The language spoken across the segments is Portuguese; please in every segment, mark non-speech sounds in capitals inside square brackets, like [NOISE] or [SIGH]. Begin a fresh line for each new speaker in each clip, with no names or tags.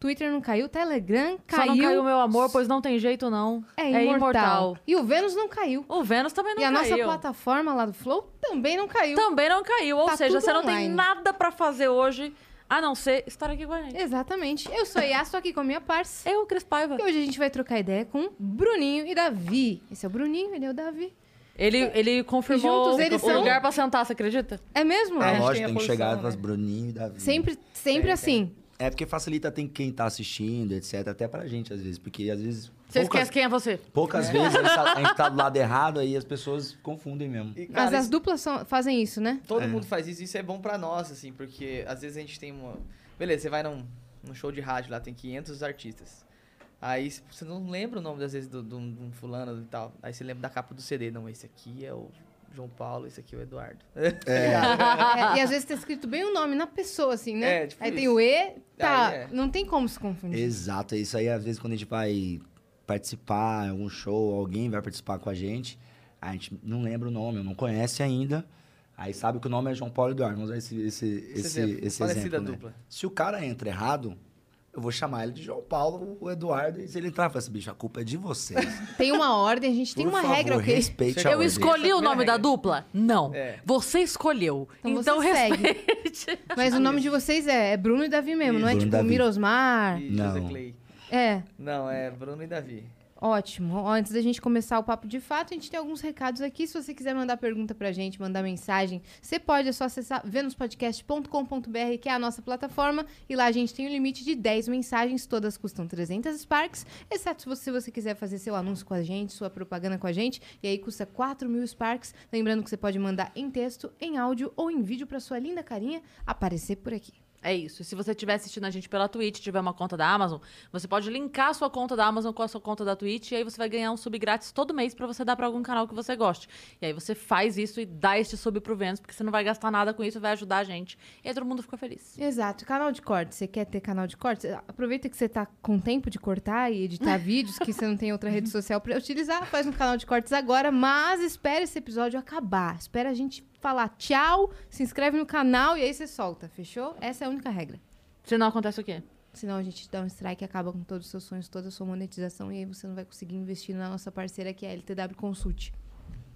Twitter não caiu, Telegram
Só
caiu.
não caiu, meu amor, pois não tem jeito, não.
É imortal. E o Vênus não caiu.
O Vênus também não
e a
caiu.
nossa plataforma lá do Flow também não caiu.
Também não caiu. Ou
Tá
seja,
tudo
você não tem
online.
nada pra fazer hoje, a não ser estar aqui com a gente.
Exatamente. Eu sou a Yas, tô aqui com a minha parça.
Eu, Cris Paiva.
E hoje a gente vai trocar ideia com Bruninho e Davi. Esse é o Bruninho, ele é o Davi.
Ele, ele confirmou
Juntos eles
o
são-
lugar pra sentar, você acredita?
É mesmo?
Ah,
gente
lógico,
tem
tem,
a
que
posição,
chegar
né?
nas Bruninho e Davi.
Sempre, sempre assim.
É porque facilita tem quem tá assistindo, etc. Até pra gente, às vezes. Porque às vezes.
Você
poucas
esquece quem é você.
poucas vezes a gente, tá, a gente tá do lado errado, aí as pessoas confundem mesmo.
E, cara,
Mas as
isso-
duplas são- fazem isso, né?
todo mundo faz isso, isso é bom pra nós, assim, porque às vezes a gente tem uma. Beleza, você vai num, num show de rádio lá, tem 500 artistas. Aí c- você não lembra o nome, às vezes, de do, do, de um fulano e tal. Aí você lembra da capa do CD. Não, esse aqui é o João Paulo, esse aqui é o Eduardo.
É, e às vezes tá escrito bem o nome na pessoa, assim, né?
É, tipo
Aí tem
isso.
o E, tá.
Aí é.
Não tem como se confundir.
Exato, é isso aí. Às vezes, quando a gente vai participar, em algum show, alguém vai participar com a gente, a gente não lembra o nome, não conhece ainda. Aí sabe que o nome é João Paulo Eduardo. Vamos usar esse, esse, esse,
exemplo,
esse
parecida
exemplo.
assim
né?
dupla.
Se o cara entra errado, eu vou chamar ele de João Paulo, o Eduardo, e se ele entrar, eu falo assim, bicho, a culpa é de vocês.
Tem uma ordem, a gente tem
Por
uma
favor,
regra, ok?
Respeite a
Eu
ordem.
escolhi o
Primeira
nome da
regra.
dupla? Não.
É.
Você escolheu.
Então
Então,
você segue.
respeite.
Mas o nome de vocês é, é Bruno e Davi mesmo, não é
Bruno e
tipo
Davi.
Mirosmar?
E José
Não.
Clay.
É,
Não, é Bruno e Davi.
ótimo. Ó, Antes da gente começar o papo de fato, a gente tem alguns recados aqui. Se você quiser mandar pergunta pra gente, mandar mensagem, você pode, é só acessar venuspodcast.com.br, que é a nossa plataforma, e lá a gente tem um limite de 10 mensagens, todas custam 300 Sparks, exceto se você, se você quiser fazer seu anúncio com a gente, sua propaganda com a gente, e aí custa 4 mil Sparks. Lembrando que você pode mandar em texto, em áudio ou em vídeo pra sua linda carinha aparecer por aqui.
É isso. E se você estiver assistindo a gente pela Twitch, tiver uma conta da Amazon, você pode linkar a sua conta da Amazon com a sua conta da Twitch e aí você vai ganhar um sub grátis todo mês pra você dar pra algum canal que você goste. E aí você faz isso e dá este sub pro Vênus, porque você não vai gastar nada com isso, vai ajudar a gente. E aí todo mundo fica feliz.
Exato, canal de corte. Você quer ter canal de corte? Cê- Aproveita que você tá com tempo de cortar e editar vídeos que você não tem outra rede social pra utilizar. Faz um canal de cortes agora, mas espera esse episódio acabar. Espera a gente falar tchau, se inscreve no canal e aí você solta, fechou? Essa é a única regra.
Se não acontece o quê?
Senão a gente dá um strike, acaba com todos os seus sonhos, toda a sua monetização e aí você não vai conseguir investir na nossa parceira que é a LTW Consult.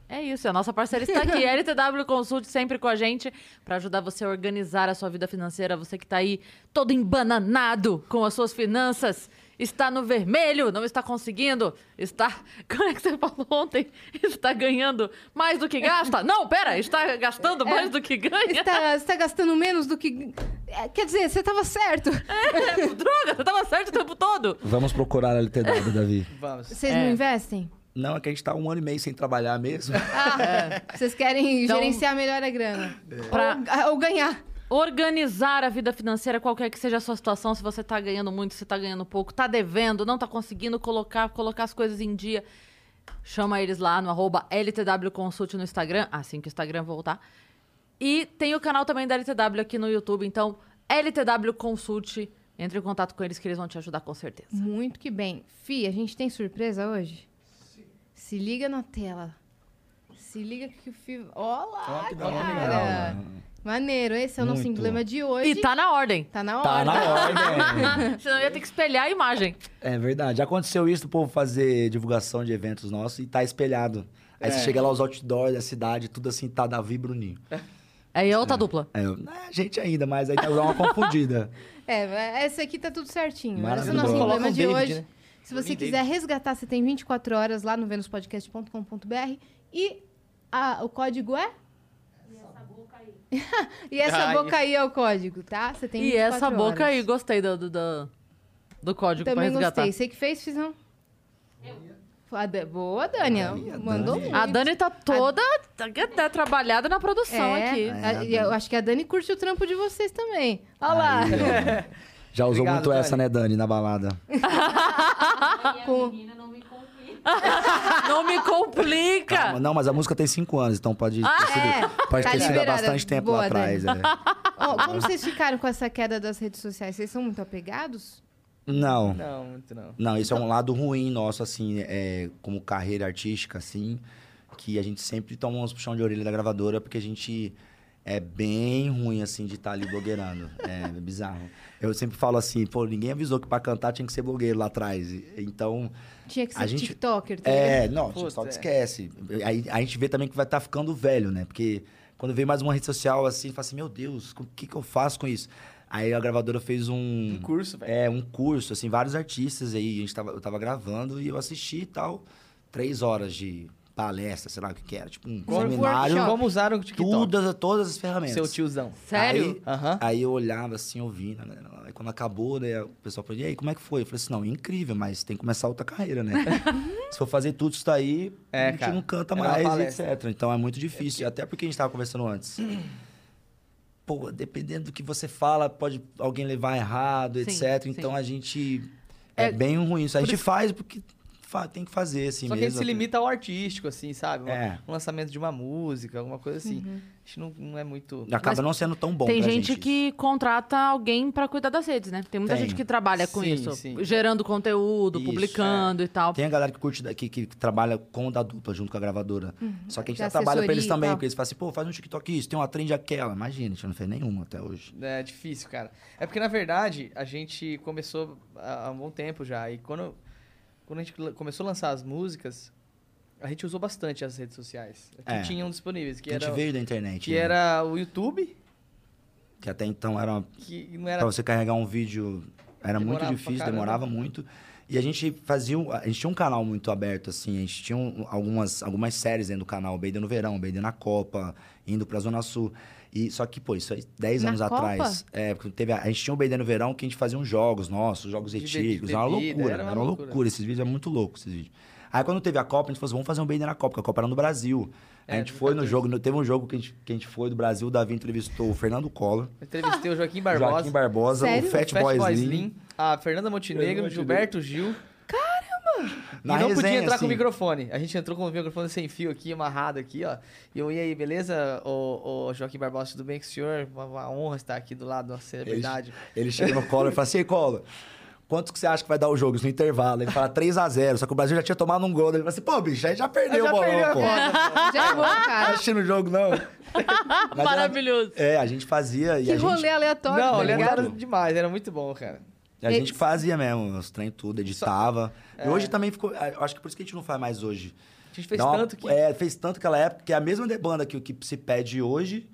É isso, a nossa parceira está aqui, LTW Consult, sempre com a gente, para ajudar você a organizar a sua vida financeira. Você que está aí todo embananado com as suas finanças, está no vermelho, não está conseguindo, está. [LAUGHS] Como é que você falou ontem? Está ganhando mais do que gasta? Não, pera, está gastando mais do que ganha?
Está, está tá, gastando menos do que. É, Quer dizer, você tava certo.
Droga, você estava certo o tempo todo.
Vamos procurar
[LAUGHS]
a LTW, Davi.
Vamos.
Vocês não investem?
Não, é que a gente tá um ano e meio sem trabalhar
[LAUGHS]
mesmo.
Ah, Vocês querem
Então- É.
gerenciar melhor a grana.
Pra-
Ou, ga- ou ganhar.
organizar a vida financeira, qualquer que seja a sua situação, se você tá ganhando muito, se tá ganhando pouco, tá devendo, não tá conseguindo colocar, colocar as coisas em dia, chama eles lá no arroba LTW Consult no Instagram, assim que o Instagram voltar. E tem o canal também da LTW aqui no YouTube, então LTW Consult, entre em contato com eles que eles vão te ajudar com certeza.
Muito que bem. Fih, a gente tem surpresa hoje? Se liga na tela. Se liga que o Fih... Olá, cara! Maneiro, esse é o nosso
Muito.
emblema de hoje.
E tá na ordem.
Tá na hora.
Tá na né? ordem.
Ah, Senão eu ia ter que espelhar a imagem.
É verdade. Já Aconteceu isso, o povo fazer divulgação de eventos nossos e tá espelhado. Aí você
É.
chega lá, os outdoors da cidade, tudo assim, tá Davi e Bruninho.
Aí é outra dupla.
É, eu, "Ah, gente ainda, mas aí tá dá uma confundida.
É, esse aqui tá tudo certinho. Esse é o
Maravilhoso.
nosso emblema
um
Coloca o
de
David,
hoje.
né?
Se você
Bonito,
quiser resgatar, você tem 24 horas lá no venuspodcast.com.br e a- o código é? E essa
Ai.
boca aí é o código, tá? Você tem
E essa
24
boca
horas.
aí, gostei do, do, do, do código pra
Também
resgatar.
gostei. Você que fez, Fizão? Eu. boa, Dani.
Aí, a
Mandou
Dani.
muito.
A Dani tá toda até trabalhada na produção
é,
aqui.
a-
É, a
e eu
Dani.
acho que a Dani curte o trampo de vocês também. [LAUGHS] Olha lá.
Aí, ó. Já usou
Obrigado,
muito essa, né, Dani, na balada?
E
[LAUGHS]
a
Com-
menina não me confia.
[LAUGHS] não me complica.
Calma, não, mas a música tem cinco anos, então pode ter sido,
é.
pode
Tá
ter sido há
liberada.
bastante tempo
Boa,
atrás. é.
Ó, como vocês ficaram com essa queda das redes sociais? Vocês são muito apegados?
é.
[LAUGHS]
Não.
Não, muito não.
Não, isso é um lado ruim nosso, assim, é, como carreira artística, assim, que a gente sempre toma uns puxão de orelha da gravadora, porque a gente é bem ruim, assim, de estar ali blogueirando. É, bizarro. Eu sempre falo assim, pô, ninguém avisou que pra cantar tinha que ser blogueiro lá atrás. E- Então,
Tinha que ser
A gente-
TikToker, tá ligado?
é, não,
Putz,
só
é.
esquece. Aí a gente vê também que vai estar ficando velho, né? Porque quando vem mais uma rede social, assim, fala assim, meu Deus, o que, que eu faço com isso? Aí a gravadora fez um...
Um curso, velho.
É, um curso, assim, vários artistas aí. A gente tava, eu tava gravando e eu assisti e tal. Três horas de palestra, sei lá o que que era. Tipo, um
Como-
seminário.
workshop.
Como usaram o TikTok?
Todas, todas as ferramentas.
Seu tiozão.
Sério?
Aham.
Aí eu olhava assim, ouvindo, né? Aí quando acabou, né? O pessoal falou, e aí, como é que foi? Eu falei assim, não, incrível, mas tem que começar outra carreira, né? Se for fazer tudo isso daí,
É,
a gente
cara.
não canta
Era uma
mais,
palestra.
etc. Então é muito difícil. Até porque a gente tava conversando antes. [CLEARS THROAT] Pô, dependendo do que você fala, pode alguém levar errado,
Sim,
etc.
sim.
Então a gente. É,
É,
bem ruim isso. A
por
gente faz porque fa- tem que fazer, assim
Só que ele
mesmo.
se limita ao artístico, assim, sabe? Uma-
É.
Um lançamento de uma música, alguma coisa assim. A gente não, não é muito.
Acaba não sendo tão bom.
Tem
pra
gente,
gente
que contrata alguém pra cuidar das redes, né? Tem muita
Tem.
gente que trabalha com
Sim,
isso,
sim.
gerando conteúdo,
Isso,
publicando e tal.
Tem a galera que curte da- que, que trabalha com o da dupla junto com a gravadora. Só que a gente
Da
já trabalha pra eles
Uhum. assessoria e
também,
tal.
porque eles falam assim, pô, faz um TikTok isso, tem uma trend aquela. Imagina, a gente não fez nenhuma até hoje.
É difícil, cara. É porque, na verdade, a gente começou há há um bom tempo já. E quando, quando a gente la- começou a lançar as músicas, a gente usou bastante as redes sociais. Que
É.
tinham disponíveis. Que
a gente
era,
veio da internet.
que
né?
era o YouTube,
Que até então era. uma-
que não era.
Pra você carregar um vídeo era
Demorava
muito
pra
difícil,
caramba.
demorava muito. E a gente fazia. um- A gente tinha um canal muito aberto, assim. A gente tinha um- algumas, algumas séries dentro do canal, Beida no Verão, Beida na Copa, indo pra Zona Sul. E, só que, pô, isso aí 10
Na
anos
Copa?
atrás. É, porque teve, a a gente tinha o Beida no Verão que a gente fazia uns jogos nossos, jogos
De be- de
etílicos. Era uma
bebida,
loucura, era uma, loucura. Esses vídeos eram muito loucos, esses vídeos. Aí quando teve a Copa, a gente falou assim, vamos fazer um Beida na Copa, porque a Copa era no Brasil. Aí
É,
a gente foi no
2014.
jogo, no- teve um jogo que a, gente, que a gente foi do Brasil, o Davi entrevistou o Fernando Collor.
Eu Entrevistei o Joaquim Barbosa.
Joaquim Barbosa,
Sério?
o Fat,
Fat
Boy
Boy
Slim.
Slim, a Fernanda Montenegro,
Fernanda
Gilberto Gil. E
Na
não podia
resenha,
entrar
assim.
com o microfone. A gente entrou com o microfone sem fio aqui, amarrado aqui, ó. E eu, e aí, beleza, ô, ô Joaquim Barbosa, tudo bem com o senhor? Uma, uma honra estar aqui do lado de uma celebridade.
Ele chega no Collor e fala assim, "Ei, Collor, quanto que você acha que vai dar o jogo Isso no intervalo? Ele fala 3x0, só que o Brasil já tinha tomado um gol. Ele fala assim, pô, bicho, aí já perdeu
Já
o bolão,
perdeu a
pô.
bola.
né?
[LAUGHS]
Já errou,
Não tá
cara.
assistindo o jogo, não. Mas
Ah, Maravilhoso.
Era, é, a gente fazia e
Que
a gente, é
rolê aleatório,
Não,
tá
ele
ligado?
era demais, era muito bom, cara.
a gente fazia mesmo, os trem tudo, editava. E hoje também ficou, eu acho que por isso que a gente não faz mais hoje.
A gente É. fez
Dá uma-
tanto que.
É, fez tanto aquela época, que é a mesma de- banda que o que se pede hoje,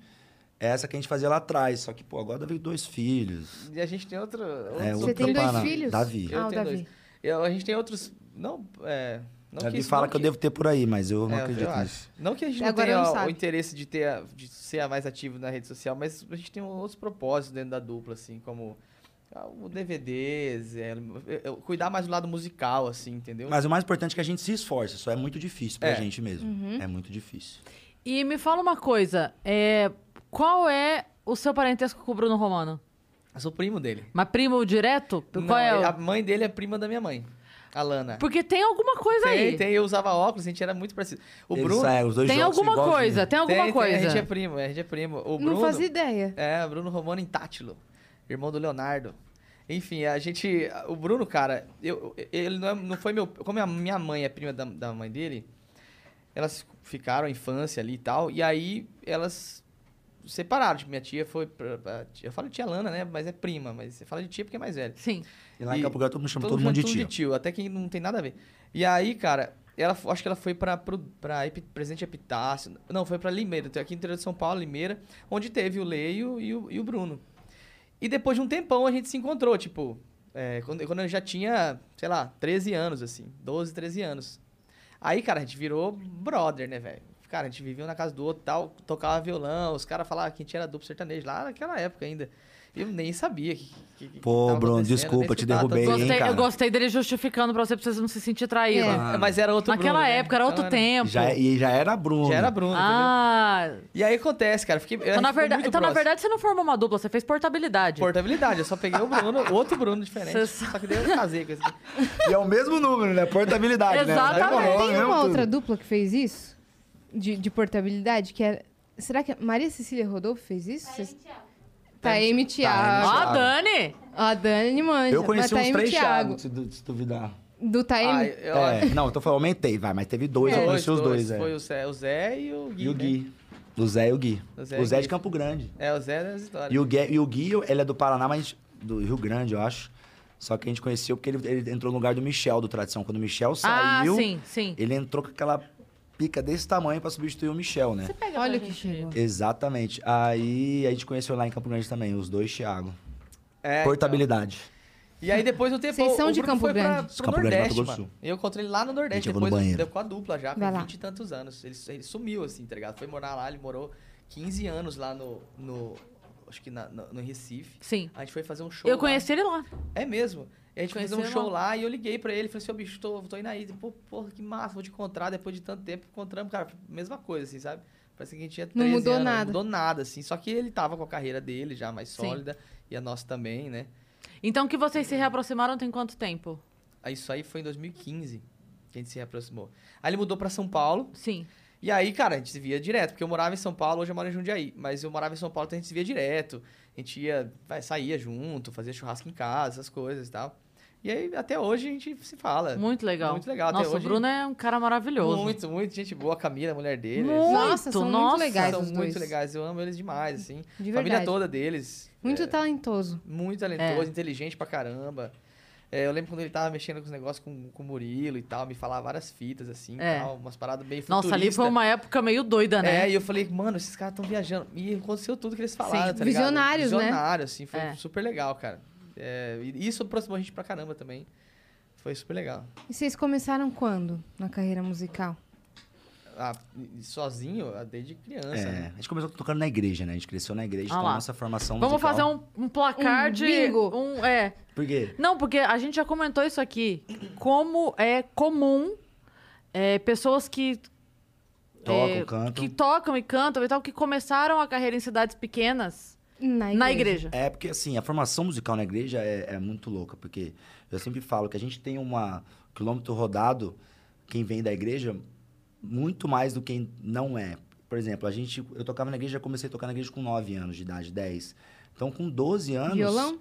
é essa que a gente fazia lá atrás. Só que, pô, agora veio dois filhos.
E a gente tem outro. outro-
É,
Você
outro
tem dois
pana-
filhos?
Davi.
Eu
Ah, o
tenho
Davi.
dois. Eu- a gente tem outros. Não, é. Não
Davi
isso-
fala
não
que eu devo ter por aí, mas eu não
É,
acredito
eu
nisso.
acho. Não que a gente não
Agora
tenha
não
o- o
sabe.
interesse de, ter, a- de ser a mais ativo na rede social, mas a gente tem outros propósitos dentro da dupla, assim, como ah, o DVDs, é, eu- eu- cuidar mais do lado musical, assim, entendeu?
Mas o mais importante é que a gente se esforça, só é muito difícil pra
É.
gente mesmo. É muito difícil.
E me fala uma coisa, é, qual é o seu parentesco com o Bruno Romano?
Eu sou primo dele.
Mas primo direto? Qual
Não,
é? o-
A mãe dele é prima da minha mãe, a Lana.
Porque tem alguma coisa
Tem,
aí.
tem, eu usava óculos, a gente era muito parecido. O
Eles
Bruno...
saem, os dois
Tem
jogos são
alguma
igualzinho.
coisa, tem alguma
tem, tem,
coisa.
a gente é primo, a gente é primo. O Bruno...
Não fazia ideia.
É, Bruno Romano Intátilo, irmão do Leonardo. Enfim, a gente. O Bruno, cara, eu, eu- ele não, é- não foi meu. Como a minha mãe é prima da, da mãe dele, elas ficaram a infância ali e tal. E aí elas separaram. Tipo, minha tia foi. Pra, pra- eu falo tia Lana, né? Mas é prima, mas você fala de tia porque é mais velha.
Sim.
E lá em
E
Campo Grande todo mundo chama todo,
Todo é
mundo de
tudo
tio.
até quem não tem nada a ver. E aí, cara, ela, fo- acho que ela foi pra, pro, pra Epi- Presidente Epitácio. Não, foi pra Limeira, tem aqui no interior de São Paulo, Limeira, onde teve o Leio e o, e o Bruno. E depois de um tempão a gente se encontrou, tipo, é, quando, quando eu já tinha, sei lá, 13 anos, assim, 12, 13 anos. Aí, cara, a gente virou brother, né, velho? Cara, a gente vivia um na casa do outro tal, tocava violão, os caras falavam que a gente era duplo sertanejo lá naquela época ainda. Eu nem sabia que. que- que
Pô,
tava
Bruno,
acontecendo,
desculpa,
nem
te
escutava
derrubei,
tanto.
hein?
Gostei-
cara?
eu gostei dele justificando pra você, pra vocês não se sentirem traídos.
É.
É, Mas era outro
Naquela
Bruno, né?
época, era outro
Então
tempo.
Já, é e já era Bruno.
Já era Bruno, entendeu?
Ah,
E aí acontece, cara. Fiquei,
então, na verdade, então na verdade você não formou uma dupla, você fez portabilidade.
Portabilidade, eu só peguei
[LAUGHS]
o Bruno, outro Bruno diferente.
Você só-
Só que daí eu
[LAUGHS]
casei com esse.
E é o mesmo número, né? Portabilidade, né?
Exatamente.
Não
Tem
mesmo
uma
tudo.
outra dupla que fez isso? De, de portabilidade? Que era... Será que a Maria Cecília Rodolfo fez isso? Vocês- Taeme e
Ó,
Thiago.
a Dani!
Ó, Dani manja.
Tá Eu conheci
mas
uns
Taeme e
três
Thiago.
Thiago, se du- se duvidar.
Do tá
Ah,
Taeme?
eu
É,
acho.
não, eu tô falando, aumentei, vai, mas teve dois, eu conheci os dois, é.
Foi o Zé, o Zé e o Gui.
E o
né?
Gui. O Zé e o Gui.
O
O
Zé
Zé,
e Gui.
de Campo Grande.
É, o Zé das histórias.
E o, Gui, e o Gui, ele é do Paraná, mas do Rio Grande, eu acho. Só que a gente conheceu porque ele, ele entrou no lugar do Michel, do Tradição. Quando o Michel
Ah,
saiu,
sim, sim.
ele entrou com aquela pica desse tamanho pra substituir o Michel, né?
Olha o que chegou.
Exatamente. Aí a gente conheceu lá em Campo Grande também, os dois Thiago.
É,
Portabilidade.
então. E aí depois o tempo.
Vocês são
o
de
Bruno
Campo
foi pra,
Grande?
pro
Campo Grande,
Nordeste,
Mato Grosso
mano.
do Sul.
Eu encontrei ele lá no Nordeste.
Gente, eu vou no
depois
banheiro.
deu com a dupla já,
Vai
com
lá.
20 e tantos anos. Ele, ele sumiu, assim, tá ligado? Foi morar lá, ele morou 15 anos lá no. no acho que na- no, no Recife.
Sim.
A gente foi fazer um show.
Eu
lá.
conheci ele lá.
É mesmo. E a gente fez um
Conheceu
show lá e eu liguei pra ele, falei assim, ô bicho, tô, tô indo aí. Pô, porra, que massa, vou te encontrar depois de tanto tempo. Encontramos, cara, mesma coisa, assim, sabe? Parece que a gente tinha 13
mudou
anos,
nada.
Não mudou nada, assim. Só que ele tava com a carreira dele já mais
Sim.
sólida e a nossa também, né?
Então que vocês se reaproximaram tem quanto tempo?
Aí Isso aí foi em 2015 que a gente se aproximou. Aí ele mudou pra São Paulo
Sim.
e aí, cara, a gente se via direto. Porque eu morava em São Paulo, hoje eu moro em Jundiaí. Mas eu morava em São Paulo, então a gente se via direto. A gente ia, vai, saía junto, fazia churrasco em casa, essas coisas e tal. E aí, até hoje a gente se fala.
Muito legal.
É, Muito legal. Até
Nossa, o
hoje-
Bruno é um cara maravilhoso.
Muito, muito gente boa. A Camila, a mulher dele.
Muito,
eles
Nossa, são muito
nossa.
legais.
são
os
muito
dois.
legais. Eu amo eles demais, assim.
De
Família
verdade.
toda deles.
Muito
é,
talentoso.
muito talentoso,
É.
inteligente pra caramba. É, eu lembro quando ele tava mexendo com os negócios com, com o Murilo e tal, me falava várias fitas, assim,
É.
e tal, umas paradas bem
Nossa, ali foi uma época meio doida, né?
É, e eu falei, mano, esses caras estão viajando. E aconteceu tudo que eles
Sim.
falaram, tá ligado?
Visionários, né?
Visionário, assim, foi
É.
super legal, cara. É, e isso aproximou a gente pra caramba também. Foi super legal.
E vocês começaram quando na carreira musical?
Ah, e- e sozinho, ah, desde criança,
É,
né?
a gente começou tocando na igreja, né? A gente cresceu na igreja,
Ah
então
lá.
a nossa formação
Vamos
musical-
fazer um, um placar
Um
de.
bingo.
Um, é.
Por quê?
Não, porque a gente já comentou isso aqui. Como é comum é, pessoas que
Toco,
É,
canto.
que tocam e cantam e tal, que começaram a carreira em cidades pequenas
Na igreja.
na igreja.
É, porque assim, a formação musical na igreja é, é muito louca, porque eu sempre falo que a gente tem uma quilômetro rodado, quem vem da igreja, muito mais do que não é. Por exemplo, a gente, eu tocava na igreja, comecei a tocar na igreja com 9 anos de idade, 10. Então, com 12 anos...
Violão?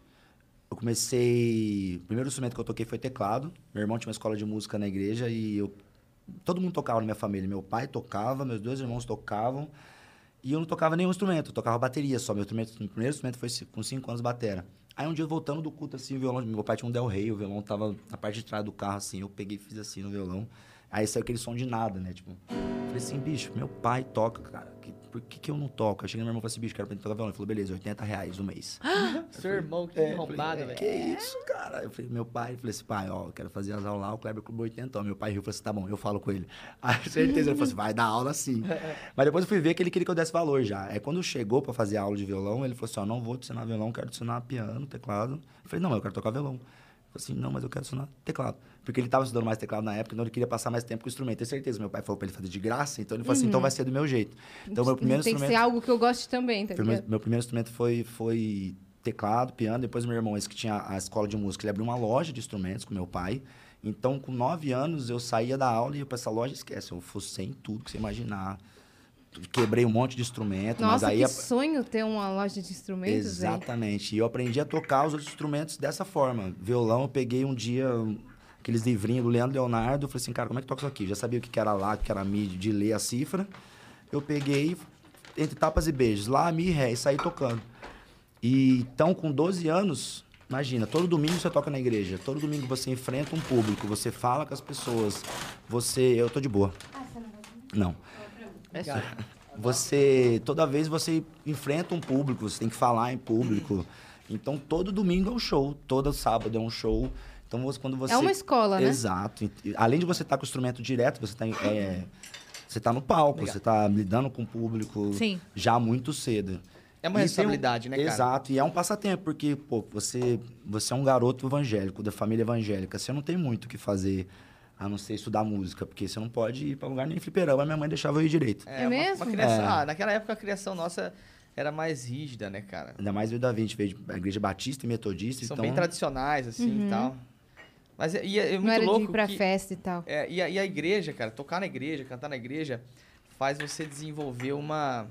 Eu comecei. O primeiro instrumento que eu toquei foi teclado. Meu irmão tinha uma escola de música na igreja e eu. Todo mundo tocava na minha família. Meu pai tocava, meus dois irmãos tocavam. E eu não tocava nenhum instrumento, eu tocava bateria só. Meu, instrumento, meu primeiro instrumento foi ci- com cinco anos batera. Aí um dia eu voltando do culto, assim, o violão. Meu pai tinha um Del Rey, o violão tava na parte de trás do carro, assim. Eu peguei e fiz assim no violão. Aí saiu aquele som de nada, né? Tipo, eu falei assim, bicho, meu pai toca, cara. que- por que, que eu não toco? Aí cheguei no meu irmão e falei assim, bicho, quero aprender a tocar violão. Ele falou, beleza, 80 reais no mês.
Seu irmão, que
É,
arrombado,
eu falei,
velho.
Que isso, cara? Eu falei, meu pai, eu falei assim, pai, ó, eu quero fazer as aulas lá, o Kleber cobrou 80, ó. Meu pai riu, falou assim, tá bom, eu falo com ele. [LAUGHS] Aí, certeza, ele falou assim, vai dar
[LAUGHS]
aula sim. Mas depois eu fui ver que ele queria que eu desse valor já. É quando chegou pra fazer aula de violão, ele falou assim, ó, não vou te ensinar violão, quero te ensinar piano, teclado. Eu falei, não, mas eu quero tocar violão. Ele falou assim, não, mas eu quero ensinar teclado. Porque ele tava estudando mais teclado na época, então ele queria passar mais tempo com o instrumento. Tenho certeza, meu pai falou pra ele fazer de graça, então ele falou assim, então vai ser do meu jeito. Então, meu primeiro
Uhum. Tem que
instrumento...
ser algo que eu goste também, tá
Foi meu,
ligado?
meu primeiro instrumento foi, foi teclado, piano. Depois meu irmão, esse que tinha a escola de música, ele abriu uma loja de instrumentos com meu pai. Então, com nove anos, eu saía da aula e ia pra essa loja, esquece, eu fossei em tudo que você imaginar. Quebrei um monte de instrumento, mas
Nossa,
aí...
que
a-
sonho ter uma loja de instrumentos, velho.
Exatamente. E eu aprendi a tocar os outros instrumentos dessa forma. Violão, eu peguei um dia um, aqueles livrinhos do Leandro Leonardo, falei assim, cara, como é que toca isso aqui? Já sabia o que que era lá, o que era mi, de ler a cifra. Eu peguei, entre tapas e beijos, lá, mi, ré, e saí tocando. E então, com 12 anos, imagina, todo domingo você toca na igreja, todo domingo você enfrenta um público, você fala com as pessoas, você... Eu tô de boa. Não.
É
Você, toda vez você enfrenta um público, você tem que falar em público. Então, todo domingo é um show, todo sábado é um show. Então, você- quando você...
É uma escola, né?
Exato. E- e Além de você estar com o instrumento direto, você é, está tá você tá no palco, você está lidando com o público
Sim.
já muito cedo.
É uma
E tem um-
responsabilidade, né, cara?
Exato, e é um passatempo, porque, pô, você, você é um garoto evangélico, da família evangélica, você não tem muito o que fazer a não ser estudar música, porque você não pode ir pra lugar nem fliperama, minha mãe deixava eu ir direito.
É
uma-
mesmo?
uma criação- ah, naquela época a criação nossa era mais rígida, né, cara?
Ainda mais veio da 20, veio da igreja batista e metodista,
São
então...
bem tradicionais, assim, e tal. Mas é, e é, é muito
Uhum. Não era de
louco
ir pra
que-
festa e tal.
É, e, a, e a igreja, cara, tocar na igreja, cantar na igreja, faz você desenvolver uma.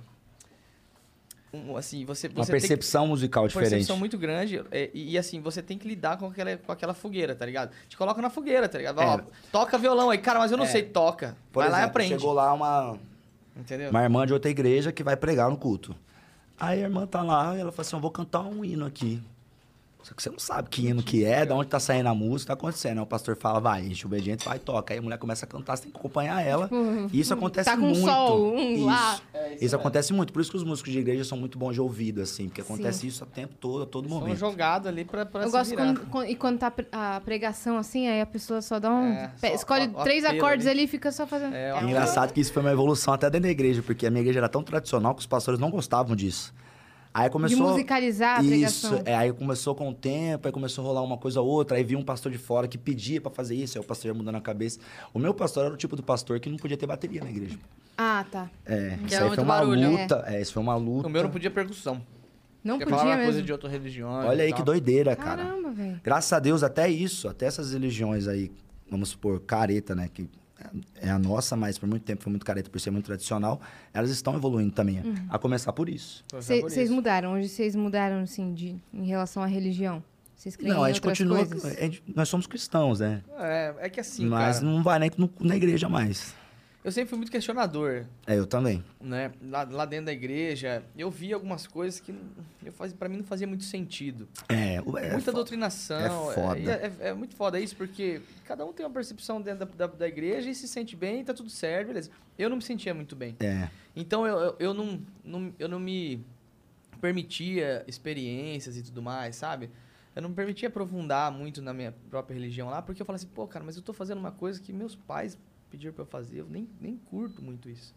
um, assim, você,
uma
você tem que-
percepção musical diferente.
percepção muito grande. é, e, e, assim, você tem que lidar com aquela, com aquela fogueira, tá ligado? Te coloca na fogueira, tá ligado?
É.
Ó, toca violão aí, cara, mas eu não
É.
sei, toca.
Por
vai lá e
exemplo,
aprende.
chegou lá uma,
Entendeu?
uma irmã de outra igreja que vai pregar no culto. Aí a irmã tá lá e ela fala assim, eu vou cantar um hino aqui. Só que você não sabe que hino que é, de onde tá saindo a música, tá acontecendo. Aí o pastor fala, vai, enche o obediente, vai, toca. Aí a mulher começa a cantar, você tem que acompanhar ela. E isso acontece
tá com
muito.
sol, um
isso.
lá.
É,
isso acontece muito. Por isso que os músicos de igreja são muito bons de ouvido, assim. Porque acontece isso o tempo todo, a todo
São
momento.
jogado ali pra, pra
Eu
se
gosto
virar.
quando, quando- e quando tá pre- a pregação assim, aí a pessoa só dá um.
É,
pe-
só
escolhe
o- o
três
apelo
acordes
ali.
ali e fica só fazendo.
É, ó.
É engraçado que isso foi uma evolução até dentro da igreja, porque a minha igreja era tão tradicional que os pastores não gostavam disso. Aí
de
começou.
musicalizar a
Isso,
pregação.
é, aí começou com o tempo, aí começou a rolar uma coisa ou outra, aí vinha um pastor de fora que pedia pra fazer isso, aí o pastor ia mudando a cabeça. O meu pastor era o tipo do pastor que não podia ter bateria na igreja.
Ah, tá.
É,
Que
isso
era
aí
muito
foi uma
barulho.
luta, é, isso foi uma luta.
O meu um não podia percussão.
Não
Porque
podia
falava
mesmo.
coisa de outra religião.
Olha aí que doideira, cara.
Caramba, velho.
Graças a Deus, até isso, até essas religiões aí, vamos supor, careta, né? Que é a nossa, mas por muito tempo foi muito careta, por ser muito tradicional, elas estão evoluindo também.
Uhum.
A começar por isso.
é
Vocês mudaram, hoje vocês mudaram, assim, de, em relação à religião. Vocês creem
não,
em
a gente
outras
continua.
coisas?
a gente- nós somos cristãos, né?
É, é que assim,
mas
cara,
não vai nem no- na igreja mais.
eu sempre fui muito questionador,
É, eu também.
né? Lá, lá dentro da igreja, eu vi algumas coisas que eu faz, pra mim não fazia muito sentido.
É, o- é
Muita
fo-
doutrinação.
é foda.
e É, é- é muito foda isso, porque cada um tem uma percepção dentro da, da, da igreja e se sente bem, tá tudo certo, beleza. Eu não me sentia muito bem.
É,
Então eu, eu, eu não, não- eu não me permitia experiências e tudo mais, sabe? Eu não me permitia aprofundar muito na minha própria religião lá, porque eu falava assim, pô, cara, mas eu tô fazendo uma coisa que meus pais pediram pra eu fazer, eu nem, nem curto muito isso.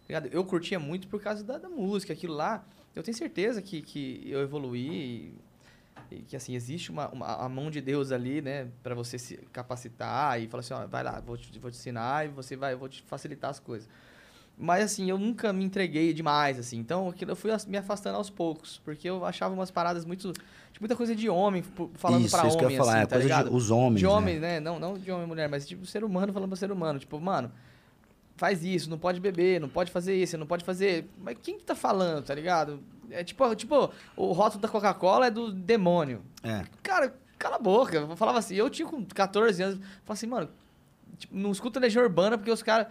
tá ligado? Eu curtia muito por causa da, da música, aquilo lá. Eu tenho certeza que, que eu evoluí e, e que, assim, existe uma, uma- a mão de Deus ali, né, pra você se capacitar e falar assim, ó, vai lá, vou te, vou te ensinar e você vai, eu vou te facilitar as coisas. Mas assim, eu nunca me entreguei demais, assim. Então aquilo eu fui as- me afastando aos poucos. Porque eu achava umas paradas muito. Tipo, muita coisa de homem, fu- falando
isso,
pra homem.
isso que eu ia falar.
assim,
é
tá
coisa de-
ligado?
os homens.
De
né?
homem, né? Não, não de homem e mulher, mas tipo, ser humano falando pra ser humano. Tipo, mano, faz isso, não pode beber, não pode fazer isso, não pode fazer. Mas quem que tá falando, tá ligado? É tipo, tipo o rótulo da Coca-Cola é do demônio.
É.
Cara, cala a boca. Eu falava assim, eu tinha com 14 anos, falava assim, mano, tipo, não escuta legião urbana porque os caras.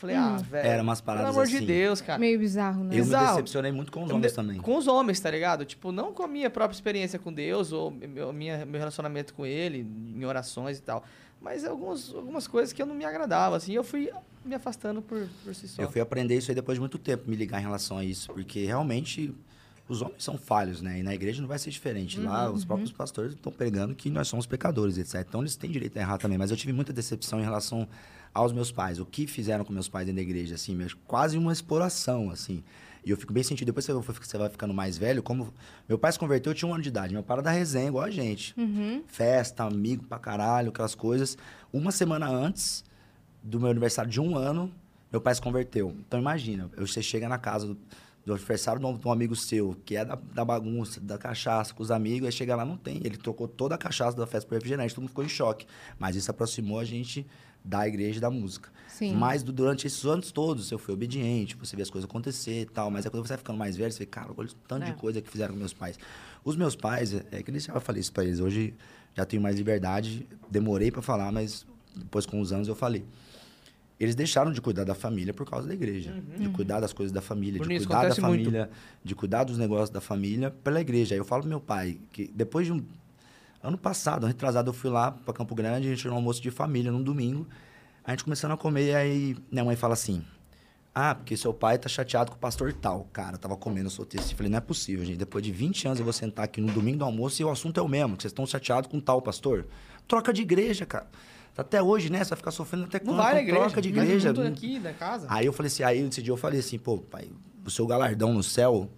Falei, ah, velho.
Hum, Era umas paradas
Pelo amor de
assim.
Deus, cara.
Meio bizarro, né?
Eu me
Bizarro.
decepcionei muito com os
Eu me
homens
de-
também.
Com os homens, tá ligado? Tipo, não com a minha própria experiência com Deus ou meu, minha, meu relacionamento com ele, em orações e tal. Mas algumas, algumas coisas que eu não me agradava, assim. Eu fui me afastando por, por si só.
Eu fui aprender isso aí depois de muito tempo, me ligar em relação a isso, porque realmente os homens são falhos, né? E na igreja não vai ser diferente. Lá os próprios pastores estão pregando que nós somos pecadores, etc. Então eles têm direito a errar também. Mas eu tive muita decepção em relação aos meus pais, o que fizeram com meus pais dentro da igreja, assim, meus- quase uma exploração, assim. E eu fico bem sentido. Depois que você vai- você vai ficando mais velho, como. Meu pai se converteu, eu tinha um ano de idade. Meu pai era da resenha, igual a gente
Uhum.
festa, amigo pra caralho, aquelas coisas. Uma semana antes do meu aniversário de um ano, meu pai se converteu. Então imagina, você chega na casa do, do aniversário de um- de um amigo seu, que é da, da bagunça, da cachaça, com os amigos, aí chega lá, não tem. Ele trocou toda a cachaça da festa por refrigerante, todo mundo ficou em choque. Mas isso aproximou a gente da igreja e da música.
Sim.
Mas du- durante esses anos todos eu fui obediente, tipo, você vê as coisas acontecer e tal. Mas é quando você vai ficando mais velho, você vê, cara, olha o tanto
É.
de coisa que fizeram com meus pais. Os meus pais, é é que eles já falei isso pra eles. Hoje já tenho mais liberdade, demorei pra falar, mas depois com os anos eu falei. Eles deixaram de cuidar da família por causa da igreja, de cuidar das coisas da família,
Bruno,
de
isso
cuidar da
acontece muito.
família, de cuidar dos negócios da família pela igreja. Aí eu falo pro meu pai que depois de um ano passado, retrasado, eu fui lá pra Campo Grande, a gente tirou um almoço de família num domingo. A gente começando a comer, aí minha mãe fala assim: Ah, porque seu pai tá chateado com o pastor tal. Cara, eu tava comendo, eu soltei assim. Falei: Não é possível, gente. Depois de 20 anos eu vou sentar aqui no domingo do almoço e o assunto é o mesmo, que vocês estão chateados com tal pastor. Troca de igreja, cara. Até hoje, né? Você vai ficar sofrendo até
Não
quando?
vai na
Então
igreja.
Troca de
vai
igreja.
junto é
não- Ah.
aqui da casa.
Aí eu falei assim, aí esse dia eu falei assim, pô, pai, o seu galardão no céu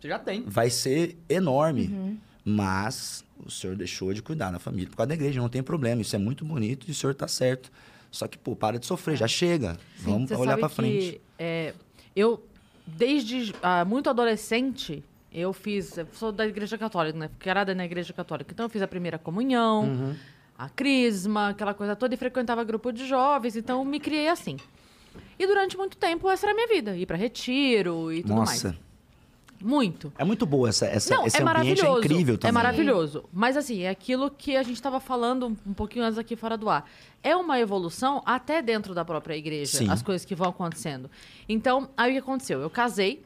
Você já tem.
vai ser enorme.
Uhum.
Mas o senhor deixou de cuidar da família por causa da igreja, não tem problema. Isso é muito bonito e o senhor tá certo. Só que, pô, para de sofrer, já chega. Vamos
É. Você
olhar
sabe
pra
que,
frente.
é, eu, desde ah, muito adolescente, eu fiz. Eu sou da igreja católica, né? Criada na igreja católica. Então eu fiz a primeira comunhão,
Uhum.
a crisma, aquela coisa toda, e frequentava grupo de jovens. Então eu me criei assim. E durante muito tempo essa era a minha vida. Ir pra retiro e tudo
Nossa,
mais. Muito.
é muito boa essa, essa
Não,
esse
é
ambiente é
maravilhoso.
incrível também.
É maravilhoso. Mas assim, é aquilo que a gente estava falando um- um pouquinho antes aqui fora do ar. É uma evolução até dentro da própria igreja,
Sim.
as coisas que vão acontecendo. Então, aí o que aconteceu? Eu casei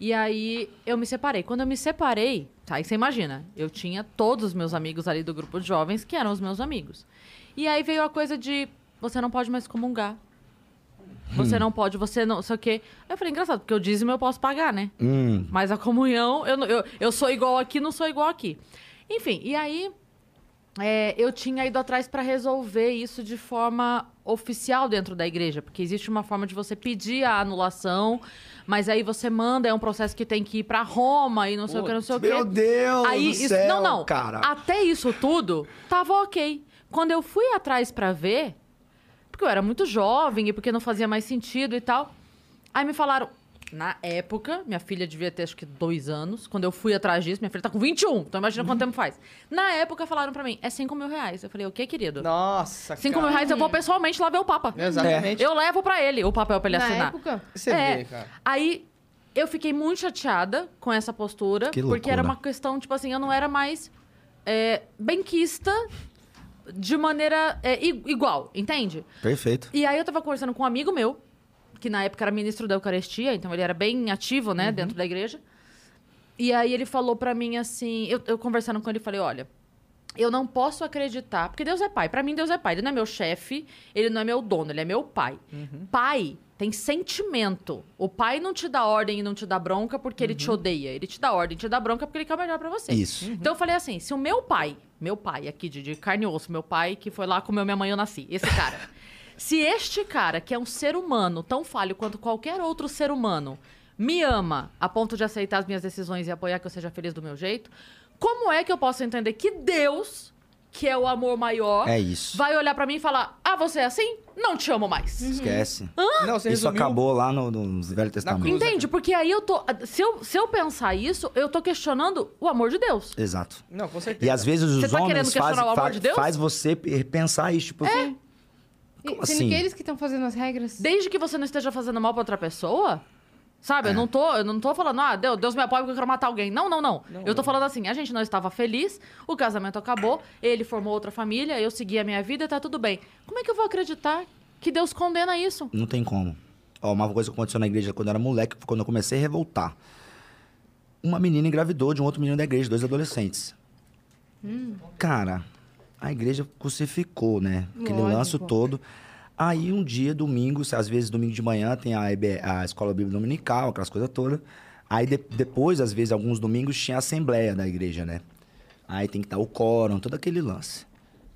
e aí eu me separei. Quando eu me separei, tá? Aí você imagina, eu tinha todos os meus amigos ali do grupo de jovens que eram os meus amigos. E aí veio a coisa de você não pode mais comungar.
Hum.
Você não pode, você não, sei o quê. Aí eu falei, engraçado, porque o dízimo eu posso pagar, né?
Hum,
Mas a comunhão, eu, não- eu, eu sou igual aqui, não sou igual aqui. Enfim, e aí é, eu tinha ido atrás para resolver isso de forma oficial dentro da igreja, porque existe uma forma de você pedir a anulação, mas aí você manda, é um processo que tem que ir para Roma e não sei o que, não sei o que.
Meu Deus
Aí,
do
isso-
céu,
não, não.
cara.
Até isso tudo, tava ok. Quando eu fui atrás pra ver, porque eu era muito jovem e porque não fazia mais sentido e tal, aí me falaram, na época, minha filha devia ter acho que dois anos, quando eu fui atrás disso, minha filha tá com 21, então imagina
Uhum.
quanto tempo faz. Na época falaram pra mim, é 5 mil reais. Eu falei, o que, querido?
Nossa,
5 mil reais Assim eu vou pessoalmente lá ver o Papa.
Exatamente.
Eu levo pra ele o papel pra ele
Na
assinar.
época,
Você
É.
vê, cara.
Aí eu fiquei muito chateada com essa postura,
Que
porque era
loucura.
uma questão, tipo assim, eu não era mais é, benquista de maneira é, i- igual, entende?
Perfeito.
E aí eu tava conversando com um amigo meu, que na época era ministro da Eucaristia, então ele era bem ativo, né,
Uhum.
dentro da igreja. E aí ele falou pra mim assim, eu, eu conversando com ele, falei, olha, eu não posso acreditar, porque Deus é pai. Pra mim Deus é pai, ele não é meu chefe, ele não é meu dono, ele é meu pai.
Uhum.
Pai tem sentimento. O pai não te dá ordem e não te dá bronca porque ele te odeia. Ele te dá ordem, e te dá bronca porque ele quer o melhor pra você.
Uhum. Isso.
Então eu falei assim, se o meu pai, meu pai aqui de, de carne e osso, meu pai que foi lá comeu minha mãe eu nasci, esse cara. se este cara, que é um ser humano tão falho quanto qualquer outro ser humano, me ama a ponto de aceitar as minhas decisões e apoiar que eu seja feliz do meu jeito, como é que eu posso entender que Deus, que é o amor maior,
É isso. Uhum.
vai olhar pra mim e falar: "Ah, você é assim? Não te amo mais".
Esquece.
Não, você
Isso
resumiu.
acabou lá no, no Velho Testamento.
cruz.
Entende? Porque aí eu tô. Se eu, se eu pensar isso, eu tô questionando o amor de Deus.
Exato.
Não, com certeza.
E às vezes os
Você tá querendo
homens
questionar
fazem
o amor
fa-
de Deus? É.
faz você pe- pensar isso, tipo,
e- sendo
Como assim?
que eles que estão fazendo as regras.
Desde que você não esteja fazendo mal pra outra pessoa, sabe? Eu não tô, eu não tô falando, ah, Deus, Deus me apoia porque eu quero matar alguém. Não, não, não. eu tô falando assim, a gente não estava feliz, o casamento acabou, ele formou outra família, eu segui a minha vida e tá tudo bem. Como é que eu vou acreditar que Deus condena isso?
não tem como. Ó, uma coisa que aconteceu na igreja quando eu era moleque, quando eu comecei a revoltar. Uma menina engravidou de um outro menino da igreja, dois adolescentes. Cara, a igreja crucificou, né? Aquele
Lógico.
lance todo. Aí um dia, domingo, às vezes domingo de manhã tem a, EB a escola bíblica dominical, aquelas coisas todas. Aí de- depois, às vezes, alguns domingos tinha a assembleia da igreja, né? Aí tem que estar o quórum, todo aquele lance.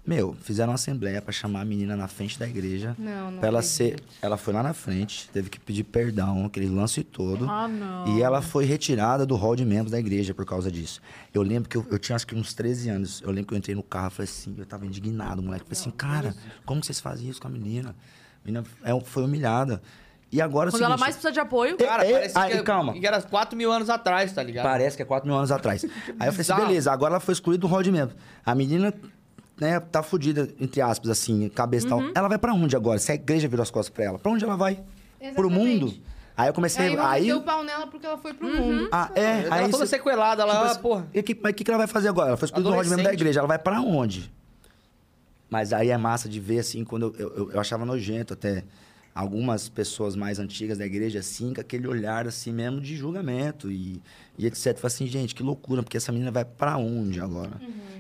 Meu, fizeram uma assembleia pra chamar a menina na frente da igreja.
Não, não
Pra ela
acredito.
ser. Ela foi lá na frente, teve que pedir perdão, aquele lance todo.
Ah, não.
E é ela foi retirada do hall de membros da igreja por causa disso. Eu lembro que eu, eu tinha acho que uns 13 anos. Eu lembro que eu entrei no carro e falei assim, eu tava indignado, moleque. Eu Falei assim, cara, como que vocês faziam isso com a menina? A menina é, foi humilhada. E agora é o
Quando ela
seguinte,
mais precisa de apoio.
Cara,
É, é,
parece
aí,
que,
calma.
que era 4 mil anos atrás, tá ligado?
Parece que é 4 mil
[LAUGHS]
anos atrás. Aí eu falei assim,
bizarro.
beleza, agora ela foi excluída do hall de membros. A menina, né, tá fudida, entre aspas, assim, cabeça e
Uhum.
tal. Ela vai pra onde agora? Se a igreja virou as costas pra ela, pra onde ela vai? Pro
Exatamente.
mundo? Aí eu comecei...
Aí vão
Aí,
meter o pau nela porque ela foi
Uhum.
pro mundo.
Ah, é,
Ela
aí
toda
cê-
sequelada lá,
assim,
porra.
E que, mas o que, que ela vai fazer agora? Ela foi excluída do hall de membros da
Adolescente.
igreja. Ela vai pra onde? Mas aí é massa de ver, assim, quando eu, eu, eu achava nojento até algumas pessoas mais antigas da igreja, assim, com aquele olhar, assim, mesmo de julgamento e, e etc. Eu falei assim, gente, que loucura, porque essa menina vai pra onde agora?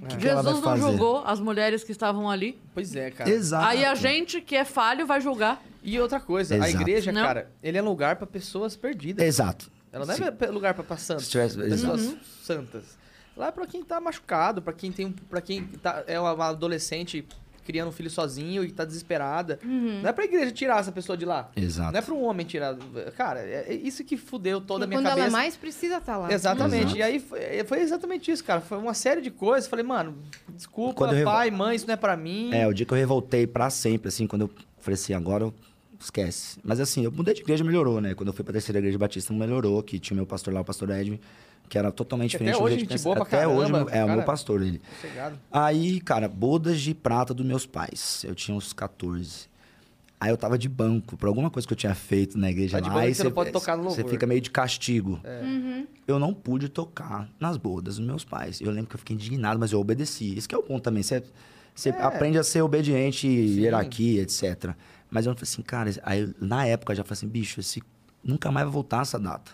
O que, que ela vai
Uhum. Jesus não
fazer? Tá,
julgou as mulheres que estavam ali.
Pois é, cara.
Exato.
Aí a gente que é falho vai julgar.
E outra coisa, a
Exato.
igreja,
Não.
cara, ele é lugar pra pessoas perdidas.
Exato.
Ela não é
Sim.
pra- pra lugar pra, pra santos.
Se tivesse-
pessoas santas. Lá é pra quem tá machucado, pra quem tem um. para quem tá, é uma adolescente criando um filho sozinho e tá desesperada.
Uhum.
Não é pra igreja tirar essa pessoa de lá.
Exato.
Não é pra um homem tirar. Cara, é é isso que fudeu toda a minha
quando
cabeça.
ela mais precisa estar lá.
Exatamente.
Exato.
E aí foi, é, foi exatamente isso, cara. Foi uma série de coisas. Falei, mano, desculpa,
Quando eu
pai, mãe, isso não é pra mim.
É, o dia que eu revoltei pra sempre, assim, quando eu falei assim, agora eu esquece. Mas assim, eu mudei de igreja, melhorou, né? Quando eu fui pra terceira igreja batista, melhorou, que tinha o meu pastor lá, o pastor Edwin, que era totalmente
Que até
diferente
hoje
jeito que
gente
pensa-
boa pra
Até
caramba,
hoje, é, o
cara.
meu pastor, ele.
Sossegado.
Aí, cara, bodas de prata dos meus pais. Eu tinha uns 14. Aí eu tava de banco, por alguma coisa que eu tinha feito na igreja
Tá de
lá.
banco
aí
que você não pode tocar no
Você
louvor. É.
fica meio de castigo.
Uhum.
Eu não pude tocar nas bodas dos meus pais. Eu lembro que eu fiquei indignado, mas eu obedeci. Isso que é o ponto também. Você, você
É.
aprende a ser obediente, hierarquia, etc. Mas eu falei assim, cara, aí, na época eu já falei assim, bicho, esse, nunca mais vai voltar essa data.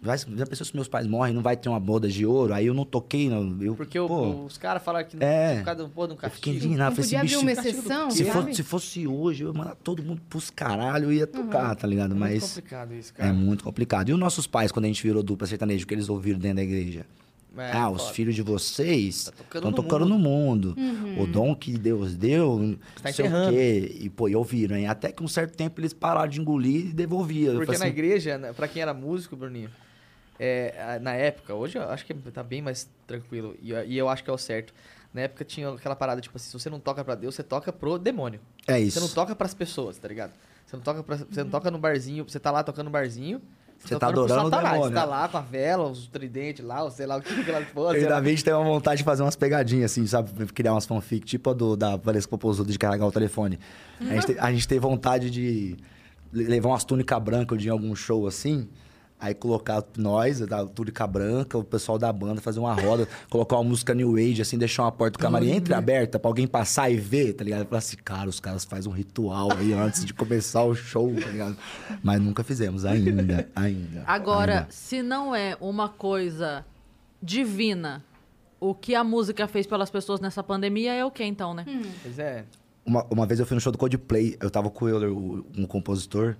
Vai, já pensou se meus pais morrem, não vai ter uma boda de ouro? Aí eu não toquei, não. Eu,
Porque o-
pô,
os caras falaram que não
É.
por causa do porra de um
eu fiquei
castigo.
Não
indignado. Falei assim,
podia abrir
bicho,
uma
Ah,
exceção,
se,
sabe?
for- se fosse assim hoje, eu ia mandar todo mundo pros caralho e ia tocar, tá ligado?
É muito
Mas
complicado isso,
é
cara.
muito complicado. E os nossos pais, quando a gente virou dupla sertaneja, o que eles ouviram dentro da igreja?
É,
ah, os
foda. Tá
filhos de vocês
tocando
estão
no
tocando
mundo. Uhum.
no mundo. O dom que Deus deu,
Tá
não sei o
enterrando.
quê. E, pô, e ouviram, hein? Até que um certo tempo eles pararam de engolir e devolviam. Eu
Porque
falei
na
assim,
igreja, né, pra quem era músico, Bruninho, é, a- na época, hoje eu acho que tá bem mais tranquilo, e, eu- e eu acho que é o certo. Na época tinha aquela parada, tipo assim, se você não toca pra Deus, você toca pro demônio.
É
Você não
isso.
toca pras pessoas, tá ligado? Você não toca, pra, você
Uhum.
não toca no barzinho, você tá lá tocando no barzinho.
Você tá
tocando pro
adorando o
Satanás,
demônio. né?
Você tá lá com a vela, os tridentes lá, ou sei lá o que que ela
[LAUGHS]
pô,
Eu
sei
e
lá.
David tem uma vontade de fazer umas pegadinhas, assim, sabe? Criar umas fanfic, tipo a do, da Valesca Popozuda de carregar o telefone. A gente, te- a gente tem vontade de le- levar umas túnicas brancas de algum show, assim, aí colocar nós, da túnica branca, o pessoal da banda, fazer uma roda, [LAUGHS] colocar uma música New Age, assim, deixar uma porta do camarim entreaberta pra alguém passar e ver, tá ligado? Falar assim, cara, os caras fazem um ritual aí antes de começar o show, tá ligado? Mas nunca fizemos, ainda, ainda.
Agora,
ainda.
se não é uma coisa divina o que a música fez pelas pessoas nessa pandemia, é o que então, né?
Pois é.
Uma, uma vez eu fui no show do Coldplay, eu tava com o Euler, o- um compositor,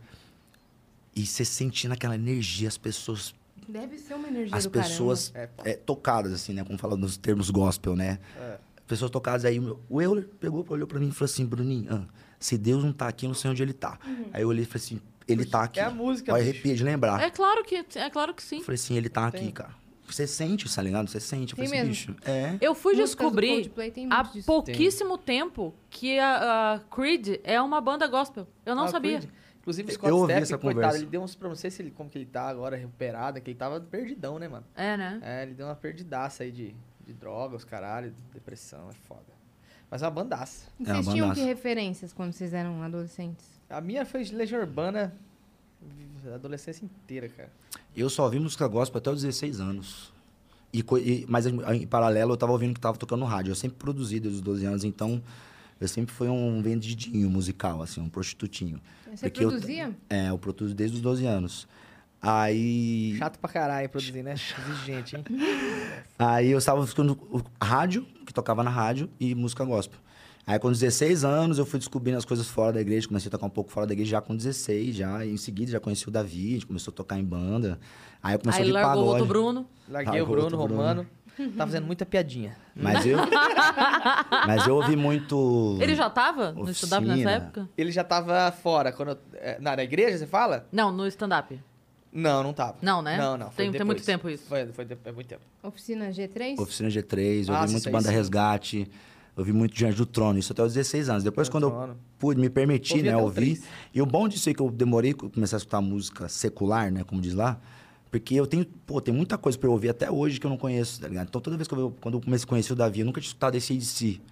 e você sentindo aquela energia, as pessoas,
Deve ser uma energia
as
do
pessoas
caramba.
é, tocadas, assim, né? Como fala nos termos gospel, né?
É.
Pessoas tocadas aí. o meu- O Euler pegou, olhou pra mim e falou assim, Bruninho, ah, se Deus não tá aqui, eu não sei onde ele tá. Aí eu olhei e falei assim, ele tá aqui.
É a música,
Ó,
bicho.
arrepia de lembrar.
É claro que, é claro que sim.
Eu falei assim, ele tá
Tem.
aqui, cara. Você sente, tá ligado? Você sente. Eu
Tem
falei assim,
mesmo.
bicho, é.
Eu fui
Músicas do
descobrir
Coldplay tem
há
muito disso.
pouquíssimo tempo que a, a Creed é uma banda gospel. Eu não
Ah, o
sabia.
Creed. Inclusive, o
Eu
Scott
ouvi
Stapp,
essa
coitado,
conversa.
ele deu uns. Pra não sei se ele, como que ele tá agora, recuperado, que ele tava perdidão, né, mano?
É, né?
É, ele deu uma perdidaça aí de, de droga, os caralho, depressão, é foda. Mas é uma bandaça.
E
É,
Vocês
uma
tinham que
bandaça.
referências quando vocês eram adolescentes?
A minha foi de Legião Urbana vi- a adolescência inteira, cara.
Eu só ouvi música gospel até os 16 anos. E, co- e- mas em em paralelo eu tava ouvindo que tava tocando rádio. Eu sempre produzi desde os 12 anos, então eu sempre fui um vendidinho musical, assim, um prostitutinho.
Você
Porque eu-
produzia?
É, eu produzo desde os 12 anos. Aí,
Chato pra caralho produzir, né?
[LAUGHS]
Exigente, hein?
aí eu estava escutando o- rádio, que tocava na rádio, e música gospel. Aí com 16 anos eu fui descobrindo as coisas fora da igreja, comecei a tocar um pouco fora da igreja já com 16, já. E em seguida já conheci o Davi, a gente começou a tocar em banda. Aí eu comecei
Aí
a ouvir
largou o outro
pagode.
Bruno.
Larguei
Ah,
o Bruno
outro
[LAUGHS]
Bruno.
Romano. Tá fazendo muita piadinha.
Mas eu, mas eu ouvi muito.
Ele já tava no stand-up nessa
Oficina.
época?
Ele já tava fora. Quando eu- é, na, na igreja, você fala?
Não, no stand-up.
Não, não tava.
Não, né?
Não, não. foi
Tem- tem
depois.
muito tempo isso.
Foi, foi de- é muito tempo.
Oficina G3?
Oficina G3, eu
Nossa,
ouvi
isso
muito
aí
Banda
Ah, sim.
Resgate, eu ouvi muito Diante do Trono, isso até os 16 anos. Depois,
Diante
quando
do
eu
Trono.
pude, me permiti,
Ouvi
né,
até o
ouvir.
três.
E o bom disso é que eu demorei, que eu comecei a escutar música secular, né, como diz lá, porque eu tenho, pô, tem muita coisa pra eu ouvir até hoje que eu não conheço, tá ligado? Então, toda vez que eu, quando eu comecei a conhecer o Davi, eu nunca tinha escutado esse si.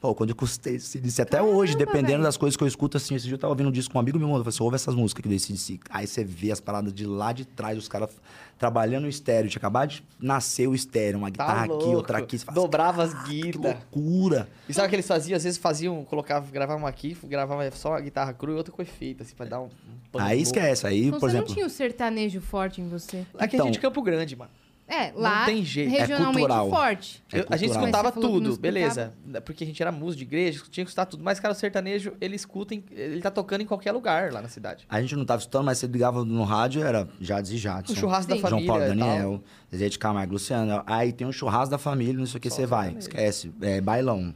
Pô, quando eu custei esse DC, até hoje, dependendo
velho.
das coisas que eu escuto, assim, esse dia eu tava ouvindo um disco com um amigo meu, eu falei assim, ouve essas músicas aqui desse DC. Aí você vê as paradas de lá de trás, os caras trabalhando no estéreo, tinha acabado de nascer o estéreo, uma
Tá
guitarra
louco.
aqui, outra aqui, você fala, assim,
Dobrava as
que
guitas.
loucura.
E sabe o que eles faziam? Às vezes faziam, colocavam, gravavam aqui, gravava só a guitarra crua e outra com efeito, assim, pra dar um... um pano
Aí
louco.
esquece, aí,
Então
por
você
exemplo,
não tinha o sertanejo forte em você?
Lá que a
Então.
gente de Campo Grande, mano.
É, lá
tem jeito. É
regionalmente
cultural.
forte.
É
Eu- a gente
cultural.
escutava
Mas você falou que não
tudo,
escutava.
beleza. Porque a gente era músico de igreja, tinha que escutar tudo. Mas, cara, o sertanejo, ele escuta, em- ele tá tocando em qualquer lugar lá na cidade.
a gente não tava escutando, mas você ligava no rádio, era Jades e
O
Jadson.
Um churrasco da
Sim.
família
João Paulo
e tal.
Daniel, Zezé de Camargo, Luciano. Aí tem um churrasco da família, não sei o que,
Só
você vai.
sertanejo.
Esquece. É, bailão.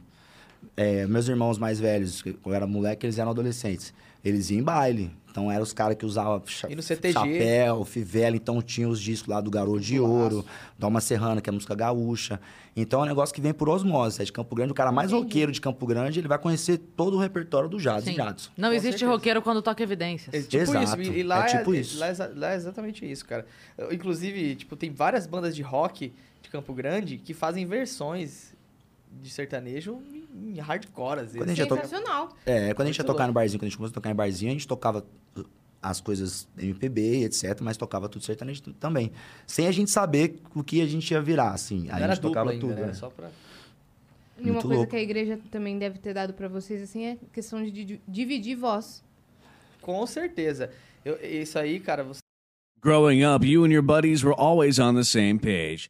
é, meus irmãos mais velhos, que quando eu era moleque, eles eram adolescentes. Eles iam em baile. Então eram os caras que usavam cha-
E no CTG.
chapéu, fivela. Então tinha os discos lá do Garoto de
Golaço.
Ouro, Dalma Serrana, que é música gaúcha. Então é um negócio que vem por osmose. É de Campo Grande. O cara mais roqueiro de Campo Grande, ele vai conhecer todo o repertório do Jads
Sim.
e Jadson.
Não
Com
existe
certeza.
roqueiro quando toca evidências.
É tipo
Exato,
isso. E, e lá
é tipo
é,
isso.
Lá é, exa- lá é exatamente isso, cara. Eu, Inclusive, tipo, tem várias bandas de rock de Campo Grande que fazem versões de sertanejo em em hardcore, às
Quando a
vezes.
gente já tocou-
Sensacional.
É, quando a gente ia
Muito
tocar
louco.
no barzinho, quando a gente começou a tocar em barzinho, a gente tocava uh, as coisas MPB, etc, mas tocava tudo sertanejo t- também. Sem a gente saber o que a gente ia virar, assim. A
Não era
gente tocava
dupla ainda,
tudo.
né?
é.
Só pra...
E
Muito
uma coisa
louco.
que a igreja também deve ter dado pra vocês, assim, é questão de di- dividir voz.
Com certeza. Eu- isso aí, cara, você
Growing up, you and your buddies were always on the same page.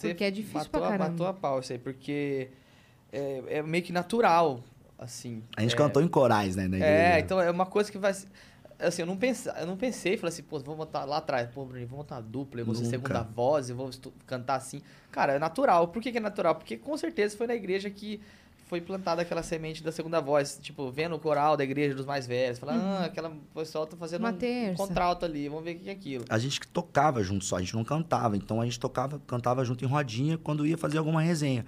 Porque é difícil pra
matou, a-
caramba.
matou a pau isso aí, porque é, é meio que natural, assim.
A gente
É,
cantou em corais, né? na
É,
igreja.
então é uma coisa que vai. se- Assim, eu não pensei, eu não pensei, falei assim, pô, vou botar lá atrás, pô, Bruninho, vou botar uma dupla, eu vou ser
Nunca.
segunda voz, eu vou estu- cantar assim. Cara, é natural. Por que, que é natural? Porque com certeza foi na igreja que foi plantada aquela semente da segunda voz. Tipo, vendo o coral da igreja dos mais velhos, falar, ah, aquela pessoal tá fazendo
Uhum. Uma
um
terça."
contralto ali, vamos ver o que é aquilo.
A gente que tocava junto só, a gente não cantava. Então a gente tocava, cantava junto em rodinha quando ia fazer alguma resenha.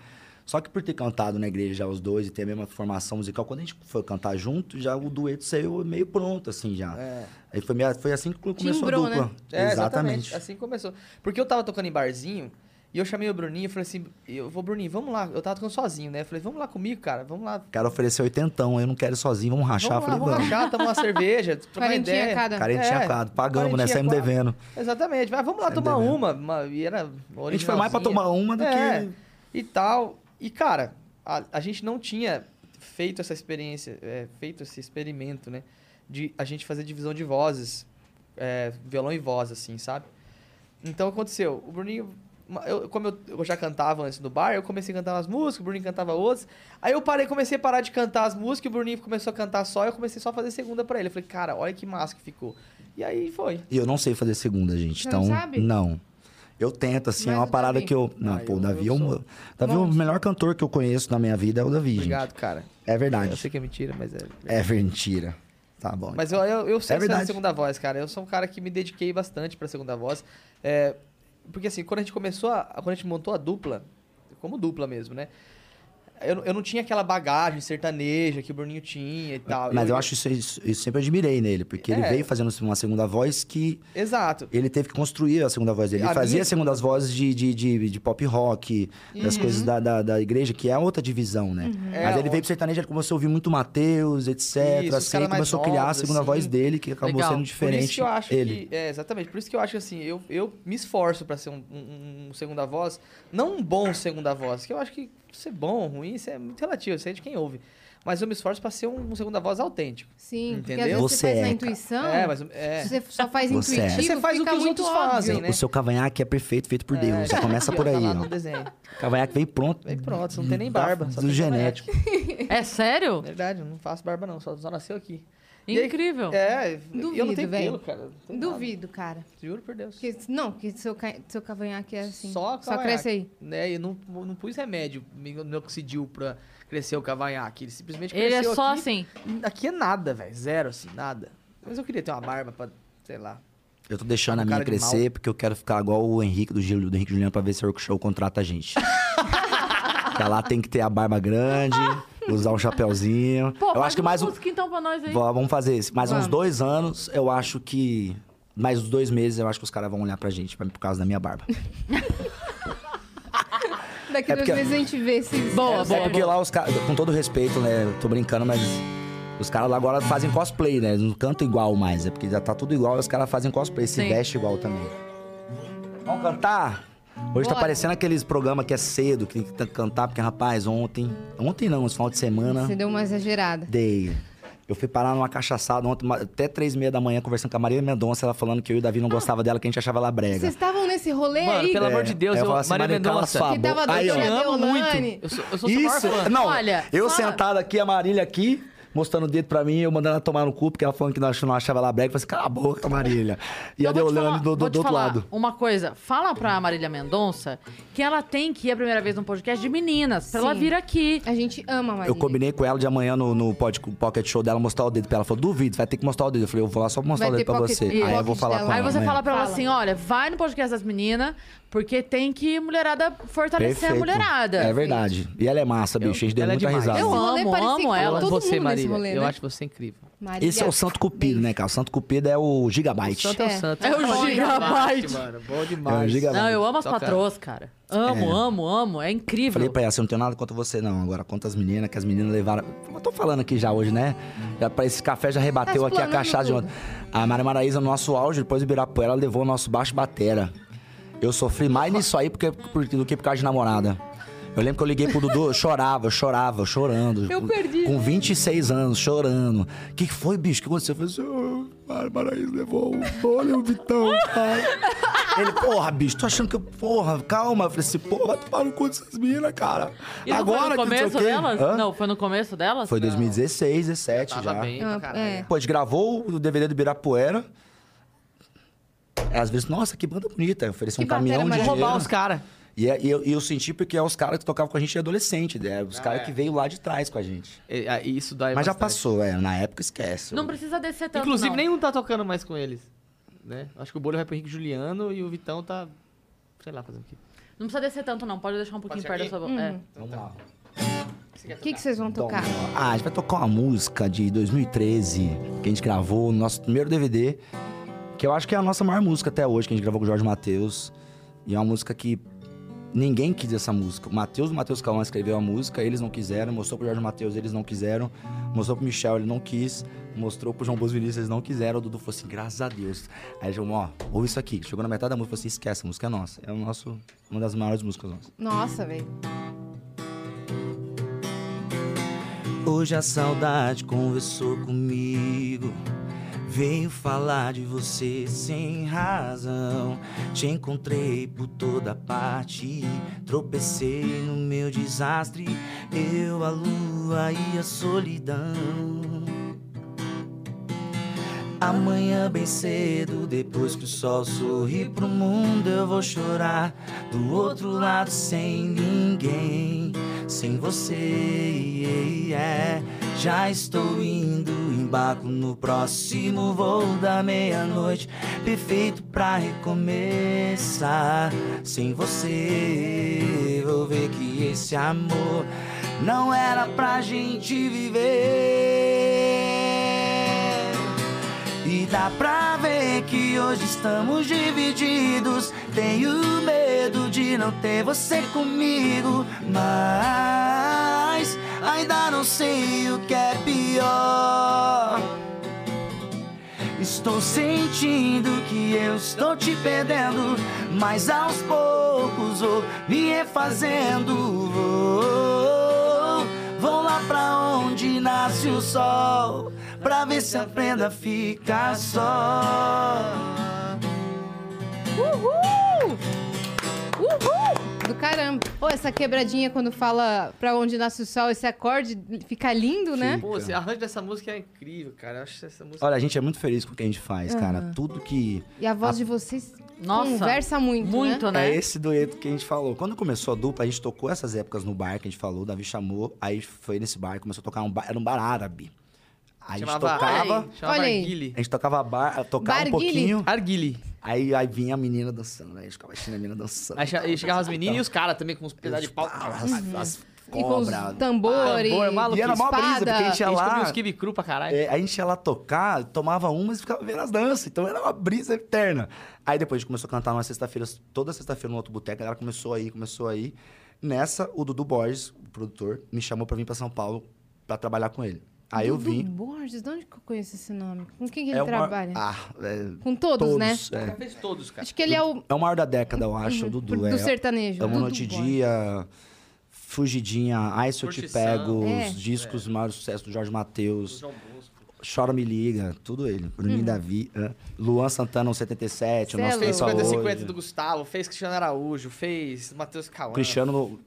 Só que por ter cantado na igreja já os dois e ter a mesma formação musical, quando a gente foi cantar junto, já o dueto saiu meio pronto, assim, já.
É.
Aí foi, meio- foi assim que começou
Timbrou,
a dupla.
né?
É, exatamente. Assim começou. Porque eu tava tocando em barzinho e eu chamei o Bruninho e falei assim: eu vou, Bruninho, vamos lá. Eu tava tocando sozinho, né? Eu falei, vamos lá comigo, cara, vamos lá.
O cara ofereceu oitentão, eu não quero ir sozinho, vamos rachar.
vamos lá,
falei,
vamos
vamos.
rachar, tomar uma cerveja, trocar uma
Quarentinha
ideia.
cada.
Cara, ele tinha
É,
acabado, pagamos, né?
quarentinha,
Saímos
quase.
devendo.
Exatamente, vai, vamos lá
Sem
tomar
dever.
uma, uma- E era
Tá A gente foi mais pra tomar uma do
É,
que.
e tal. E, cara, a, a gente não tinha feito essa experiência, é, feito esse experimento, né? De a gente fazer divisão de vozes, é, violão e voz, assim, sabe? Então, aconteceu. O Bruninho... uma- Eu, como eu, eu já cantava antes no bar, eu comecei a cantar umas músicas, o Bruninho cantava outras. Aí eu parei, comecei a parar de cantar as músicas, e o Bruninho começou a cantar só, e eu comecei só a fazer segunda pra ele. Eu falei, cara, olha que massa que ficou. E aí foi.
E eu não sei fazer segunda, gente.
Você
então,
não sabe?
não. Eu tento, assim,
Mas
é uma
o
parada
Davi?
que eu. Não,
Ah,
pô,
eu-
o Davi,
eu
é um-
sou.
Davi é o melhor cantor que eu conheço na minha vida, é o Davi, gente.
Obrigado, cara.
É
Eu sei
verdade.
que é mentira, mas é.
É mentira. Tá bom.
Mas eu, eu, eu sei
É
fazer
verdade.
segunda voz, cara. Eu sou um cara que me dediquei bastante pra segunda voz. É, porque assim, quando a gente começou, a, quando a gente montou a dupla, como dupla mesmo, né? Eu, eu não tinha aquela bagagem sertaneja que o Bruninho tinha e tal.
Mas eu acho isso, isso, isso sempre admirei nele, porque ele
É.
veio fazendo uma segunda voz que
Exato.
ele teve que construir a segunda voz dele. Ele
A
fazia
minha-
as segundas vozes de, de, de, de pop rock, das coisas da, da, da igreja, que é outra divisão, né?
Uhum. É,
Mas ele
outra.
veio pro sertanejo, ele começou a ouvir muito Matheus, etc.
Isso, os
assim,
caras
ele
mais
começou a criar a
novos,
segunda
assim.
voz dele, que acabou
Legal.
sendo diferente.
Por isso que eu acho
ele.
que. É, exatamente. Por isso que eu acho que assim, eu, eu me esforço pra ser um, um- um segunda voz. Não um bom segunda voz, que eu acho que ser bom ou ruim, isso é muito relativo, isso é de quem ouve. Mas eu me esforço pra ser um, um segunda voz autêntico.
Sim, porque às
Entendeu?
vezes você,
Você
faz
é,
na
cara.
intuição,
É, mas. É.
se você só faz
Você é.
intuitivo,
Você faz o
fica
que os
muito
outros
óbvio.
fazem, né?
Assim, O seu cavanhaque é perfeito, feito por Deus. Já
[LAUGHS]
começa por aí,
Tá lá
ó.
no desenho.
Cavanhaque vem pronto.
Aí pronto, você não tem nem barba. só
Do
tem cavanhaque.
genético.
É sério?
Verdade, eu não faço barba não, só, só nasceu aqui. E aí-
Incrível.
É, e eu não
Duvido,
tenho
velho.
pelo, cara. eu não tenho nada,
Duvido, cara.
Juro por Deus.
Porque, não, porque seu, ca- seu cavanhaque é assim.
Só
só
cavanhaque.
cresce aí.
Né? E não, não pus remédio, me- não oxidiu pra crescer o cavanhaque. Ele simplesmente
Ele
cresceu
é só
aqui.
assim.
Aqui é nada, velho. Zero, assim, nada. Mas eu queria ter uma barba pra, sei lá.
Eu tô
Um
deixando a
Com
minha
cara de
crescer porque eu quero ficar igual o Henrique do, Gil, do
[LAUGHS]
Henrique Juliano pra ver se o Workshow contrata a gente. Porque lá tem que ter a barba grande, usar um chapéuzinho.
Pô,
eu
faz
acho que
uma
mais um.
música então pra nós aí.
Va- Vamos fazer isso. Mais
Vamos.
uns dois anos, eu acho que. Mais uns dois meses, eu acho que os caras vão olhar pra gente pra- por causa da minha barba.
Daqui
É
a dois
porque-
meses a gente vê se.
Boa,
é
boa,
porque
boa.
lá os caras. Com todo respeito, né? Tô brincando, mas. Os caras lá agora fazem cosplay, né? Eles Não cantam igual mais. É porque já tá tudo igual, os caras fazem cosplay, se
Sim.
vestem igual também. Vamos cantar? Hoje tá
Bora.
parecendo aqueles programas que é cedo, que tem que t- cantar, porque, rapaz, ontem. Ontem não, esse final de semana.
Você deu uma exagerada.
Dei. Eu fui parar numa cachaçada ontem, ma- até três e meia da manhã, conversando com a Maria Mendonça, ela falando que eu e o Davi não gostava dela, que a gente achava ela brega.
Vocês estavam nesse rolê
Mano,
aí?
Ah. pelo amor de Deus,
É, eu
eu,
falo assim,
Maria
Maria, cala
Mendonça.
sua
Que tava
Aí,
doida
ó.
eu
na
amo
Deolane.
muito. Eu sou, eu sou seu maior
Isso, é
fã.
não.
Olha,
eu
fala.
sentado aqui, a Marília aqui, mostrando o dedo pra mim, eu mandando ela tomar no cu, porque ela falando que não achava, não achava ela brega. Eu falei assim, cala a boca, Marília. E
Eu
a
vou te falar-
Deolane do,
vou
do,
te
do outro
falar
lado.
Uma coisa, fala pra Marília Mendonça que ela tem que ir a primeira vez num podcast de meninas, pra ela
Sim.
vir aqui.
A gente ama, Marília.
Eu combinei com ela de amanhã no, no pod- pocket show dela mostrar o dedo pra ela. Ela falou, duvido, vai ter que mostrar o dedo. Eu falei, eu vou lá só pra mostrar
Vai
o dedo
ter
pra
pocket-
você.
isso.
Aí eu vou falar
Pocket
com
dela.
Aí
ela. né?
você
amanhã.
fala pra ela
Fala.
assim, olha, vai no podcast das meninas, porque tem que mulherada fortalecer
Perfeito.
a "Tá mulherada.
É verdade. E ela é massa, bicho. a gente deu
ela é
muita
demais.
risada.
Eu
Amo,
rolê parecia
amo
que tava
ela.
todo
você,
mundo nesse
Marília.
rolê,
eu
né?
acho você incrível.
Marília.
Esse é o Santo Cupido, né, cara? O Santo Cupido é o
O
Gigabyte.
santo é o
É.
santo.
É o
Bom
gigabyte.
demais, Mano, bom demais.
É o gigabyte.
Não, eu amo as
Só, cara.
patroas, cara. Amo, amo, amo. É incrível.
Falei pra ela, assim, não tenho nada contra você, não. Agora, contra as meninas, que as meninas levaram. Eu tô falando aqui já hoje, né? Já, pra esse café já rebateu
Tá
aqui a
explanando
cachaça de
tudo.
ontem. A Maria Maraísa, no nosso auge, depois do Ibirapuera, ela levou o nosso baixo batera. Eu sofri mais nisso aí porque, por- do que por causa de namorada. Eu lembro que eu liguei pro Dudu, eu chorava, eu chorava, eu chorando.
Eu perdi.
Com 26 anos, chorando. O que, que foi, bicho? O que aconteceu? Eu falei assim, oh, Maraísa levou o olho, o Vitão, cara. Ele, porra, bicho, tô achando que eu. Porra, calma. Eu falei assim, porra, vai tomar no cu dessas minas, cara.
E não foi no
que não sei o
começo
quê.
delas?
Hã?
Não, foi no começo delas?
Foi
Não.
2016, 17 já.
Tava bem pra caralho.
É.
Pô, a gente gravou o DVD do Ibirapuera. Às vezes, nossa, que banda bonita. Ofereceu um
Que batera
caminhão de
maravilhosa.
dinheiro.
Roubar os caras.
E, é- e eu, e eu senti porque é os caras que tocavam com a gente adolescente, né?
Ah,
Os caras
é.
que veio lá de trás com a gente.
É, é, Isso dói
Mas já
bastante.
passou, é. Na época, esquece.
Não precisa descer tanto,
Inclusive,
não.
nenhum tá tocando mais com eles. Né? Acho que o Bolho vai pro Henrique Juliano e o Vitão tá. Sei lá, fazendo o quê. Então
Não precisa descer tanto, não. Pode deixar um pouquinho
ser
perto da
aqui?
sua boca. É.
tá.
Vamos lá.
O que, que vocês vão tocar?
Então, Ah, a gente vai tocar uma música de 2013 que a gente gravou no nosso primeiro DVD, que eu acho que é a nossa maior música até hoje, que a gente gravou com o Jorge Matheus. E é uma música que ninguém quis essa música. O Matheus do Matheus Calma escreveu a música, eles não quiseram, mostrou pro Jorge Matheus, eles não quiseram, mostrou pro Michel, ele não quis, mostrou pro João Bosco Vinícius, eles não quiseram. O Dudu falou assim, graças a Deus. Aí João, ó, ouve isso aqui. Chegou na metade da música, falou assim, esquece, a música é nossa. É o nosso, uma das maiores músicas nossas.
Nossa, velho.
Hoje a saudade conversou comigo. Veio falar de você sem razão. Te encontrei por toda parte. Tropecei no meu desastre. Eu, a lua e a solidão. Amanhã bem cedo, depois que o sol sorri pro mundo, eu vou chorar do outro lado sem ninguém, sem você. yeah, yeah. Já estou indo, embarco no próximo voo da meia-noite, perfeito pra recomeçar. Sem você, vou ver que esse amor não era pra gente viver. E dá pra ver que hoje estamos divididos. Tenho medo de não ter você comigo, mas ainda não sei o que é pior. Estou sentindo que eu estou te perdendo, mas aos poucos vou me refazendo. Vou, vou lá pra onde nasce o sol, pra ver se aprenda a ficar só.
Do caramba. Ô, essa quebradinha quando fala pra onde nasce o sol, esse acorde fica lindo, né?
Pô, esse arranjo dessa música é incrível, cara. Eu acho essa música.
Olha, a gente é muito feliz com o que a gente faz, cara. Tudo que.
E a voz de vocês
Nossa.
conversa muito, né?
Muito, né?
É esse dueto que a gente falou. Quando começou a dupla, a gente tocou essas épocas no bar que a gente falou, o Davi chamou, aí foi nesse bar, começou a tocar um bar, era um bar árabe. Aí a gente
chamava
tocava,
chamava
Olha aí.
Arguile.
a gente tocava bar, tocava
Barguile.
um pouquinho,
Arguile.
aí, aí vinha a menina dançando, né? A gente ficava assistindo a menina dançando.
Aí che- aí chegavam as meninas e os caras também com uns pedaços de pau.
As, as
Uhum. E com os
cobra.
tambores,
tambor, maluco,
E era mó brisa,
espada.
porque a gente ia
A gente
lá.
comia os kibe cru pra caralho.
É, a gente ia lá tocar, tomava umas e ficava vendo as danças. Então era uma brisa eterna. Aí depois a gente começou a cantar numa sexta-feira, toda sexta-feira no outro boteco. Ela começou aí, começou aí. Nessa, o Dudu Borges, o produtor, me chamou pra vir pra São Paulo pra trabalhar com ele. Aí Ah, eu
Dudu
vim.
Borges, de onde que eu conheço esse nome? Com quem que ele
É uma-
trabalha?
Ah, é,
Com todos, né?
é.
Já fez todos, cara.
Acho que ele é o
É o maior da década, eu acho, o Dudu.
do
é,
sertanejo.
Amo
Dudu
Noite
Borges.
Dia, Fugidinha, Ai Se Eu Te
Curtição.
Pego,
É.
os discos, maior sucesso do Jorge Matheus.
João Bosco.
Chora Me Liga, tudo ele. Bruninho Davi, hã? Luan Santana, um 77,
Hum. Cê é
o nosso
louco.
Fez
pessoal
50-50
hoje.
do Gustavo, fez Cristiano Araújo, fez Matheus Cauã.
Cristiano no-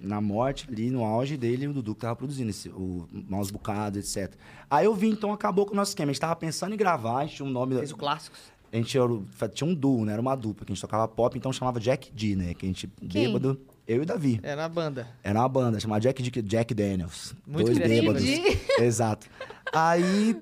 na morte, ali no auge dele, o Dudu que tava produzindo, esse, o Maus Bocado, etc. Aí eu vim, então acabou com o nosso esquema. A gente tava pensando em gravar, a gente tinha um nome...
Fez o Clássicos.
A gente era o- fa- tinha um duo, né? Era uma dupla, que a gente tocava pop, então chamava Jack D, né? Que a gente, bêbado, eu e o Davi.
É, na banda.
Era uma banda, chamava Jack, D- Jack Daniels.
Muito
dois
criativo,
bêbados. [LAUGHS] Exato. Aí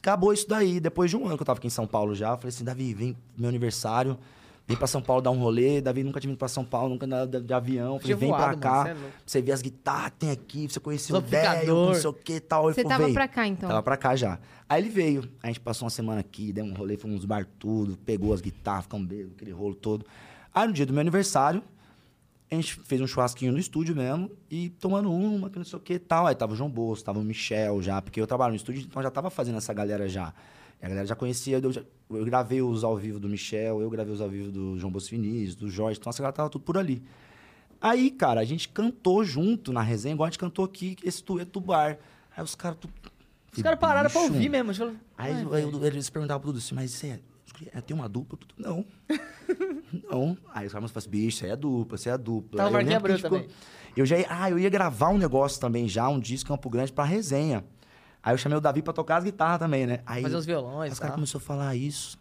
acabou isso daí. Depois de um ano que eu tava aqui em São Paulo já, eu falei assim, Davi, vem pro meu aniversário. Vem pra São Paulo dar um rolê. Davi nunca tinha vindo pra São Paulo, nunca andava de, de avião. Eu Falei,
Tinha
vem
voado,
pra cá.
mano, cê é louco.
pra você ver as guitarras, que tem aqui, pra você conhecer o
Amplificador.
velho, não sei o que tal. Eu
Você
falei,
tava
"Vem."
pra cá, então.
Tava pra cá já. Aí ele veio. A gente passou uma semana aqui, deu um rolê, fomos nos bar tudo, pegou as guitarras, ficamos bêbados, aquele rolo todo. Aí no dia do meu aniversário, a gente fez um churrasquinho no estúdio mesmo e tomando uma, que não sei o que e tal. Aí tava o João Bosco, tava o Michel já, porque eu trabalho no estúdio, então já tava fazendo essa galera já. E a galera já conhecia, eu, já- eu gravei os ao vivo do Michel, eu gravei os ao vivo do João Bosco Vinícius, do Jorge, então essa galera tava tudo por ali. Aí, cara, a gente cantou junto na resenha, igual a gente cantou aqui, esse dueto do bar. Aí os caras... tudo-
Os caras pararam pra
Bicho,
ouvir mesmo. a gente falou,
Aí
"Ai,
eu-
velho."
eu- eles perguntavam pro Dudu assim, mas você é, é- tem uma dupla? Dudu, não.
[LAUGHS]
não. Aí os caras falaram assim, bicho, você é dupla, você é dupla.
Tava
Eu
Marquinhos
lembro que a
Abreu
gente ficou- Eu já ia, ah, eu ia gravar um negócio também já, um disco em Campo Grande pra resenha. Aí eu chamei o Davi pra tocar as guitarras também, né? Aí
Fazer uns
aí
violões
os
e
caras
tal.
começaram a falar isso.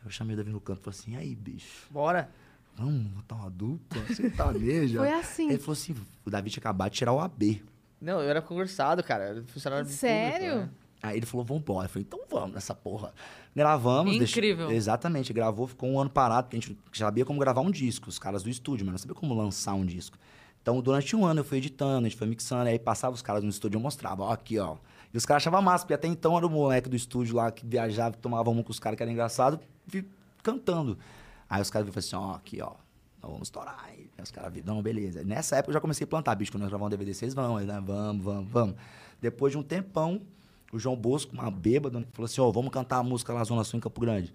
Aí Eu chamei o Davi no canto e falei assim, e aí, bicho,
Bora.
vamos montar uma dupla?
[LAUGHS]
Sertaneja?
Foi assim.
Ele falou assim, o Davi tinha acabado de tirar o AB.
Não, eu era concursado, cara. eu era Funcionário público,
Sério?
né?
Aí ele falou, vambora. Eu falei, então vamos nessa porra. Gravamos. deixa-
Incrível.
Exatamente. Gravou, ficou um ano parado, porque a gente sabia como gravar um disco, os caras do estúdio, mas não sabia como lançar um disco. Então, durante um ano eu fui editando, a gente foi mixando, aí passava os caras no estúdio e eu mostrava, ó, aqui, ó. E os caras achavam massa, porque até então era o moleque do estúdio lá que viajava, que tomava uma com os caras que era engraçado, e cantando. Aí os caras viram e falaram assim, ó, aqui, ó. Nós vamos estourar. Aí os caras viram, não, beleza. Nessa época eu já comecei a plantar, bicho, quando nós gravamos um DVD, vocês vão, aí, né? Vamos, vamos, vamos. Depois de um tempão, o João Bosco, uma bêbada, falou assim, ó, vamos cantar a música lá Zona Sul em Campo Grande.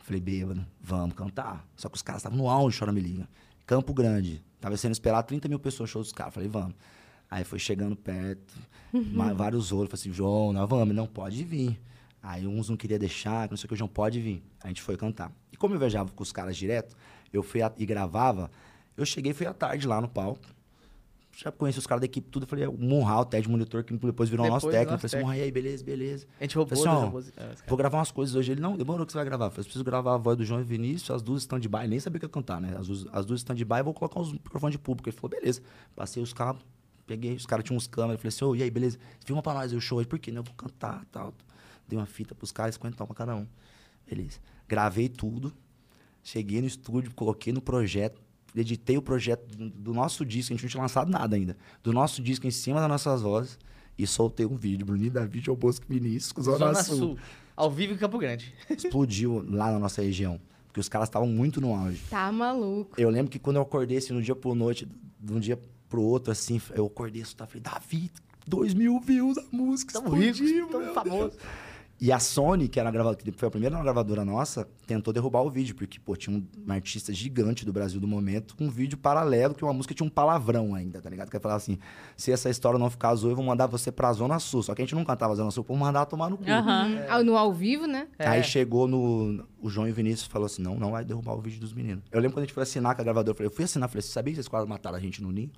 Falei, bêbado, vamos cantar. Só que os caras estavam no auge, chora me liga. Campo Grande. Tava sendo esperar 30 mil pessoas no show dos caras. Falei, vamos. Aí foi chegando perto, ma- vários outros. Falei assim, João, nós vamos, não pode vir. Aí uns não queria deixar, não sei o que, o João pode vir. A gente foi cantar. E como eu viajava com os caras direto, eu fui a- e gravava, eu cheguei fui à tarde lá no palco. Já conheci os caras da equipe, tudo. Falei, é o Monra, o Ted Monitor, que depois virou nosso
Depois
técnico.
nosso
falei assim, Monra, e aí, beleza, beleza.
A gente roubou.
Pessoal,
né, roubou- é, os caras.
Vou gravar umas coisas hoje. Ele, não, demorou que você vai gravar. Eu falei, preciso gravar a voz do João e Vinícius, as duas stand-by. Nem sabia o que ia cantar, né? As duas, as duas stand-by, vou colocar os microfones de público. Ele falou, beleza. Passei os cabos, peguei, os caras tinham uns câmeras. Falei assim, ô, e aí, beleza? Filma pra nós aí o show hoje, por quê? Não, eu vou cantar tal. Dei uma fita pros caras, 50 pra cada um. Beleza. Gravei tudo, cheguei no estúdio, coloquei no projeto, editei o projeto do, do nosso disco, a gente não tinha lançado nada ainda, do nosso disco em cima das nossas vozes. E soltei um vídeo, Bruninho Davi, João Bosco e Vinícius, com Zona,
Zona
Sul
Sul. Ao vivo em Campo Grande.
explodiu lá na nossa região. Porque os caras estavam muito no auge.
Tá maluco.
Eu lembro que quando eu acordei, assim, no dia por noite, de um dia pro outro, assim, eu acordei assustado. Falei, Davi, dois mil views da música, explodiu, meu
famoso.
e a Sony, que era a gravadora, que foi a primeira gravadora nossa, tentou derrubar o vídeo, porque, pô, tinha um, uma artista gigante do Brasil do momento, com um vídeo paralelo, que uma música tinha um palavrão ainda, tá ligado? Que falava assim, se essa história não ficar azul, eu vou mandar você pra Zona Sul. Só que a gente não cantava Zona Sul, pô, mandar tomar no cu.
Aham.
Ah, No ao vivo, né?
É.
Aí chegou no. O João e o Vinícius falou assim: não, não vai derrubar o vídeo dos meninos. Eu lembro quando a gente foi assinar com a gravadora, eu falei, eu fui assinar, falei, você sabia que vocês quase mataram a gente no ninho?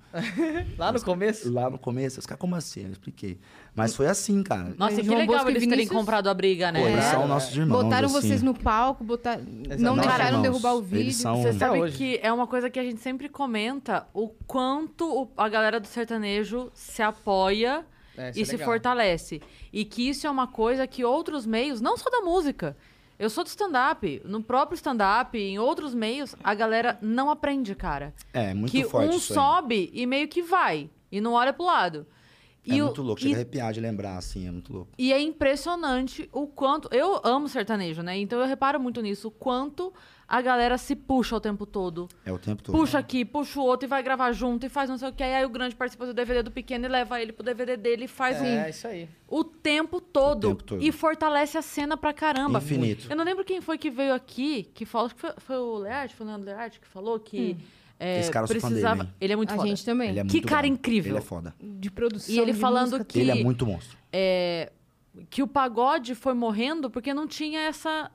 Lá no começo.
Lá no começo, os caras, como assim? Eu expliquei. Mas foi assim, cara.
Nossa,
João
que legal
Uhum. Bosco e
eles terem
Vinícius?
comprado a briga, né?
Pô, eles
É.
são nossos irmãos.
Botaram
assim.
vocês no palco, botaram... não
Nossos
deixaram
irmãos.
derrubar o
Eles
vídeo.
são-
Você sabe
hoje.
que é uma coisa que a gente sempre comenta o quanto o- a galera do sertanejo se apoia
É, isso é
e se
legal.
fortalece. E que isso é uma coisa que outros meios, não só da música, Eu sou do stand-up. No próprio stand-up, em outros meios, a galera não aprende, cara.
É, muito
que
forte
um
isso aí.
sobe e meio que vai. E não olha pro lado.
É
e o-
muito louco,
e
chega a arrepiar de lembrar, assim, é muito louco.
e é impressionante o quanto. Eu amo sertanejo, né? Então eu reparo muito nisso. O quanto a galera se puxa o tempo todo.
É o tempo todo.
Puxa aqui, puxa o outro e vai gravar junto e faz não sei o que. Aí o grande participa do DVD do pequeno e leva ele pro DVD dele e faz um.
É, isso aí.
O tempo todo.
O tempo todo.
E fortalece a cena pra caramba.
Infinito.
Eu não lembro quem foi que veio aqui, que falou. Acho que foi, foi o Learte, foi o Leandro Learte que falou que. é,
Esse cara eu sou fã dele,
precisava.
hein?
ele é muito
Hum. A
foda.
gente também.
Ele é
Que
muito
cara
brabo.
incrível.
Ele é foda.
De produção.
E ele
de
falando
música,
que-
Ele é muito monstro.
é, que o pagode foi morrendo porque não tinha essa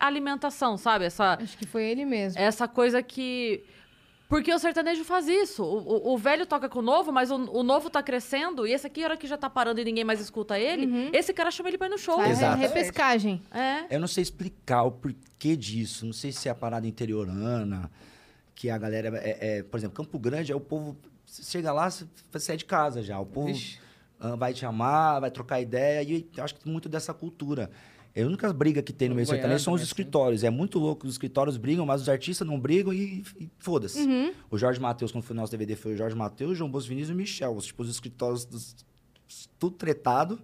realimentação, sabe? Essa,
Acho que foi ele mesmo.
essa coisa que. Porque o sertanejo faz isso. O, o- o velho toca com o novo, mas o, o novo tá crescendo. E esse aqui, a hora que já tá parando e ninguém mais escuta ele, esse cara chama ele pra ir no show.
Tá?
Exato.
Repescagem.
É.
Eu não sei explicar o porquê disso. Não sei se é a parada interiorana, que a galera. É, é- por exemplo, Campo Grande é o povo. Você chega lá, você você é de casa já. O povo
Vixe.
ah, vai te amar, vai trocar ideia. E eu acho que tem muito dessa cultura. É A única briga que tem no meio
Goiânia
sertanejo são os
também, sim.
escritórios. É muito louco, os escritórios brigam, mas os artistas não brigam e, e foda-se.
Uhum.
Uhum.
O Jorge Matheus, quando foi no nosso DVD, foi o Jorge Matheus, o João Bosco Vinícius e o Michel. Os, tipo, os escritórios dos- tudo tretado.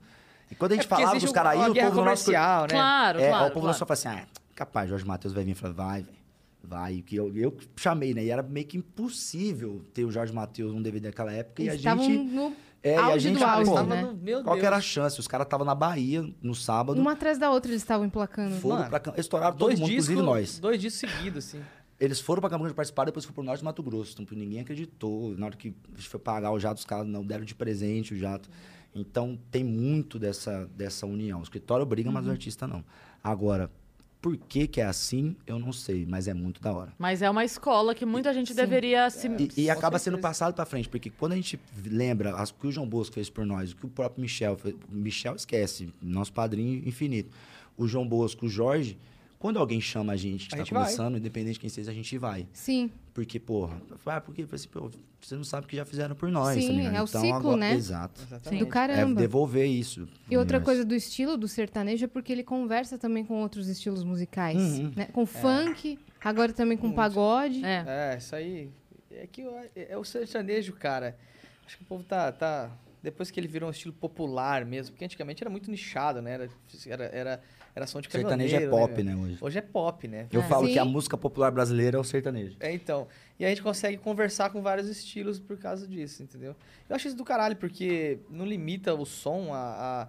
E quando a gente
É porque
falava
existe um
dos caras aí,
uma
o
guerra
povo no nosso
comercial, né?
Claro,
é,
claro.
aí o povo
claro.
só fala assim, ah, capaz, Jorge Matheus vai vir. Eu falei, vai, velho, vai. Que eu, eu chamei, né? E era meio que impossível ter o Jorge Matheus num DVD daquela época.
Eles
e a
estavam
gente...
no-
É, e a
auge do
gente...
auge,
pô,
Tava
né?
no- meu
Qual que
Deus.
era a chance? Os caras estavam na Bahia no sábado,
uma atrás da outra eles estavam emplacando.
foram
Mano,
pra Campo- Estouraram todo
Dois
mundo,
discos,
inclusive nós.
dois discos seguidos, assim.
Eles foram pra Campo Grande participar, depois foram pro norte do Mato Grosso. Então, ninguém acreditou. Na hora que a gente foi pagar o jato, os caras não deram de presente o jato. Então, tem muito dessa, dessa união. O escritório briga, mas
Uhum.
o artista não. Agora, por que que é assim, eu não sei, mas é muito da hora.
Mas é uma escola que muita gente deveria se.
E, e
É, Com
acaba
certeza.
sendo passado pra frente, porque quando a gente lembra as o que o João Bosco fez por nós, o que o próprio Michel fez, o Michel esquece, nosso padrinho infinito. O João Bosco, o Jorge, quando alguém chama a gente que
A
tá
gente vai.
começando, independente de quem seja, a gente vai.
Sim.
Porque, porra, ah, porque assim, pô, você não sabe o que já fizeram por nós,
Sim,
tá ligado?
é o
então,
ciclo,
agora,
né?
Exato.
Exatamente.
Do
É
caramba.
devolver isso.
E outra
Mas-
coisa do estilo do sertanejo é porque ele conversa também com outros estilos musicais.
Uhum.
né? Com funk, agora também com pagode.
É.
É, isso aí. É que o- é o sertanejo, cara. Acho que o povo tá, tá. Depois que ele virou um estilo popular mesmo, porque antigamente era muito nichado, né? Era, era, era, era som de
Sertanejo é
caminhoneiro, né,
pop,
velho?
né, hoje.
Hoje é pop, né?
Eu
É.
falo
Sim.
que a música popular brasileira é o sertanejo.
É, então. E a gente consegue conversar com vários estilos por causa disso, entendeu? Eu acho isso do caralho, porque não limita o som a, a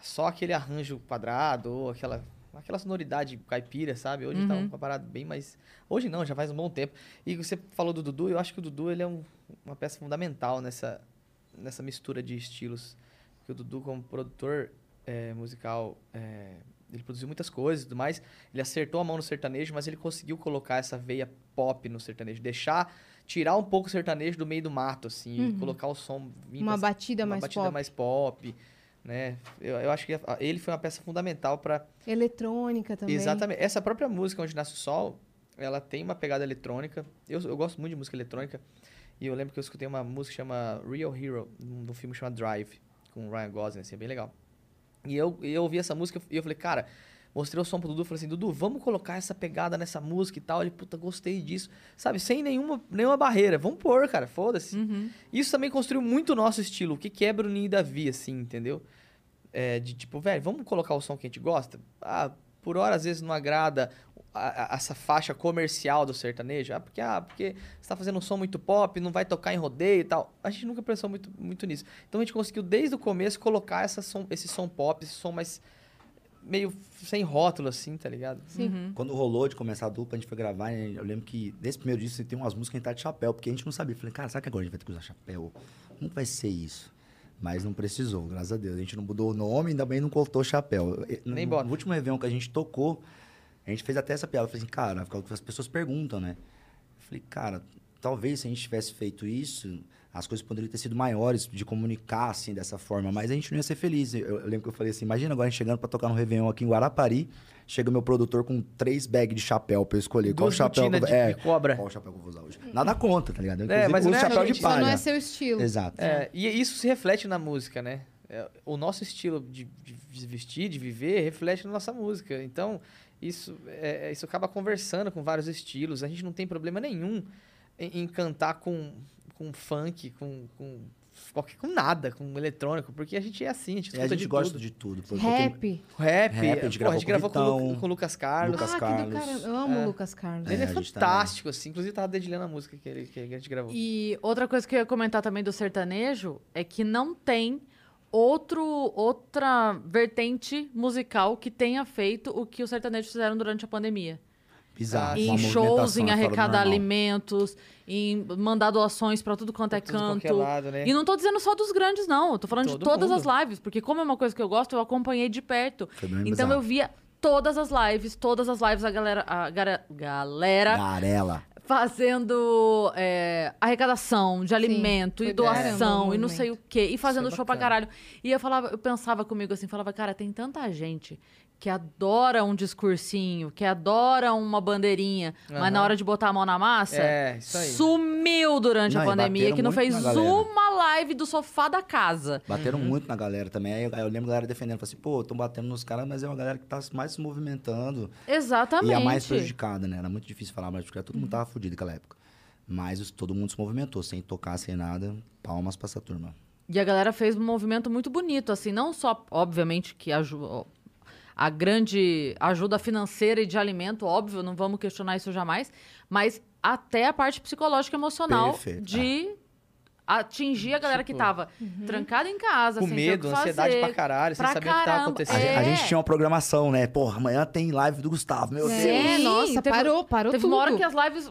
só aquele arranjo quadrado ou aquela, aquela sonoridade caipira, sabe? Hoje tá uma parada bem mais. Hoje não, já faz um bom tempo. E você falou do Dudu, eu acho que o Dudu ele é um- uma peça fundamental nessa, nessa mistura de estilos. Porque o Dudu, como produtor é, musical, é, ele produziu muitas coisas e tudo mais. Ele acertou a mão no sertanejo, mas ele conseguiu colocar essa veia pop no sertanejo. Deixar, tirar um pouco o sertanejo do meio do mato, assim, e colocar o som... vir
Uhum. Uma
pra-
batida
uma
mais
batida
pop.
mais pop, né? Eu, eu acho que a- ele foi uma peça fundamental para
Eletrônica também.
Exatamente. Essa própria música, Onde Nasce o Sol, ela tem uma pegada eletrônica. Eu, eu gosto muito de música eletrônica. E eu lembro que eu escutei uma música que chama Real Hero, num num filme chamado Drive, com o Ryan Gosling, assim, é bem legal. E eu, e eu ouvi essa música e eu falei, cara, mostrei o som pro Dudu, falei assim, Dudu, vamos colocar essa pegada nessa música e tal. Ele, puta, gostei disso. Sabe, sem nenhuma, nenhuma barreira. Vamos pôr, cara, foda-se. Isso também construiu muito o nosso estilo, o que quebra o ninho e Davi, assim, entendeu? É, de tipo, velho, vamos colocar o som que a gente gosta? Ah, por hora às vezes não agrada a- a- essa faixa comercial do sertanejo. Ah, porque, ah, porque você tá fazendo um som muito pop, não vai tocar em rodeio e tal. A gente nunca pensou muito, muito nisso. Então a gente conseguiu desde o começo colocar essa som- esse som pop, esse som mais. meio sem rótulo assim, tá ligado?
Sim.
Uhum.
Quando rolou de começar a dupla, a gente foi gravar, né? eu lembro que nesse primeiro disco tem umas músicas que a gente tá de chapéu, porque a gente não sabia. Falei, cara, será que agora a gente vai ter que usar chapéu? Como vai ser isso? Mas não precisou, graças a Deus. A gente não mudou o nome, ainda bem não cortou chapéu. E no-
Nem bota.
No último Réveillon que a gente tocou, a gente fez até essa piada. Eu falei assim, cara, fica- as pessoas perguntam, né? Eu falei, cara, talvez se a gente tivesse feito isso, as coisas poderiam ter sido maiores de comunicar assim dessa forma, mas a gente não ia ser feliz. Eu, eu lembro que eu falei assim: imagina agora a gente chegando pra tocar no Réveillon aqui em Guarapari, chega o meu produtor com três bags de chapéu pra eu escolher qual
Duas
chapéu que eu
botinas
vou...
de-
é,
de cobra.
Qual chapéu que eu vou usar hoje? Nada contra, tá ligado? Eu,
É,
inclusive,
mas
uso
não é
chapéu
realmente-
de
Só
palha.
não é seu estilo.
Exato.
É, e isso se reflete na música, né? É, O nosso estilo de, de- de vestir, de viver, reflete na nossa música. Então, Isso, é, é, isso acaba conversando com vários estilos. A gente não tem problema nenhum em, em cantar com, com funk, com, com, qualquer- com nada, com eletrônico, porque a gente é assim, a gente
É,
escuta
a gente
de
gosta
tudo.
de tudo. pô. Porque
Rap.
Rap,
Rap, a gente
pô,
gravou com
gravou com, o Lu-
Vitão,
com o Lucas Carlos.
Lucas
ah,
Carlos.
que do caramba. Eu amo o Lucas Carlos.
É,
Ele é,
a gente tá-
fantástico, assim. Inclusive, tava dedilhando a música que, ele, que a gente gravou.
E outra coisa que eu ia comentar também do sertanejo é que não tem outro outra vertente musical que tenha feito o que os sertanejos fizeram durante a pandemia.
Bizarro.
em
uma
shows,
movimentação
em
fora do
arrecadar
normal.
alimentos, em mandar doações pra tudo quanto é
Tudo qualquer
canto.
lado, né?
E não tô dizendo só dos grandes, não. Eu tô falando de
Todo
todas
mundo.
as lives, porque como é uma coisa que eu gosto, eu acompanhei de perto.
Foi bem
Então
É, bizarro.
eu via todas as lives, todas as lives a galera, a gara- galera
Garela.
fazendo é, arrecadação de alimento
foi
e
do caramba
doação
o
e não sei o quê. E fazendo
é
show pra
bacana.
caralho. E eu falava, eu pensava comigo assim, falava, cara, tem tanta gente que adora um discursinho, que adora uma bandeirinha, mas na
Aham.
hora de botar a mão na massa,
É, isso aí.
sumiu durante
Não,
a
e
pandemia,
bateram
que não
muito
fez
na galera.
uma live do sofá da casa.
Uhum.
Bateram muito na galera também. Aí eu, aí eu lembro a galera defendendo. Falei assim, pô, estão batendo nos caras, mas é uma galera que tá mais se movimentando.
Exatamente.
E a mais prejudicada, né? Era muito difícil falar mais porque todo mundo tava fudido naquela época. Mas os- todo mundo se movimentou, sem tocar, sem nada. Palmas pra essa turma.
E a galera fez um movimento muito bonito, assim, não só, obviamente, que aju- a grande ajuda financeira e de alimento, óbvio, não vamos questionar isso jamais, mas até a parte psicológica e emocional
Perfeito,
de atingir a galera que
Tipo,
tava
Uhum.
trancada em casa,
Com
sem ter o que
medo, ansiedade
fazer.
pra caralho, sem
pra
saber o que tava
caramba.
A,
acontecendo.
gen- a
É.
gente tinha uma programação, né? Porra, amanhã tem live do Gustavo, meu
É,
Deus.
Sim,
nossa,
teve-
parou, parou
Teve
tudo.
uma hora que as lives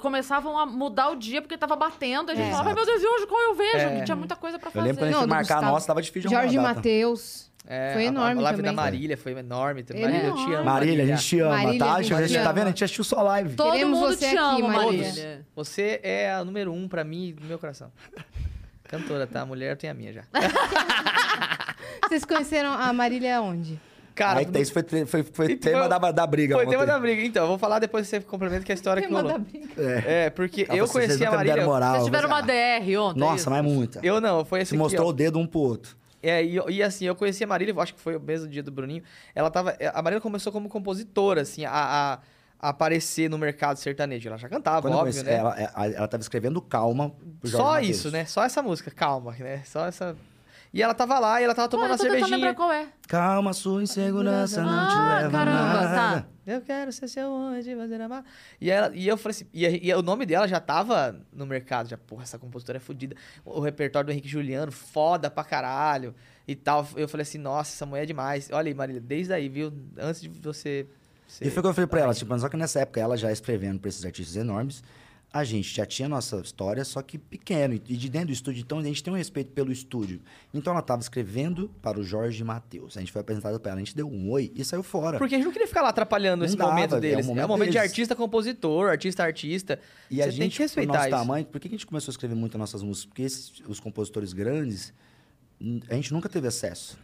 começavam a mudar o dia porque tava batendo, a gente
É.
falava, "Ai, meu Deus, e hoje qual eu vejo?
É.
Que tinha muita coisa pra
Eu
fazer.
lembro quando a gente
Não,
foi
do
marcar a
Gustavo.
nossa, tava difícil de arrumar
Jorge
uma data.
Matheus.
É,
Foi
a-
enorme
A live
também.
da Marília foi é enorme. também.
Enorme.
Marília, eu te amo.
Marília, a gente te ama,
Marília,
tá?
a gente
a gente
te
tá
ama.
vendo? A gente assistiu sua live.
Todo
Queremos
mundo
você
te
aqui,
ama,
Marília.
Marília.
Você é a número um pra mim e do meu coração. Cantora, tá? Mulher tem a minha já.
Vocês conheceram a Marília onde?
Cara,
Aí, tá, isso foi, tre- foi- foi
Então,
tema da, da briga.
foi
ontem.
tema da briga. Então, eu vou falar depois você complementa que a história que
Tema da
rolou.
briga.
É, porque
Ah,
eu
vocês- vocês
conheci a
nunca me deram
Marília.
moral,
Vocês tiveram uma
vocês-
DR ontem? isso?
Ah, Nossa, mas muita.
Eu não, foi esse
Se
aqui,
mostrou
ó.
o dedo um pro outro.
É, e, eu- e assim, eu conheci a Marília, eu acho que foi o mesmo dia do Bruninho. Ela tava. é, A Marília começou como compositora, assim, a, a- a aparecer no mercado sertanejo. Ela já cantava,
Quando eu
óbvio,
conheci é,
né?
ela, ela, ela tava escrevendo calma pro Jorge
Só
Mateus.
isso, né? Só essa música, calma, né? Só essa. E ela tava lá e ela tava
Pô, eu
tomando uma
tô tentando lembrar
cervejinha.
qual é.
Calma, sua insegurança não te
Ah,
leva a
caramba,
nada.
tá.
Eu quero ser seu anjo, fazer amar. E, ela, e eu falei assim, e, a- e o nome dela já tava no mercado, já, porra, essa compositora é fodida. O, o repertório do Henrique Juliano, foda pra caralho e tal. Eu falei assim, nossa, essa mulher é demais. Olha aí, Marília, desde aí, viu? Antes de você. ser-
E foi o que eu falei pra ela, tipo, mas só que nessa época ela já escrevendo pra esses artistas enormes, a gente já tinha nossa história, só que pequeno, e de dentro do estúdio, então a gente tem um respeito pelo estúdio. Então ela tava escrevendo para o Jorge Matheus. A gente foi apresentado pra ela, a gente deu um oi e saiu fora.
Porque a gente não queria ficar lá atrapalhando
Não
esse
dava,
momento
velho, é o
deles. É um
momento
momento de
deles.
artista, compositor, artista, artista.
E
Você
a
tem que
gente, pro
respeitar
nosso
isso.
tamanho, por que que a gente começou a escrever muito as nossas músicas? Porque esses, os compositores grandes, n- a gente nunca teve acesso.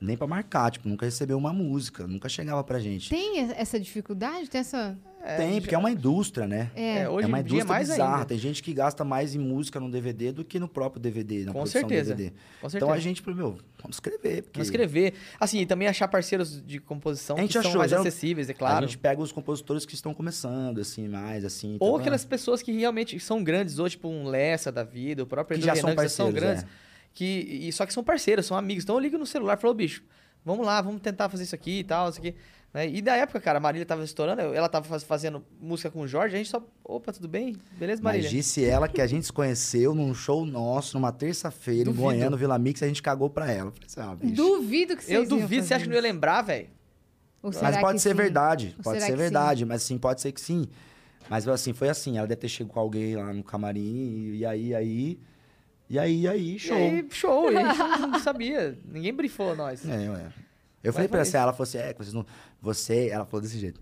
Nem pra marcar, tipo, nunca recebeu uma música, nunca chegava pra gente.
Tem e- essa dificuldade? Tem essa.
Tem, porque é uma indústria, né?
É.
É, hoje
é uma
em dia é
indústria
mais
bizarra.
ainda.
Tem gente que gasta mais em música no DVD do que no próprio DVD, na
Com
produção do
certeza.
DVD.
Com certeza.
Então a gente, falou, meu, vamos escrever. Porque
Vamos escrever. Assim, e também achar parceiros de composição
A gente
que são
achou,
mais
já-
acessíveis, é
A
claro.
gente pega os compositores que estão começando, assim, mais, assim.
Ou
tá
aquelas pessoas que realmente são grandes hoje, tipo um Lessa da vida, o próprio
Que
Edu
já
Renan,
são
que são
parceiros, é.
grandes. Que, e, só que são parceiros, são amigos. Então eu ligo no celular e falo, "Ô, bicho, vamos lá, vamos tentar fazer isso aqui e tal, isso aqui. né? E da época, cara, a Marília tava estourando, eu- ela tava faz- fazendo música com o Jorge, a gente só. Opa, tudo bem? Beleza,
Mas
Marília?
disse ela que a gente se conheceu num show nosso, numa terça-feira, em
Duvido.
Goiânia, no Vila Mix, a gente cagou pra ela. Eu Falei assim, ah, bicho.
Duvido que vocês
eu
iam
duvido, você
fazer
acha que não ia lembrar, velho?
isso. Ou
Mas
será
pode
que
ser
sim?
verdade,
Ou
pode
será
ser
que sim?
verdade, mas sim, pode ser que sim. Mas assim, foi assim, ela deve ter chegado com alguém lá no camarim, e aí, aí, e aí, e aí, show.
E aí, show, e a gente
[LAUGHS]
não não sabia. Ninguém brifou nós.
É, ué. Eu falei pra
vai
ela, assim, ela falou assim, é, que vocês não... Você, ela falou desse jeito.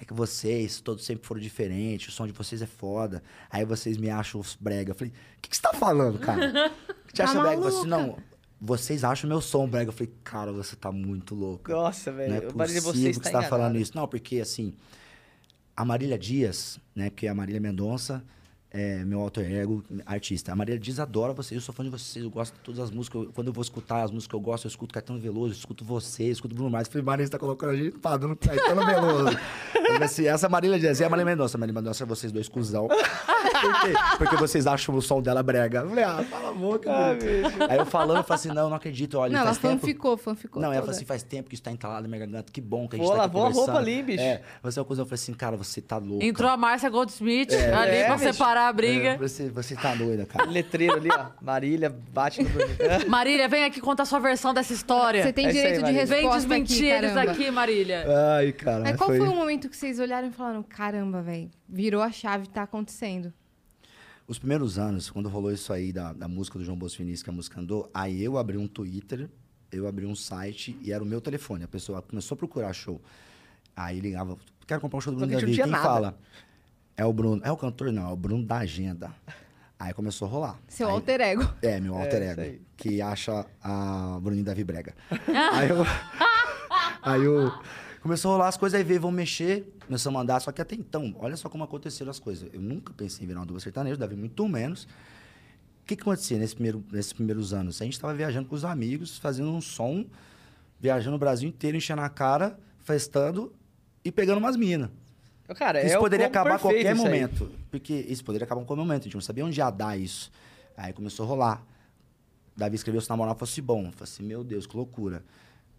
É que vocês todos sempre foram diferentes, o som de vocês é foda. Aí vocês me acham os brega. Eu falei, o que, que você tá falando,
[LAUGHS]
cara? Te
Tá
acha brega? Eu falei assim,
maluca.
não, vocês acham meu som brega. Eu falei, cara, você tá muito louca.
Nossa,
Não é
velho. Marília,
possível
você
que
está
você tá falando
enganada.
isso. Não, porque assim, a Marília Dias, né, que é a Marília Mendonça, é, meu alter ego, artista. A Maria diz adora vocês, eu sou fã de vocês, eu gosto de todas as músicas. eu- quando eu vou escutar as músicas que eu gosto, eu escuto Caetano Veloso, eu escuto você, eu escuto Bruno Mars. Eu Falei, Maria, você tá colocando a gente no padrão no Caetano Veloso. Eu falei assim, essa Marília Dias e a Marília Mendonça. Marília Mendonça, é vocês dois cuzão. Por quê? Porque vocês acham o som dela brega. Eu falei, ah, fala a boca, bicho. Aí eu falando, eu falei assim, não, não acredito, olha,
Não, ela
faz tempo...
fanficou, fanficou.
Não, ela
toda.
né?
falou assim, faz tempo que isso tá entalado na minha garganta, que bom que a gente
Pô,
tá aqui
lavou a roupa
conversando.
ali, bicho.
É, você é uma coisa, eu falei assim, cara, você tá louco.
Entrou a Márcia Goldsmith ali
é,
pra
bicho.
separar a briga.
você, você tá doida, cara.
[LAUGHS] Letreiro ali, ó. Marília, bate no
[LAUGHS]
Bruninho.
Marília, vem aqui contar sua versão dessa
Você
história.
tem
É isso aí,
direito de
Maria.
Vem
resposta
desmentir
aqui,
eles
caramba.
aqui, Marília.
Ai, cara.
Mas qual foi
um
o momento que vocês olharam e falaram, caramba, velho, virou a chave, tá acontecendo?
Os primeiros anos, quando rolou isso aí da, da música do João Bosco Vinícius, que a música andou, aí eu abri um Twitter, eu abri um site e era o meu telefone. A pessoa começou a procurar show. Aí ligava, quero comprar um show do
Só
Bruno
que a
Davi.
gente
Quem
não tinha nada.
fala? É o Bruno. É o cantor? Não, é o Bruno da agenda. Aí começou a rolar.
Seu
Aí-
alter ego.
É, meu alter
É, isso aí.
ego. Que acha a Bruninho
[LAUGHS]
Davi Brega. aí eu. Aí eu. Começou a rolar as coisas, aí veio, vão mexer, começou a mandar. Só que até então, olha só como aconteceram as coisas. Eu nunca pensei em virar uma dupla sertaneja, Davi muito menos. O que, que acontecia nesse primeiro, nesses primeiros anos? A gente estava viajando com os amigos, fazendo um som, viajando o Brasil inteiro, enchendo a cara, festando e pegando umas minas.
Cara, é
Isso
o
poderia
combo
acabar a
perfeito
qualquer
isso aí.
momento. Porque isso poderia acabar a qualquer momento. A gente não sabia onde ia dar isso. Aí começou a rolar. Davi escreveu se namorar fosse bom. Eu falei assim, meu Deus, que loucura.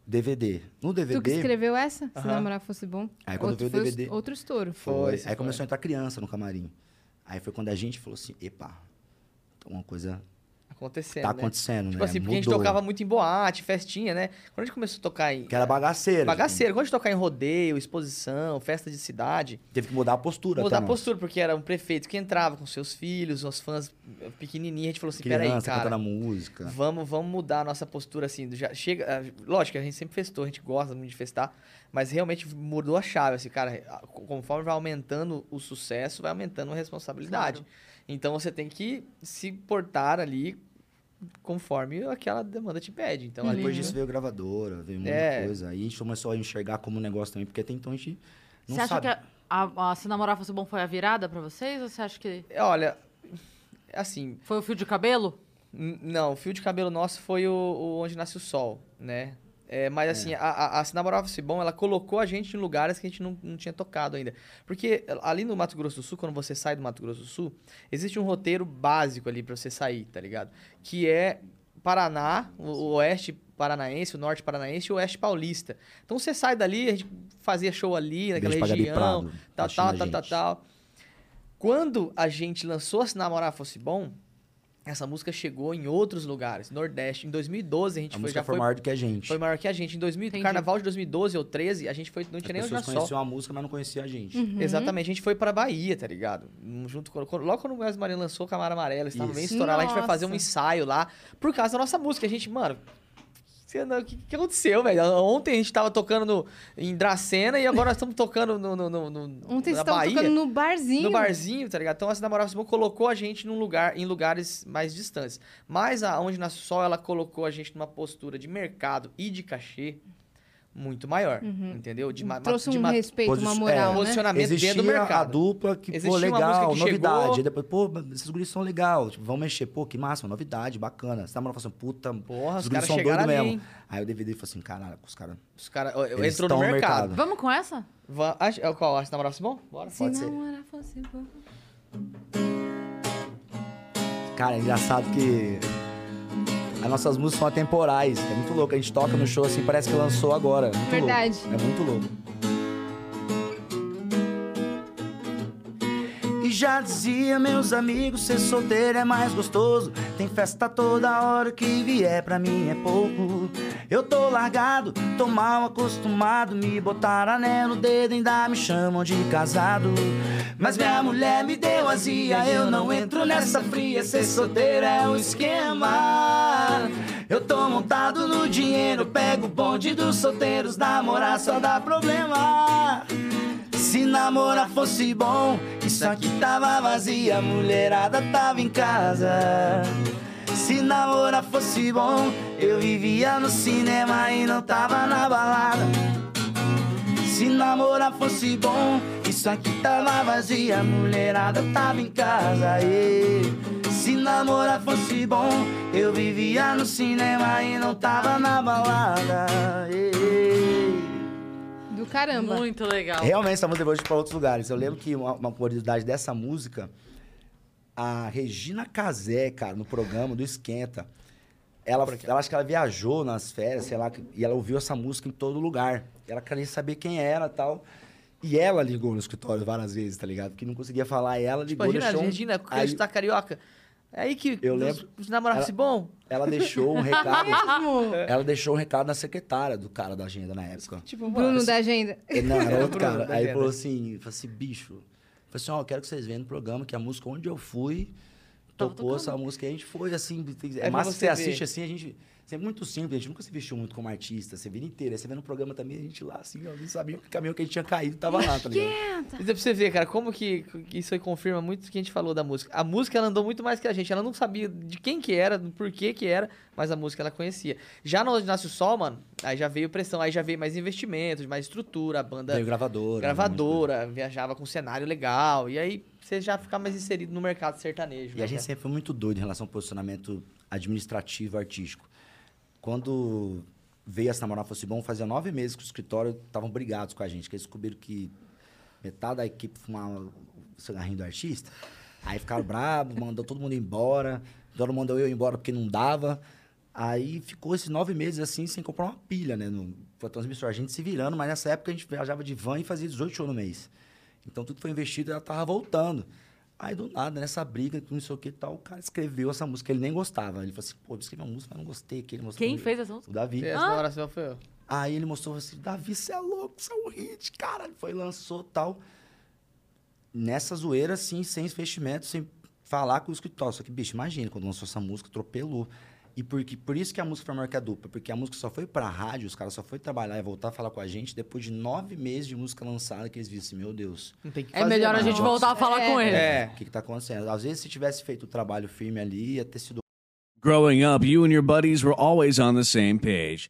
DVD. No DVD.
Tu que escreveu essa? Se
Aham.
namorar fosse bom.
Aí quando
outro,
veio o
foi
DVD.
Outro estouro.
Foi,
Foi.
sim,
Aí
foi.
começou a entrar criança no camarim. Aí foi quando a gente falou assim, epa, tem uma coisa
Acontecendo,
tá
né?
acontecendo, né?
Tipo assim, porque a gente
Mudou.
tocava muito em boate, festinha, né? Quando a gente começou a tocar em...
Que era bagaceiro.
Bagaceiro. Quando a gente tocar em rodeio, exposição, festa de cidade,
tipo, Teve que mudar a postura.
mudar
tá,
a
não?
postura, porque era um prefeito que entrava com seus filhos, umas fãs pequenininhas, a gente falou assim, peraí,
Criança
cara,
cantando a música.
Vamos, vamos mudar a nossa postura assim. do Já chega, ah, lógico, a gente sempre festou, a gente gosta muito de festar, mas realmente mudou a chave, assim, cara, a- conforme vai aumentando o sucesso, vai aumentando a responsabilidade. Então você tem que se portar ali conforme aquela demanda te pede. Então ali
Depois disso veio gravadora, veio um monte
É.
de coisa. Aí a gente começou a enxergar como negócio também, porque até então a gente não
Você acha
é
sabe.
que a, a- a Se Namorar Fosse Bom foi a virada pra vocês? Ou você acha que
é, olha, assim,
foi o fio de cabelo?
N- Não, o fio de cabelo nosso foi o, o Onde Nasce o Sol, né? É, mas assim, a, a, a Se Namorava Fosse Bom, ela colocou a gente em lugares que a gente não, não tinha tocado ainda. Porque ali no Mato Grosso do Sul, quando você sai do Mato Grosso do Sul, existe um roteiro básico ali pra você sair, tá ligado? Que é Paraná, o, o oeste paranaense, o norte paranaense e o oeste paulista. Então você sai dali, a gente fazia show ali, naquela
Beijo pra Gabi
região,
Prado,
tal,
paixão
tal,
da
tal, tal,
gente.
tal. tá, Quando a gente lançou Se Namorar Fosse Bom, essa música chegou em outros lugares, Nordeste. Em 2012 a gente
A
foi,
música
tipo, já
foi
foi,
maior do que a gente.
foi maior que a gente. Em 2000,
Entendi.
Carnaval de 2012 ou 13, a gente foi, não
As
tinha nem onde
pessoas
nós só. Uhum.
conheciam a música, mas não conheciam a gente.
Uhum.
Exatamente, a gente foi pra Bahia, tá ligado? Um- Junto com, quando- logo quando o Gás Maria lançou Camara Amarela, estava bem
Isso.
estourado, a gente foi fazer um
Nossa.
ensaio lá por causa da nossa música. A gente, mano, o que, que aconteceu, velho? Ontem a gente tava tocando no, em Dracena e agora nós estamos tocando no, no, no, no-
Ontem
na
estavam
Bahia.
tocando no barzinho.
No barzinho, tá ligado? Então, essa namorada Simão colocou a gente num lugar, em lugares mais distantes. Mas a Onde Nasce o Sol, ela colocou a gente numa postura de mercado e de cachê muito maior, entendeu? De, ma-
Uhum. Trouxe
de
um
ma-
respeito,
Posi-
uma
é,
moral, né?
posicionamento
Existia
dentro do
a
mercado.
dupla que,
Existia
pô,
uma
legal,
música que
novidade.
chegou-
Aí depois, pô, mas esses guris são legal, tipo, vão mexer. Pô, que massa, novidade, bacana. Você tá falando assim, puta,
Porra, os caras
esses guris são
chegaram
doidos
ali,
mesmo.
hein?
Aí o DVD falou assim, caralho, os caras...
Os caras ó, eu-
Eles
entrou no
estão no
mercado.
mercado.
Vamos com essa?
Va- acho- é o Qual? Acho namorada Simão? Bora.
Se
pode ser.
namorar fosse bom.
Cara, é engraçado que... As nossas músicas são atemporais. É muito louco. A gente toca no show assim, parece que lançou agora. É muito
Verdade.
Louco. É muito louco. E já dizia meus amigos, ser solteiro é mais gostoso. Tem festa toda hora o que vier, pra mim é pouco. Eu tô largado, tô mal acostumado. Me botar anel no dedo, ainda me chamam de casado. Mas minha mulher me deu azia, eu não entro nessa fria. Ser solteiro é o esquema. Eu tô montado no dinheiro, pego o bonde dos solteiros. Namorar só dá problema. Se namorar fosse bom, isso aqui tava vazia, a mulherada tava em casa. Se namorar fosse bom, eu vivia no cinema e não tava na balada. Se namorar fosse bom, Isso aqui tava vazia, a mulherada tava em casa. E se namorar fosse bom, eu vivia no cinema e não tava na balada. ê.
Do caramba.
Muito legal.
Realmente essa música levou a gente pra outros lugares. Eu lembro que uma, uma curiosidade dessa música, a Regina Casé, cara, no programa do Esquenta, ela, ela acho que ela viajou nas férias, sei lá, e ela ouviu essa música em todo lugar. Ela queria saber quem era tal. E ela ligou no escritório várias vezes, tá ligado? Porque não conseguia falar, ela ligou,
Tipo, Imagina,
deixou um-
Regina, porque a
aí-
gente tá carioca. É aí que
Eu
os-
lembro-
os namorados
ela-
bom. [LAUGHS]
Ela deixou um recado,
Mesmo?
ela deixou um recado na secretária do cara da agenda na época.
Tipo,
Bruno
mano,
da agenda.
Ele- É, Não, era outro
Bruno,
cara.
tá
Aí ele
vendo?
falou assim, falou assim, bicho. Falei assim, ó, eu quero que vocês vejam no programa que a música onde eu fui,
Tava
tocou
tocando.
essa música e a gente foi assim. tem-
É
É
pra
massa que
você
você
ver.
assiste assim, a gente. Sempre muito simples, a gente nunca se vestiu muito como artista, você vira inteira. Aí você vê no programa também, a gente lá assim, ó, não sabia que caminho que a gente tinha caído, tava lá, tá ligado?
Isso é pra você ver, cara, como que, que isso aí confirma muito o que a gente falou da música. A música, ela andou muito mais que a gente. Ela não sabia de quem que era, do porquê que era, mas a música ela conhecia. Já no Onde Nasce o Sol, mano, aí já veio pressão, aí já veio mais investimentos, mais estrutura, a banda
Veio gravadora.
gravadora, viajava com um cenário legal, e aí você já fica mais inserido no mercado sertanejo. né,
E a gente sempre foi muito doido em relação ao posicionamento administrativo, artístico. Quando veio essa namorar fosse bom, fazia nove meses que o escritório estavam brigados com a gente, que eles descobriram que metade da equipe fumava o cigarrinho do artista. Aí ficaram bravos, mandou todo mundo embora. Dora mandou eu embora porque não dava. Aí ficou esses nove meses assim, sem comprar uma pilha, né? No, foi transmissor, a gente se virando, mas nessa época a gente viajava de van e fazia 18 shows no mês. Então tudo foi investido e ela tava voltando. Aí do nada, nessa briga, que não sei o que e tal, o cara escreveu essa música, ele nem gostava. Ele falou assim, pô, eu escrevi uma música, mas não gostei. Que ele
[LAUGHS]
mostrou
Quem
o-
fez É. essa música?
O Davi.
Essa namoração foi eu.
Aí ele mostrou assim, Davi, você é louco, você é um hit, cara. Ele foi, lançou tal. Nessa zoeira, assim, sem investimento, sem falar com o escritório. Só que, bicho, imagina, quando lançou essa música, atropelou. E por, que- por isso que a música foi marca dupla, porque a música só foi pra rádio, os caras só foi trabalhar e voltar a falar com a gente depois de nove meses de música lançada, que eles viram assim, meu Deus.
Não tem que
É
fazer,
melhor a
mano.
gente voltar a falar com ele.
É.
O que, que tá acontecendo? Às vezes, se tivesse feito o trabalho firme ali, ia ter sido
Growing up, you and your buddies were always on the same page.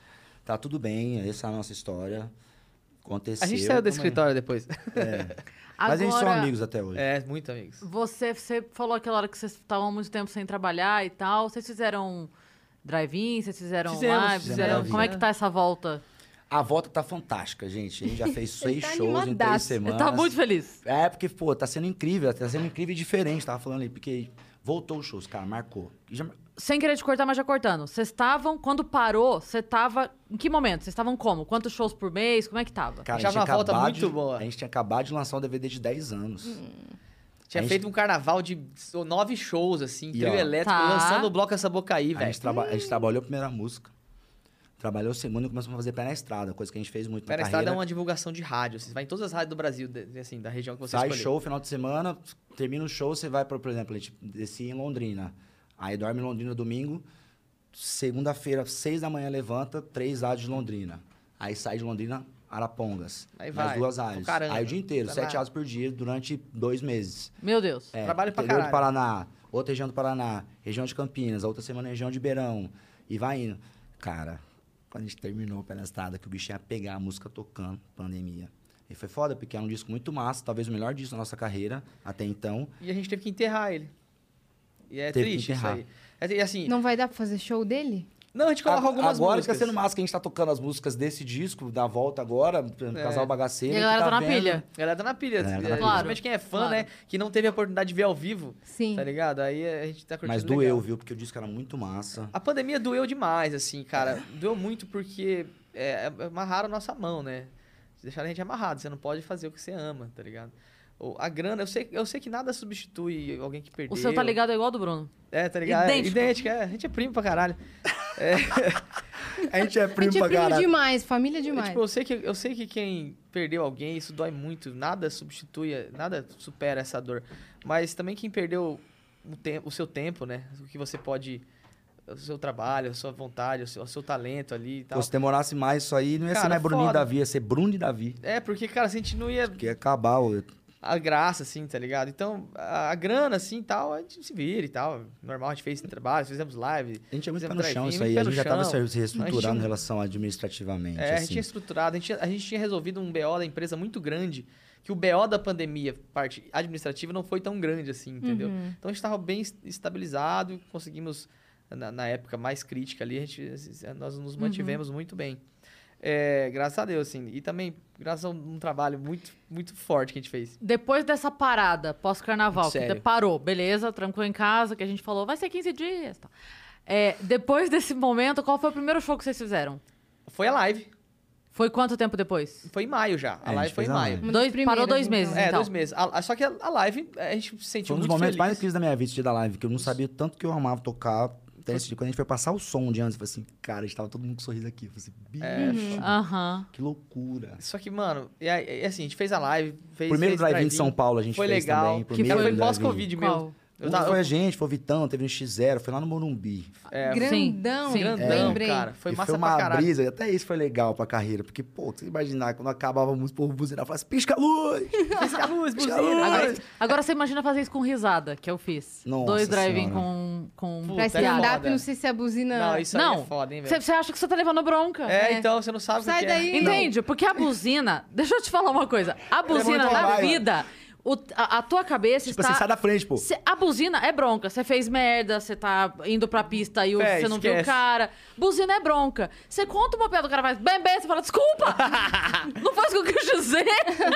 tá tudo bem, essa é a nossa história. Aconteceu.
A gente saiu do
tamo aí.
escritório depois.
Mas eles são
Agora-
amigos até
[LAUGHS]
hoje.
É, muito amigos.
Você, você falou aquela hora que vocês estavam há muito tempo sem trabalhar e tal. Vocês fizeram drive-in, vocês fizeram
Fizemos,
live,
fizemos
fizeram.
drive-in.
Como é que tá essa volta?
A volta tá fantástica, gente. A gente já fez
[LAUGHS]
seis
tá
shows em três
animadaço.
Eu
semanas.
tava muito feliz.
É, porque, pô, tá sendo incrível. Tá sendo incrível e diferente. Tava falando aí, porque voltou os shows, cara, marcou. E já-
Sem querer te cortar, mas já cortando. Vocês estavam, quando parou, você tava. Em que momento? Vocês estavam como? Quantos shows por mês? Como é que tava?
Cara,
Achava a volta
acabado
muito
de,
boa. Hum,
A gente tinha acabado de lançar um DVD de 10 anos.
Tinha
A gente-
feito um carnaval de nove shows, assim,
E,
trio
ó.
elétrico,
Tá.
lançando o bloco essa boca aí,
a,
velho.
gente traba- a gente trabalhou a primeira música. Trabalhou segunda e começamos a fazer pé na estrada, coisa que a gente fez muito
Pé na
na
Estrada é
carreira.
uma divulgação de rádio. assim, Você vai em todas as rádios do Brasil, de- assim, da região que você
Sai
escolher.
show final de semana, termina o show, você vai, pra, por exemplo, a gente descia em Londrina. Aí dorme em Londrina domingo, segunda-feira, seis da manhã, levanta, três áreas de Londrina. Aí sai de Londrina, Arapongas.
Aí
mais
vai,
duas
pro
áreas.
caramba.
Aí o dia inteiro,
Vai
sete
lá.
áreas por dia, durante dois meses.
Meu Deus.
É,
Trabalho pra
interior do
caralho.
Paraná, outra região do Paraná, região de Campinas, a outra semana é região de Beirão. E vai indo. Cara, quando a gente terminou o Pé na Estrada, que o bicho ia pegar a música tocando, pandemia. E foi foda, porque era um disco muito massa, talvez o melhor disco da nossa carreira até então.
E a gente teve que enterrar ele. E é
Teve que
triste isso
enterrar.
aí. É, E assim,
Não vai dar pra fazer show dele?
Não, a gente coloca algumas
agora
músicas.
esquecendo massa que a gente tá tocando as músicas desse disco, da volta agora, por exemplo,
É.
Casal
E
Bagaceiro.
a
que
galera tá, na
vendo-
pilha.
A galera tá na pilha.
Galera tá na
é,
pilha.
Principalmente quem é fã,
Claro.
né? Que não teve a oportunidade de ver ao vivo,
Sim.
tá ligado? Aí a gente tá curtindo
Mas doeu,
legal.
viu? Porque o disco era muito massa.
A pandemia doeu demais, assim, cara. Doeu muito porque é, amarraram a nossa mão, né? Deixaram a gente amarrado. Você não pode fazer o que você ama, tá ligado? O- A grana, eu sei, eu sei que nada substitui alguém que perdeu.
O seu tá ligado é igual ao do Bruno.
É, tá ligado? É,
Idêntico.
idêntico, é. A gente é primo pra caralho. É.
A gente é
A gente é primo demais, família
É,
demais.
Tipo, eu sei, que, eu sei que quem perdeu alguém, isso dói muito. Nada substitui, nada supera essa dor. Mas também quem perdeu o, tem- o seu tempo, né? O que você pode... O seu trabalho, a sua vontade, o seu, o seu talento ali e tal.
Pô, se demorasse mais isso aí, não ia
Tá. Cara,
ser mais Bruninho e
foda.
Davi, ia ser Bruno e Davi.
É, porque, cara, assim, a gente não ia...
Porque ia acabar o...
A graça, assim, tá ligado? Então, a, a grana, assim, e tal, a gente se vira e tal. Normal, a gente fez trabalho, fizemos live.
A gente é muito pé
fizemos
no chão
drive-in,
isso
muito
aí.
pé
A
no
gente já tava
chão.
se
A gente
reestruturando
não-
em relação administrativamente,
É, a gente
assim.
tinha estruturado, a gente, a gente tinha resolvido um BO da empresa muito grande, que o BO da pandemia, parte administrativa, não foi tão grande assim, entendeu? Então a gente estava bem es- estabilizado, conseguimos, na, na época mais crítica ali, a gente, nós nos mantivemos muito bem. É, graças a Deus, assim. E também, graças a um, um trabalho muito, muito forte que a gente fez.
Depois dessa parada pós-carnaval, que
Sério.
de- parou, beleza, trancou em casa, que a gente falou, vai ser 15 dias. Tá. É, depois [LAUGHS] desse momento, qual foi o primeiro show que vocês fizeram?
Foi a live.
Foi quanto tempo depois?
Foi em maio já. A
É, a
live
gente
foi em
fez a
maio.
live.
Uma das
Dois-
primeiras,
parou dois meses.
É,
Então.
dois meses. A- a- só que a, a live, é, a gente se sentiu
Foi um dos
muito
momentos
feliz.
mais incríveis da minha vida, esse dia da live, que eu não sabia o tanto que eu amava tocar. Até esse dia, quando a gente foi passar o som de antes, eu falei assim, cara, a gente tava todo mundo com sorriso aqui. Eu falei assim,
É,
bicho,
Aham.
que loucura.
Só que, mano, e aí- e assim, a gente fez a live, fez
Primeiro
fez
drive-in de São Paulo a gente
Foi
fez
legal.
também.
Que
primeiro
foi
drive-in.
pós-Covid
Qual?
mesmo.
Um
Eu tava-
foi a
eu-
gente, foi o Vitão, teve um X0, foi lá no Morumbi.
é,
Grandão,
Sim, sim.
grandão,
lembrei.
cara. Foi
E
massa
foi uma
pra caralho.
brisa, e até isso foi legal pra carreira, porque, pô, você imaginar, quando acabava a música, o povo buzinava, falava assim, pisca a luz! Tipo
Pisca a luz,
Pisca a
buzina.
luz!
Agora-
Agora você imagina fazer isso com risada, que eu fiz.
Nossa
dois drive-in
Senhora.
com, com
Puta,
Pra
é
stand-up,
foda.
não sei se a buzina...
Não, isso aí
Não,
é foda, hein,
Você
velho.
você acha que você tá levando bronca.
É, então, você não sabe o que
Sai
que
daí.
é.
Entende? Porque a buzina. [LAUGHS] Deixa eu te falar uma coisa. A buzina
muito
da
raiva.
vida, o- a, a tua cabeça
Tipo
está.
assim, sai da frente, pô.
Cê- a buzina é bronca. Você fez merda, você tá indo pra pista e
É,
você não viu o
esquece.
cara. Buzina é bronca. Você conta uma piada, o cara faz bem, bem, você fala, desculpa! não faz o que eu quis dizer.
Deixa eu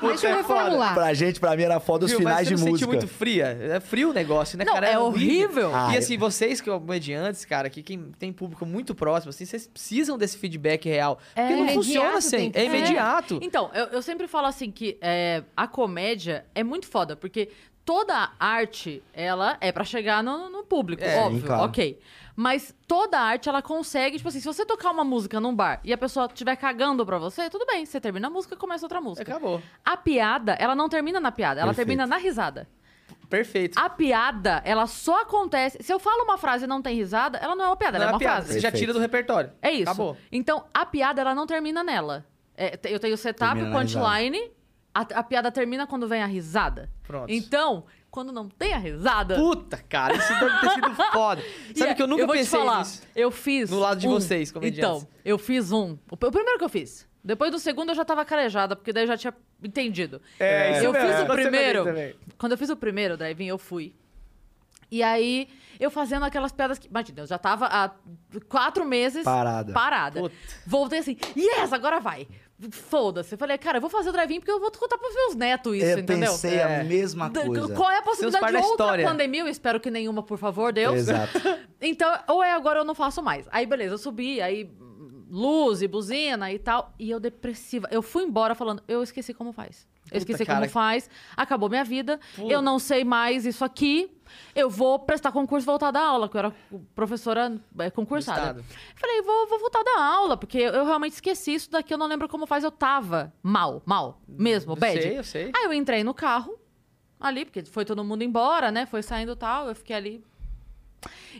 Puta, é foda.
reformular.
Pra gente, pra mim, era foda os
Viu, mas
finais
você
de
não
música.
sentiu muito fria? É frio o negócio, né,
Não,
cara?
é horrível.
Ah,
e
eu-
assim, vocês que são comediantes, cara, que quem tem público muito próximo, assim, vocês precisam desse feedback real. porque não
É
funciona
imediato, tem
sem.
que
É
ser.
imediato.
Então, eu, eu sempre falo assim que é, a comédia é muito foda, porque toda arte, ela é pra chegar no, no público,
É,
óbvio,
sim, claro.
ok. Mas toda arte, ela consegue, tipo assim, se você tocar uma música num bar e a pessoa estiver cagando pra você, tudo bem, você termina a música e começa outra música.
Acabou.
A piada, ela não termina na piada, ela
Perfeito.
termina na risada.
Perfeito.
A piada, ela só acontece. Se eu falo uma frase e não tem risada, ela não é uma piada, ela é
é
uma
piada,
frase.
Você já
Perfeito.
tira do repertório.
É isso.
Acabou.
Então, a piada, ela não termina nela. É, te- eu tenho o setup,
Termina
o
na
punchline. A, a piada termina quando vem a risada.
Pronto.
Então, quando não tem a risada.
Puta, cara, isso deve ter sido foda.
[LAUGHS] E
Sabe
é-
que eu nunca
vou te
pensei
falar,
nisso.
Eu fiz.
No lado de
um.
vocês, comediantes.
Então, eu fiz um. O p- o primeiro que eu fiz. Depois do segundo eu já tava calejada, porque daí eu já tinha entendido.
É, isso
eu
mesmo,
fiz o
aconteceu
primeiro.
comigo também.
Quando eu fiz o primeiro, Drive-In, eu fui. E aí, eu fazendo aquelas piadas que. Imagina, eu já tava há quatro meses.
Parada.
Parada.
Puta.
Voltei assim, yes, agora vai. Foda-se. Eu falei, cara, eu vou fazer o drive-in porque eu vou contar pros meus netos isso,
eu
entendeu?
pensei
É.
a mesma
D-
coisa.
Qual é a possibilidade
par
de
da
outra
história.
pandemia? Eu espero que nenhuma, por favor,
é
Deus.
[LAUGHS]
Exato.
[LAUGHS] Então, ou é agora ou eu não faço mais. Aí, beleza, eu subi, aí hum, luz e buzina e tal. E eu depressiva. Eu fui embora falando, eu esqueci como faz. Eu
Puta,
esqueci
cara.
como faz, acabou minha vida,
Puta.
eu não sei mais isso aqui. Eu vou prestar concurso e voltar da aula, que eu era professora é, concursada.
Estado.
Falei, vou, vou voltar da aula, porque eu realmente esqueci isso daqui, eu não lembro como faz, eu tava mal, mal, mesmo,
Eu
bad.
sei, eu sei.
Aí eu entrei no carro, ali, porque foi todo mundo embora, né? Foi saindo e tal, eu fiquei ali.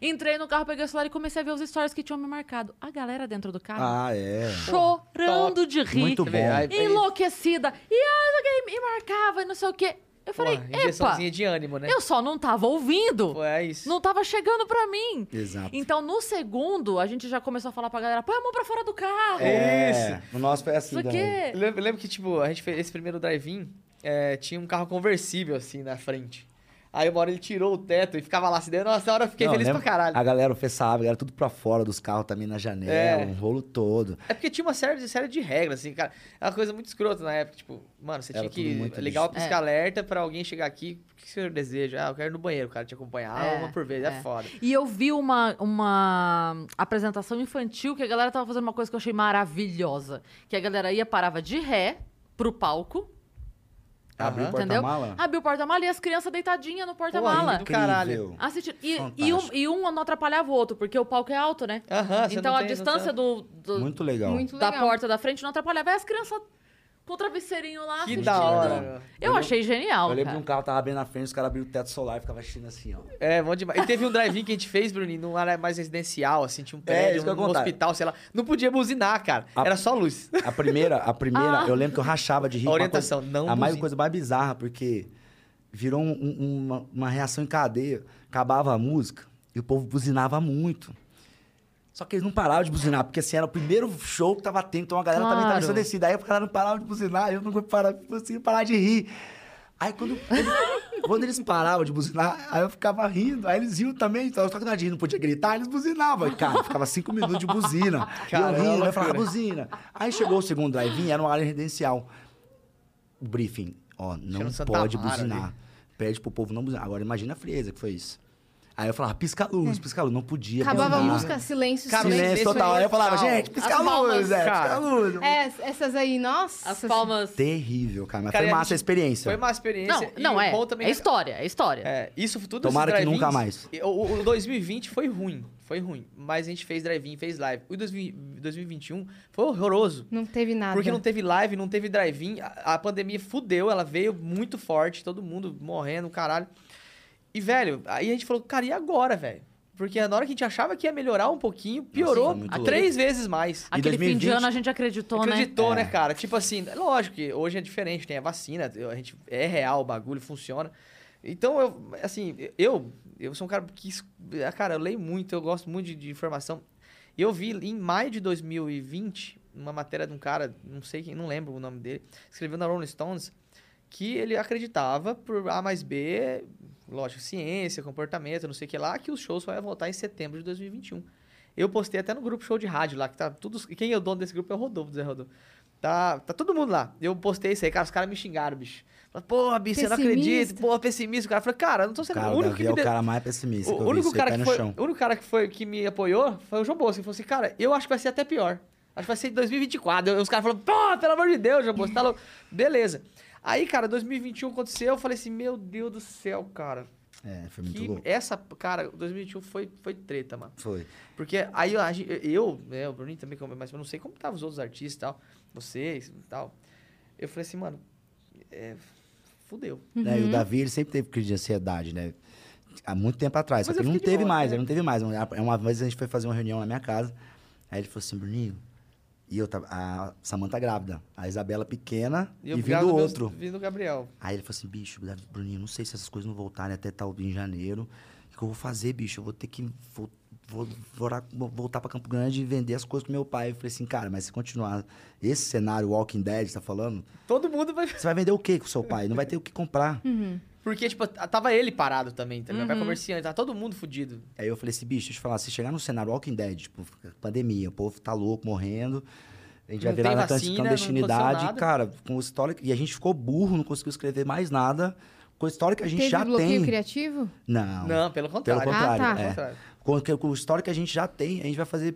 Entrei no carro, peguei o celular e comecei a ver os stories que tinham me marcado. A galera dentro do carro
Ah, é.
chorando de rir.
Muito bom.
Aí- aí-
Enlouquecida. E ah, alguém me marcava e não sei o quê. Eu falei,
Porra,
epa,
injeçãozinha de ânimo, né?
eu só não tava ouvindo.
Pô, é isso.
Não tava chegando pra mim.
Exato.
Então, no segundo, a gente já começou a falar pra galera, põe a mão pra fora do carro.
Então,
É, o nosso foi assim
Isso
também.
Eu
aqui.
lembro, é, eu lembro que, tipo, a gente fez esse primeiro drive-in, é, tinha um carro conversível, assim, na frente. Aí uma hora ele tirou o teto e ficava lá se dentro. Nossa, na hora eu fiquei
Não,
feliz
lembra-
pra caralho.
A galera, o Fessab, a galera tudo pra fora dos carros também na janela,
É.
um rolo todo.
É porque tinha uma série, série de regras, assim, cara. Era uma coisa muito escrota na época. Tipo, mano, você
Era
tinha
tudo
que
muito
ligar o
lixo.
É.
pisca-alerta pra alguém chegar aqui. O que o senhor deseja? Ah, eu quero ir no banheiro. O cara te acompanhava
É,
uma por vez. É,
é.
foda.
E eu vi uma, uma apresentação infantil que a galera tava fazendo uma coisa que eu achei maravilhosa. Que a galera ia, parava de ré pro palco,
Abriu o
Aham. Ah,
entendeu?
porta-mala.
Abriu o porta-mala e as crianças deitadinhas no porta-mala.
do caralho.
Incrível.
Assistindo. E, e, um,
Fantástico.
e um não atrapalhava o outro, porque o palco é alto, né?
Aham, você
então
não
a
tem- não
distância
tem-
do, do-
Muito legal.
Muito
da
legal.
porta da frente não atrapalhava. E as crianças com o travesseirinho lá
Que
assistindo.
da hora. meu.
Eu, achei genial.
Eu lembro de
cara.
um carro tava abrindo na frente, os caras abriram o teto solar e ficavam assistindo assim, ó.
É, bom demais. E teve um drive-in que a gente fez, Bruninho, numa área mais residencial, assim, tinha um
É, isso
prédio,
que eu ia
um
contar.
hospital, sei lá. Não podia buzinar, cara.
A-
Era só luz.
A primeira, a primeira, eu lembro que eu rachava de rir.
Ah. A
uma
orientação,
coisa,
não
A mais
buzina.
coisa mais bizarra, porque virou um- um- uma, uma reação em cadeia. Acabava a música e o povo buzinava muito. Só que eles não paravam de buzinar, porque assim, era o primeiro show que tava tendo, então a galera também tava
Claro.
ensandecida. Aí a galera não parava de buzinar, eu não conseguia parar de rir. Aí quando, quando, [LAUGHS] quando eles paravam de buzinar, aí eu ficava rindo. Aí eles riam também, então eu só que não não podia gritar, eles buzinavam. E, cara, ficava cinco minutos de buzina.
Cara,
e
é
eu
uma
rindo, aí eu falava,
loucura.
buzina. Aí chegou o segundo drive-in, era um uma área residencial. O briefing, ó, não
no Santa
pode
Amaro
buzinar.
ali.
Pede pro povo não buzinar. Agora imagina a frieza que foi isso. Aí eu falava, pisca a luz, pisca a luz. Não podia
É. Acabava a
buzinar.
música, silêncio,
Cara, é
silêncio.
é Silêncio total. é Aí eu falava,
total.
gente, pisca
As
a
palmas,
luz, é, pisca
cara.
a luz.
É, essas aí,
um
nossa.
As palmas.
Terrível, cara. Mas
Cara, e
foi
a
massa a
gente-
experiência.
Foi uma
Não,
experiência. e
não
o
é.
bom também
É história, é história.
É, isso tudo
Tomara
esses
que nunca
drive-ins-
mais.
O, o 2020 foi ruim, foi ruim. Mas a gente fez drive-in, fez live. O 2000 2021 foi horroroso.
Não teve nada.
Porque não teve live, não teve drive-in. A, a pandemia fudeu, ela veio muito forte, todo mundo morrendo, caralho. E, velho, aí a gente falou, cara, e agora, velho? Porque na hora que a gente achava que ia melhorar um pouquinho, piorou
foi muito louco.
três vezes mais.
E
Aquele fim de
2020?
ano a gente acreditou, né?
Acreditou, né,
É.
cara? Tipo assim, lógico que hoje é diferente, tem a vacina, a gente, é real o bagulho, funciona. Então, eu, assim, eu, eu sou um cara que. es- ah, Cara, eu leio muito, eu gosto muito de, de informação. E eu vi em maio de 2020 uma matéria de um cara, não sei quem, não lembro o nome dele, escreveu na Rolling Stones que ele acreditava por A mais B, lógico, ciência, comportamento, não sei o que lá, que os shows só iam voltar em setembro de 2021. Eu postei até no grupo show de rádio lá, que tá tudo. Quem é o dono desse grupo é o Rodolfo, Zé Rodolfo. Tá, tá todo mundo lá. Eu postei isso aí, cara. Os caras me xingaram, bicho. Falaram, porra, bicho, você não acredita.
Pessimista.
Porra, pessimista. O cara falou, cara, eu não tô sendo
Cara,
o
o
único que
Davi é
me
o
deu-
cara mais pessimista
o
que eu vi.
único
Você
cara
cai
que
no
foi,
chão.
o único cara que foi que me apoiou foi o João Bolsa. Ele falou assim, cara, eu acho que vai ser até pior. Acho que vai ser em 2024. Eu- os caras falaram, pô, pelo amor de Deus, João Bolsa, tá louco. Beleza. Aí, cara, 2021 aconteceu, eu falei assim, meu Deus do céu, cara.
É, foi muito
Que
louco.
essa, cara, 2021 foi, foi treta, mano.
Foi.
Porque aí a gen- eu, né, o Bruninho também, como- mas eu não sei como estavam os outros artistas e tal, vocês e tal. Eu falei assim, mano, é, fudeu.
né? E o Davi, ele sempre teve crise de ansiedade, né? Há muito tempo atrás.
Mas
só que
eu
ele não
fiquei de
teve
boa,
mais,
né?
ele não teve mais. Uma, uma vez a gente foi fazer uma reunião na minha casa, aí ele falou assim, Bruninho, e eu tava, a Samanta grávida, a Isabela pequena e, vindo
gravo meus-
outro.
Vindo o Gabriel.
Aí ele falou assim, bicho, Bruninho, não sei se essas coisas não voltarem até tal em janeiro. O que eu vou fazer, bicho? Eu vou ter que vou, vou, vorar- vou voltar pra Campo Grande e vender as coisas pro meu pai. Eu falei assim, cara, mas se continuar esse cenário Walking Dead, você tá falando,
Todo mundo vai.
você vai vender o quê com o seu pai? Não vai ter o que comprar.
Porque, tipo, tava ele parado também, tá
Uhum.
ligado? Vai comerciante, tá todo mundo fudido.
Aí eu falei assim, bicho, deixa eu te falar, se chegar no cenário Walking Dead, tipo, pandemia, o povo tá louco, morrendo, a gente
Não
vai virar
tem
na
vacina, não aconteceu nada.
clandestinidade, cara, com o histórico, e a gente ficou burro, não conseguiu escrever mais nada, com a história que a gente
Teve
já
bloqueio
tem.
criativo?
Não,
Não, pelo
pelo
contrário.
contrário,
Ah, tá.
Pelo
é.
contrário.
Com, que- com o histórico que a gente já tem, a gente vai fazer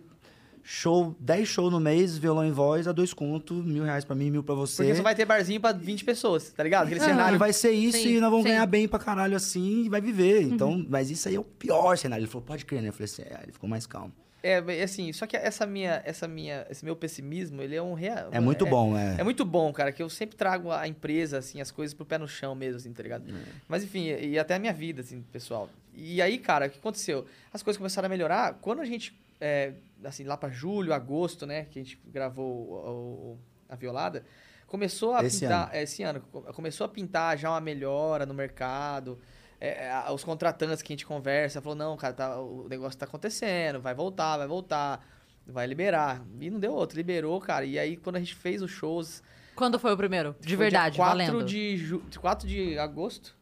show, 10 shows no mês, violão em voz, a dois contos, mil reais pra mim, mil pra você.
Porque só vai ter barzinho pra 20 pessoas, tá ligado? Aquele
Esse cenário
cenário.
vai ser isso
Sim,
e nós vamos
sim.
ganhar bem pra caralho assim e vai viver.
Uhum.
Então, mas isso aí é o pior cenário. Ele falou, pode crer, né? Eu falei assim, é, ele ficou mais calmo.
É, mas, assim, só que essa minha, essa minha, esse meu pessimismo, ele é um real.
É muito bom, é.
É muito bom, cara, que eu sempre trago a empresa, assim, as coisas pro pé no chão mesmo, assim, tá ligado?
Uhum.
Mas enfim, e e até a minha vida, assim, pessoal. E aí, cara, o que aconteceu? As coisas começaram a melhorar quando a gente, é, assim, lá pra julho, agosto, né, que a gente gravou o- o- a violada, começou a
Esse
pintar. é, Esse ano. co- Começou a pintar já uma melhora no mercado. é, é, a- os contratantes que a gente conversa falou: não, cara, tá- o negócio tá acontecendo, vai voltar, vai voltar, vai liberar. E não deu outro, liberou, cara. E aí, quando a gente fez os shows,
Quando foi o primeiro? De
foi dia
verdade,
4
valendo.
De ju... 4 de agosto.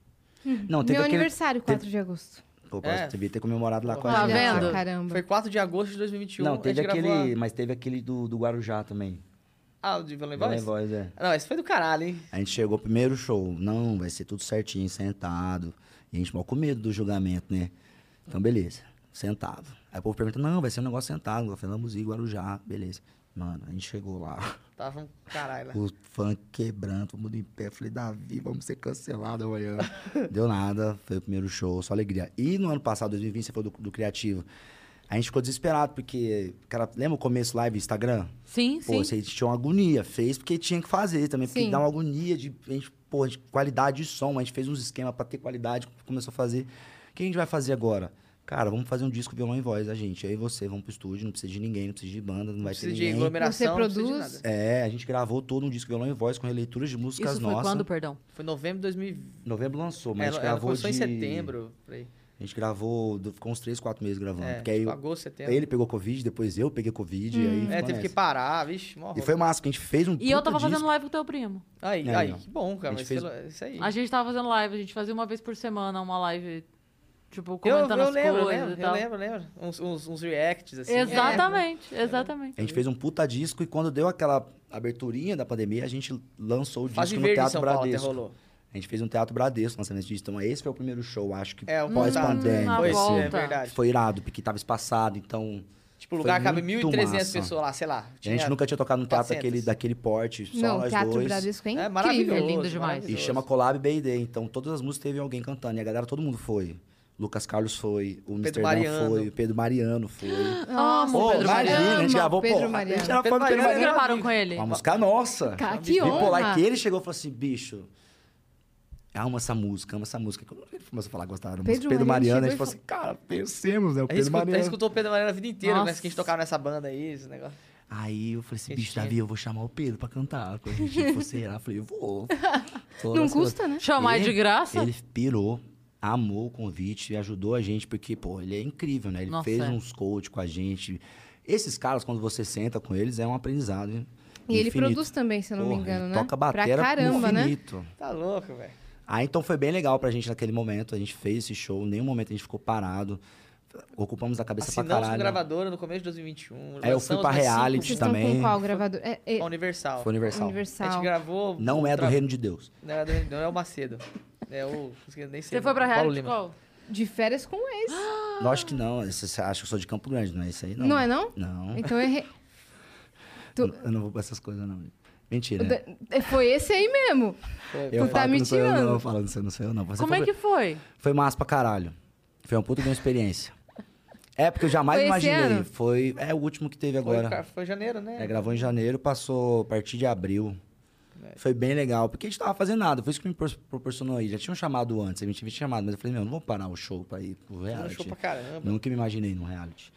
Não, teve
É, Meu
aquele...
aniversário, 4 de agosto.
Pô,
É.
posso- devia ter comemorado lá com
Tá
a
Olha
gente.
lá,
vendo?
Caramba.
Foi 4 de agosto de 2021.
Não, teve
a gente
aquele...
Gravou...
Mas teve aquele do, do Guarujá também.
a- Ah, o de Villain
Valen
Voice?
Voz, é.
Não, esse foi do caralho, hein?
A gente chegou primeiro show. Não, vai ser tudo certinho, sentado. E a gente mal com medo do julgamento, né? Então, beleza. Sentado. Aí o povo pergunta, não, vai ser um negócio sentado. Eu falei, não, música, Guarujá. Beleza. Mano, a gente chegou lá.
Tava um caralho lá.
O funk quebrando, todo mundo em pé. Eu falei, Davi, vamos ser cancelados amanhã. [LAUGHS] Deu nada, foi o primeiro show, só alegria. E no ano passado, 2020, você falou do, do Criativo. A gente ficou desesperado, porque, cara, lembra o começo live Instagram?
Sim,
Pô,
sim.
você tinha uma agonia, fez porque tinha que fazer também, porque
Sim.
dá uma agonia de, a gente, pô, de qualidade de som, a gente fez uns esquemas pra ter qualidade, começou a fazer. O que a gente vai fazer agora? Cara, vamos fazer um disco violão e voz, a gente. Eu e você, vamos pro estúdio, não precisa de ninguém, não precisa de banda, não, vai ter
precisa de
ninguém.
aglomeração,
Você
não precisa de
produz?
nada.
É, a gente gravou todo um disco violão e voz com releituras de músicas
Isso foi
nossas.
quando, perdão?
Foi novembro de 2020.
Novembro lançou, mas a
É, Ela,
gente
ela
gravou
começou em
de-
setembro, por aí.
A gente gravou, do- ficou uns três, quatro meses gravando.
É,
porque aí
tipo,
eu-
agosto, setembro.
ele pegou Covid, depois eu peguei Covid, aí
É,
ficou
teve que
nessa.
parar, vixe, mó
E
rolo.
foi massa, que a gente fez um
E eu
puta
tava
disco.
fazendo live com teu primo.
Aí,
É,
aí,
não.
que bom, cara.
A gente
Mas
fez-
pelo- isso aí.
A gente tava fazendo live, a gente fazia uma vez por semana uma live, tipo,
Eu,
comentando
eu
as
lembro, eu
coisas
lembro,
e tal.
eu lembro, eu lembro. Uns, uns, uns reacts, assim.
Exatamente, exatamente.
A gente fez um puta disco e quando deu aquela aberturinha da pandemia, a gente lançou o disco
Fase
no
verde em
Teatro
São Paulo até
Bradesco.
rolou.
a gente fez um Teatro Bradesco, lançamento disso. Então esse foi o primeiro show, acho que
É, o
pós-pandemia.
contato. Hum, a
Foi,
assim.
sim, é
volta.
verdade.
Foi irado, porque tava espaçado, então...
Tipo, o
Foi
lugar cabe
muito
1.300
massa.
pessoas lá, sei lá.
A gente nunca tinha tocado num teatro
400.
daquele, daquele porte, só
Não,
nós
Teatro
dois.
Bradesco é
É
incrível.
maravilhoso.
É lindo demais.
maravilhoso.
E chama Collab B&D, então todas as músicas teve alguém cantando. E a galera, todo mundo foi. Lucas Carlos foi, o Mr. Dan
Mariano.
foi, o Pedro Mariano foi.
Nossa,
Pô,
Pedro
imagina,
Mariano.
a gente gravou, pô,
Pedro
a
Mariano.
gente gravou
Pedro
do Pedro
Mariano.
Vocês
Mariano.
gravaram com ele?
Uma música nossa.
Cara, que honra.
Bipolar, que ele chegou e falou assim, bicho, eu amo essa música, amo essa música. Ele começou a falar, gostava da música.
Pedro
Pedro
Mariano
Mariano, a
chegou
gente falou assim, cara, pensemos, né?
A
O
gente
Pedro
escutou, a gente
Mariano.
escutou o Pedro Mariano a vida inteira,
Nossa.
mas que a gente tocava nessa banda aí, esse negócio.
Aí eu falei assim,
Gente,
bicho, Davi, eu vou chamar o Pedro pra cantar. Quando a gente for será, eu falei, eu vou. Todas
Não
as
custa, né?
Chamar
Ele-
de graça?
Ele pirou, amou o convite e ajudou a gente, porque, pô, ele é incrível, né? Ele
Nossa,
fez
é.
uns coach com a gente. Esses caras, quando você senta com eles, é um aprendizado. hein?
E ele
Infinito.
produz também, se eu não me
Porra,
engano,
ele
né?
Toca batera
pra caramba, né?
né?
Tá louco, velho.
Ah, então foi bem legal pra gente naquele momento. A gente fez esse show, em nenhum momento a gente ficou parado. Ocupamos a cabeça pra
Assinamos com
caralho. né?
gravadora no começo de 2021.
Aí eu
lançamos
fui pra
mais cinco
reality
Vocês
músicas
estão com
também.
qual gravador? É, é,
pra Universal.
Foi universal.
A gente
Universal.
gravou...
Não é do
tra-
reino de Deus.
Não é, do- não é o Macedo. É o... Nem sei.
Você foi pra
Paulo
reality
Lima.
qual?
De férias com o ex.
Lógico que não. Esse- Você acha que eu sou de Campo Grande, não é isso aí? Não,
Não, é não?
Não.
Então errei. tu-
Eu não vou pra essas coisas, não. Mentira. né?
É, Foi esse aí mesmo.
Foi-
Eu
Tu
foi-
tá
falo que não sou eu,
mentirando.
não. Eu falo, não sou eu, não sou eu, não. Você
Como
foi,
é que foi?
foi massa pra caralho. Foi uma puta de uma experiência. É, porque eu jamais
Foi esse
imaginei.
ano?
Foi. É o último que teve
foi-
agora.
cara, Foi janeiro, né?
É, gravou em janeiro, passou a partir de abril. Foi bem legal, porque a gente tava fazendo nada, foi isso que me propor- proporcionou aí. Já tinham chamado antes, a gente tinha chamado, mas eu falei, meu, não vou parar o show pra ir pro
Um
reality.
show pra caramba.
Nunca me imaginei num reality.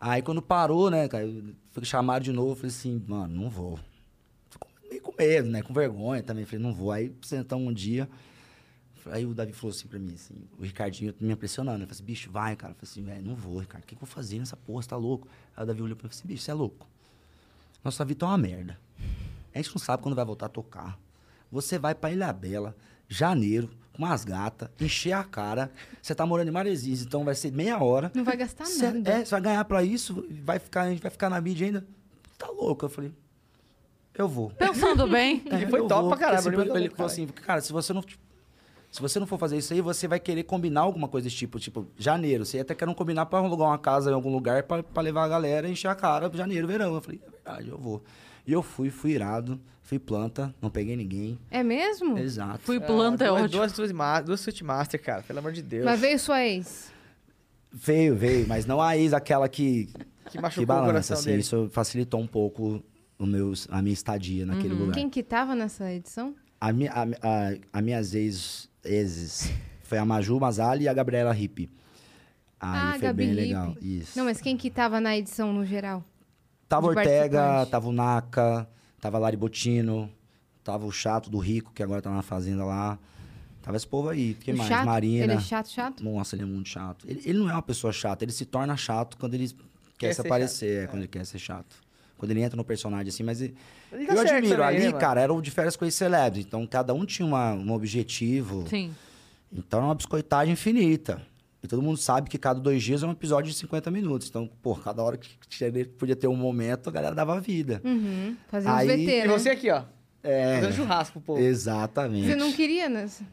Aí quando parou, né, cara, eu- foi chamaram de novo, eu falei assim, mano, não vou. Ficou meio com medo, né, com vergonha também, falei, não vou. Aí sentamos um dia, aí o Davi falou assim pra mim, assim, o Ricardinho me impressionando, eu falei assim, bicho, vai, cara. Eu falei assim, velho, não vou, Ricardo, o que, que eu vou fazer nessa porra, você tá louco? Aí o Davi olhou pra mim e falou assim, bicho, você é louco. Nossa vida é uma merda. A gente não sabe quando vai voltar a tocar. Você vai pra Ilha Bela, janeiro, com umas gatas, encher a cara. Você tá morando em Maresias, então vai ser meia hora.
Não vai gastar
Cê-
nada.
é, você vai ganhar pra isso, vai ficar, a gente vai ficar na mídia ainda. Tá louco? Eu falei, eu vou.
[LAUGHS]
Pensando bem.
Ele
É,
foi
eu
top
vou.
pra caralho,
Esse-
ele mandou
Ele
bem,
falou assim, cara, se você não... Se você não for fazer isso aí, você vai querer combinar alguma coisa desse tipo, tipo, janeiro. Você ia até querendo combinar pra alugar uma casa em algum lugar pra, pra levar a galera, encher a cara, janeiro, verão. Eu falei, é verdade, eu vou. E eu fui, fui irado, fui planta, não peguei ninguém.
É
Hum.
mesmo?
Exato.
Fui planta, é
duas,
ótimo.
duas, duas, ma- duas Switch Master, cara. Pelo amor de Deus.
Mas veio sua ex.
Veio, veio, mas não a ex, aquela que.
Que machucou o
balança,
coração
assim,
dele.
Isso facilitou um pouco o meu, a minha estadia naquele
Uhum.
lugar.
Quem que tava nessa edição?
A, mi- a, a, a minhas ex, exes foi a Maju Masali e a Gabriela Hippie.
Ah,
Aí foi
Gabi
bem
Hippie.
legal. Isso.
Não, mas quem que tava na edição no geral?
Tava
de
Ortega,
participante.
tava o Naka, tava Lari Botino, tava o Chato do Rico, que agora tá na fazenda lá. Tava esse povo aí. que
O
mais?
chato?
Marina.
Ele é chato, chato?
Nossa, ele é muito chato. Ele, ele não é uma pessoa chata, ele se torna chato quando ele
Quer
quer, se
ser
aparecer, é, quando ele quer ser chato. Quando ele entra no personagem assim, mas ele-
Mas ele tá
eu
certo
admiro.
também, né,
Ali,
mano?
cara, eram de férias com os celebres, então cada um tinha uma, um objetivo.
Sim.
Então é uma biscoitagem infinita. E todo mundo sabe que cada dois dias é um episódio de 50 minutos. Então, pô, cada hora que que podia ter um momento, a galera dava vida.
Uhum. Fazer uns
Aí-
VT, né?
E você aqui, ó.
É.
Fazendo churrasco, pô.
Exatamente.
Você não queria, né? Foi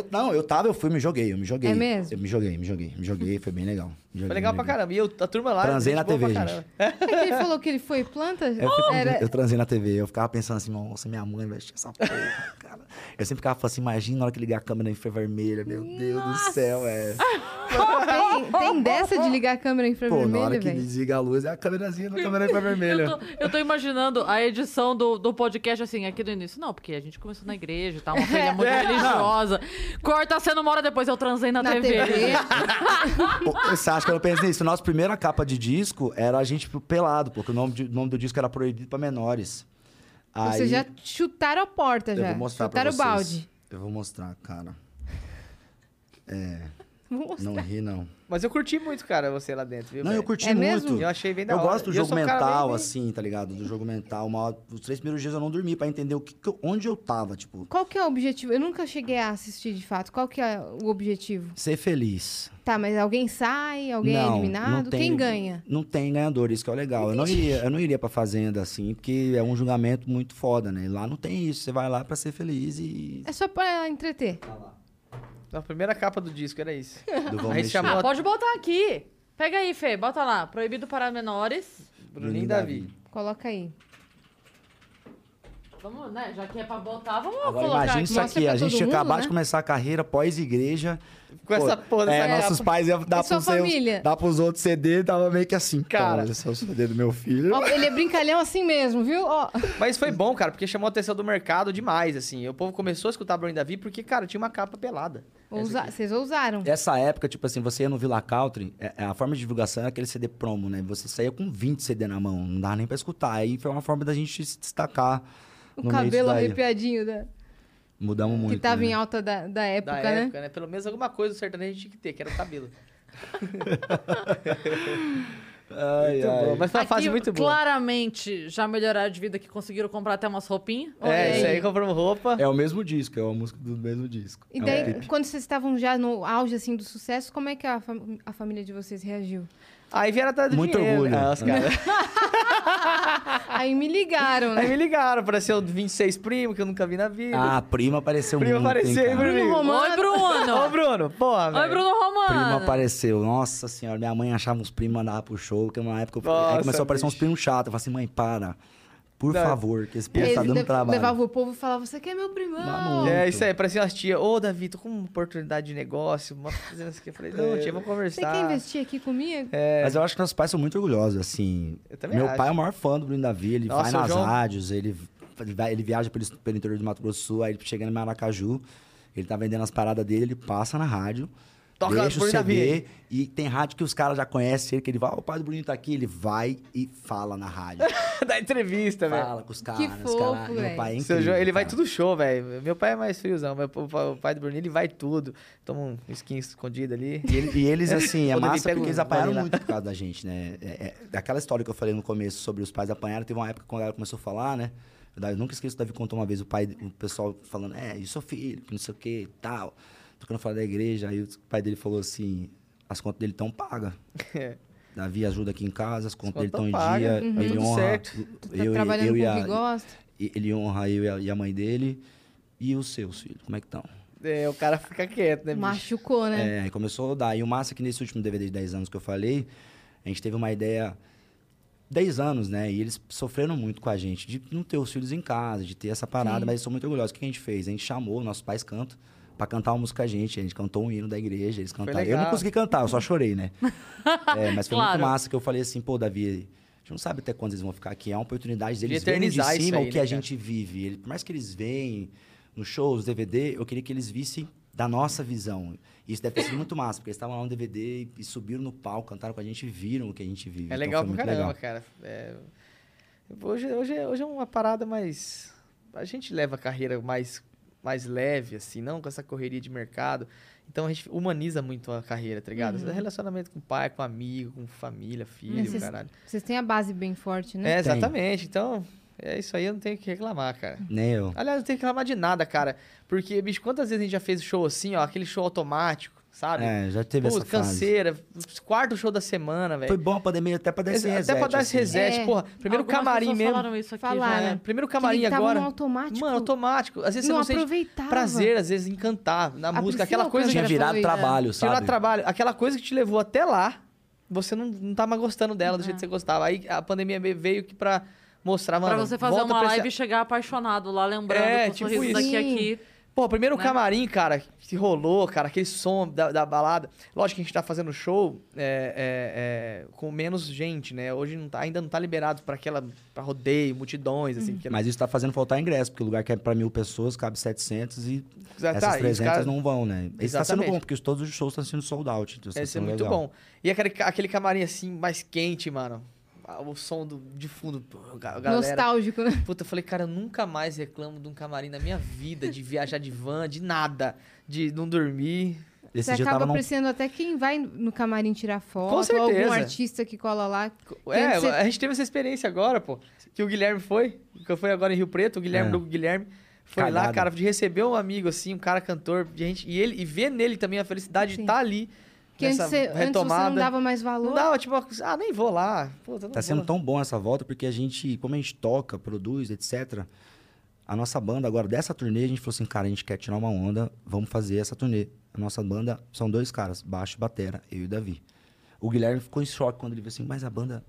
Eu, não, eu tava, eu fui, me joguei, eu me joguei.
É mesmo?
Eu me joguei, me joguei, me joguei, foi bem legal. Me joguei,
Foi legal
me
pra
joguei.
caramba. E eu, a turma lá. é
Transei na
boa
TV,
pra
gente.
caramba.
É que ele falou que ele foi planta?
Eu, fiquei-
Era-
eu transei na TV, eu ficava pensando assim, nossa, minha mãe vai assistir essa porra, cara. Eu sempre ficava falando assim, imagina na hora que ligar a câmera infravermelha, meu Deus do céu, é.
Tem, tem dessa de ligar a câmera
Pô, na
infravermelha,
hora que
velho?
desliga a luz, é a câmerazinha da câmera infravermelha.
Eu tô, eu tô imaginando a edição do, do podcast assim, aqui do início. Não, porque a gente começou na igreja e tal, uma
[LAUGHS] É,
filha muito religiosa. Corta a cena uma hora depois, eu transei na,
Na
TV.
TV.
Pô, Você acha que eu não penso nisso? Nossa primeira capa de disco era a gente pelado, porque o nome, de- o nome do disco era proibido pra menores.
Vocês
Aí-
já chutaram a porta,
Eu
já.
vou mostrar pra
chutaram
vocês.
o balde.
Eu vou mostrar, cara. É.
Nossa.
Não ri, não.
Mas eu curti muito, cara, você lá dentro, viu?
Não,
velho?
eu curti
É mesmo?
muito.
Eu achei bem da
Eu
hora.
gosto do
E eu
jogo
sou um cara
mental,
bem-
assim, tá ligado? Do jogo mental. Uma hora- os três primeiros dias eu não dormi pra entender o que, que eu- onde eu tava, tipo...
Qual que é o objetivo? Eu nunca cheguei a assistir de fato. Qual que é o objetivo?
Ser feliz.
Tá, mas alguém sai, alguém é
não,
eliminado?
não tem-
Quem ganha?
Não tem ganhador, isso que é o legal. Eu não, iria, eu não iria pra fazenda, assim, porque é um julgamento muito foda, né? Lá não tem isso. Você vai lá pra ser feliz e...
É só pra entreter.
Na primeira capa do disco, era
[LAUGHS]
isso. [LAUGHS]
Do vão
Aí
mexer.
chamou-
Ah, pode botar aqui. Pega aí, Fê, bota lá. Proibido para menores.
Bruninho e Davi.
Coloca aí.
Vamos, né? Já que é pra botar, vamos
Agora
colocar
imagina
aqui.
isso
mostra
aqui.
pra
A gente
todo
tinha
mundo,
acabado de
né?
começar a carreira pós-igreja.
Com essa porra dessa
é,
capa.
nossos pais iam dar
E sua
pros, seus,
família?
dar pros outros CD, tava meio que assim,
Cara.
cara. Esse é o CD do meu filho.
Ó, ele é brincalhão assim mesmo, viu? Ó,
Mas foi bom, cara, porque chamou a atenção do mercado demais, assim. O povo começou a escutar Bruno e Davi porque, cara, tinha uma capa pelada.
ousa- vocês ousaram.
Essa época, tipo assim, você ia no Villa Country, é- é a forma de divulgação era aquele CD promo, né? Você saía com 20 CD na mão, não dava nem pra escutar. Aí foi uma forma da gente se destacar.
O
no meio
cabelo
disso daí.
arrepiadinho da-
Mudamos muito.
que tava
né?
em alta da, da época,
Da
né?
época, né? Pelo menos alguma coisa do sertanejo a gente tinha que ter, que era o cabelo.
Ai,
Muito
ai.
bom. Mas foi uma
Aqui,
fase é muito boa.
Claramente já melhoraram de vida que conseguiram comprar até umas roupinhas.
Olha
É, isso
aí.
aí compramos roupa.
É o mesmo disco, é uma música do mesmo disco.
E
É um
daí,
clipe.
quando vocês estavam já no auge, assim, do sucesso, como é que a, fam- a família de vocês reagiu?
Aí vieram atrás do
Muito
dinheiro.
orgulho.
Ah, os caras.
[LAUGHS] Aí me ligaram,
Aí [LAUGHS]
né?
me ligaram, apareceu 26 primo que eu nunca vi na vida.
Ah, a prima apareceu
Prima
muito, hein,
apareceu,
cara?
Bruno.
Bruno Romano.
Oi, Bruno!
Ô, Bruno, porra,
Oi,
velho.
Bruno
primo
Romano!
apareceu. Nossa senhora, minha mãe achava uns primos mandava pro show, que uma época eu
Nossa,
aí começou a aparecer uns
bicho.
primos chatos. Eu falei assim, mãe, para. Por
Não.
favor, que esse povo tá
Eles
dando
lev-
trabalho.
Levava o povo e falava, você aqui é meu primão.
Vamos.
É, isso aí, parecia umas tia. Ô, Davi, tô com uma oportunidade de negócio, uma fazendo isso aqui. Eu falei, não, tia, vamos
Você
conversar.
quer investir aqui comigo?
É,
Mas eu acho que nossos pais são muito orgulhosos, assim.
Eu também
Meu
acho.
pai é o maior fã do Bruno Davi, ele
Nossa,
vai
o
nas
João-
rádios, ele, ele vai- ele viaja pelo, pelo interior do Mato Grosso do Sul, aí ele chega em Maracaju, ele tá vendendo as paradas dele, ele passa na rádio,
Toca
deixa o
Bruno
CD,
Davi.
e tem rádio que os caras já conhecem ele, que ele vai, "Ó, o pai do Bruninho tá aqui, ele vai e fala na
[LAUGHS]
rádio.
da entrevista, velho.
fala com os caras,
Que
os caras.
fofo,
Meu
velho.
pai é
Seu
incrível,
João, ele vai
cara.
tudo show, velho. Meu pai é mais friozão. Meu, o, pa- o pai do Bruninho, ele vai tudo. Toma um skin escondido ali. [LAUGHS]
E, ele- e eles, assim, é
Ô, Davi,
massa
pega o
porque eles apanharam
bolinho lá.
muito por causa da gente, né? É, é, daquela história que eu falei no começo sobre os pais apanharam, teve uma época quando ela começou a falar, né? O Davi- Eu nunca esqueço, o Davi contou uma vez o pai, o pessoal falando, é, e seu filho, que não sei o que e tal. Tocando falar da igreja, aí o pai dele falou assim, as contas dele estão pagas.
É.
Davi ajuda aqui em casa, as contas dele
contas
estão em
tão
dia,
pagas, uhum.
ele
tudo
honra.
certo.
Tu tá
Eu, e-
trabalhando
eu
com
e
o
a,
que gosta?
e- ele honra eu e a, e a mãe dele. E os seus filhos, como é que estão?
É, o cara fica quieto, né, bicho?
Machucou, né?
É, aí começou a rodar. E o massa é que nesse último DVD de 10 anos que eu falei, a gente teve uma ideia. 10 anos, né? E eles sofreram muito com a gente, de não ter os filhos em casa, de ter essa parada, mas eu sou muito orgulhoso. O que a gente fez? A gente chamou nossos pais canto pra cantar uma música a gente. A gente cantou um hino da igreja, eles cantaram. Eu
legal.
não consegui cantar, eu só chorei,
[LAUGHS]
né? É, mas foi
Claro.
muito massa que eu falei assim, pô, Davi, a gente não sabe até quando eles vão ficar aqui. É uma oportunidade deles
De
verem de
eternizar isso
cima
aí,
o que
né, cara?
a gente vive. Ele- por mais que eles veem nos shows, DVD, eu queria que eles vissem da nossa visão. E Isso deve ter sido muito massa, porque eles estavam lá no DVD e subiram no palco, cantaram com a gente e viram o que a gente vive.
É
Então,
legal
foi
pra
muito
caramba,
legal.
cara. É, Hoje, hoje, é- hoje é uma parada mais. A gente leva a carreira mais, mais leve, assim, não com essa correria de mercado. Então a gente humaniza muito a carreira, tá ligado? Relacionamento com pai, com amigo, com família, filho,
Esses-
caralho.
Vocês têm a base bem forte, né?
É, exatamente. Então, É isso aí, eu não tenho o que reclamar, cara.
Nem eu.
Aliás, não tem que reclamar de nada, cara. Porque, bicho, quantas vezes a gente já fez show assim, ó, aquele show automático, sabe?
É, já teve
Pô,
essa fase.
canseira, quarto show da semana, velho.
Foi bom a pandemia até pra dar esse
Até
reset.
pra dar esse
assim.
reset,
É.
porra. Primeiro
Algumas
camarim
pessoas
mesmo.
Falaram isso aqui
Falaram.
já,
É,
né?
primeiro
Que
camarim
ele tava
agora.
no
tipo,
automático.
Mano, automático. Às vezes
não
você não sente
aproveitava.
prazer, às vezes, em cantar
Ah,
na
A
música.
Priscila
Aquela coisa
Tinha
Alcântara
que
virado
foi, né?
trabalho,
Tirou
sabe?
lá trabalho, aquela coisa que te levou até lá, você não, não tá mais gostando dela do jeito que você gostava. Aí a pandemia me- veio que pra mostrar, mano.
É. Pra você fazer
volta
uma
pra esse-
live e chegar apaixonado lá, lembrando
É,
com o
tipo
sorriso
isso.
daqui a
Sim.
aqui.
Pô, primeiro o
né?
camarim, cara, que rolou, cara, aquele som da, da balada. Lógico que a gente tá fazendo show é, é, é, com menos gente, né? Hoje não tá- ainda não tá liberado pra aquela. pra rodeio, multidões, assim. porque-
Mas isso tá fazendo faltar ingresso, porque o lugar que é pra mil pessoas cabe 700 e
Tá,
essas
e os
300
caras-
não vão, né? Isso tá sendo
Exatamente.
bom, porque todos os shows estão sendo sold out. Então isso tá
Esse é
sendo
muito
legal.
bom. E aquele, ca- aquele camarim assim, mais quente, mano. Ah, O som do, de fundo, pô, ga- galera.
Nostálgico, né?
Puta, eu falei, cara, eu nunca mais reclamo de um camarim na minha vida, de viajar de van, de nada, de não dormir.
Esse
Você
dia eu tava
acaba
num
apreciando até quem vai no camarim tirar foto. ou algum
certeza.
artista que cola lá.
É,
Quer dizer-
a gente teve essa experiência agora, pô. Que o Guilherme foi, que eu fui agora em Rio Preto, o Guilherme
É.
do Guilherme. Foi lá,
Cagada.
cara, de receber um amigo, assim, um cara cantor, de gente, e ele e ver nele também a felicidade de
Sim.
estar ali.
Que antes
nessa
você, antes você
retomada.
não dava mais valor.
Não dava, tipo, ah, nem vou lá. Puta, não
Tá sendo
vou.
tão bom essa volta, porque a gente, como a gente toca, produz, etc., a nossa banda agora, dessa turnê, a gente falou assim, cara, a gente quer tirar uma onda, vamos fazer essa turnê. A nossa banda são dois caras, baixo e batera, eu e o Davi. O Guilherme ficou em choque quando ele viu assim, mas a banda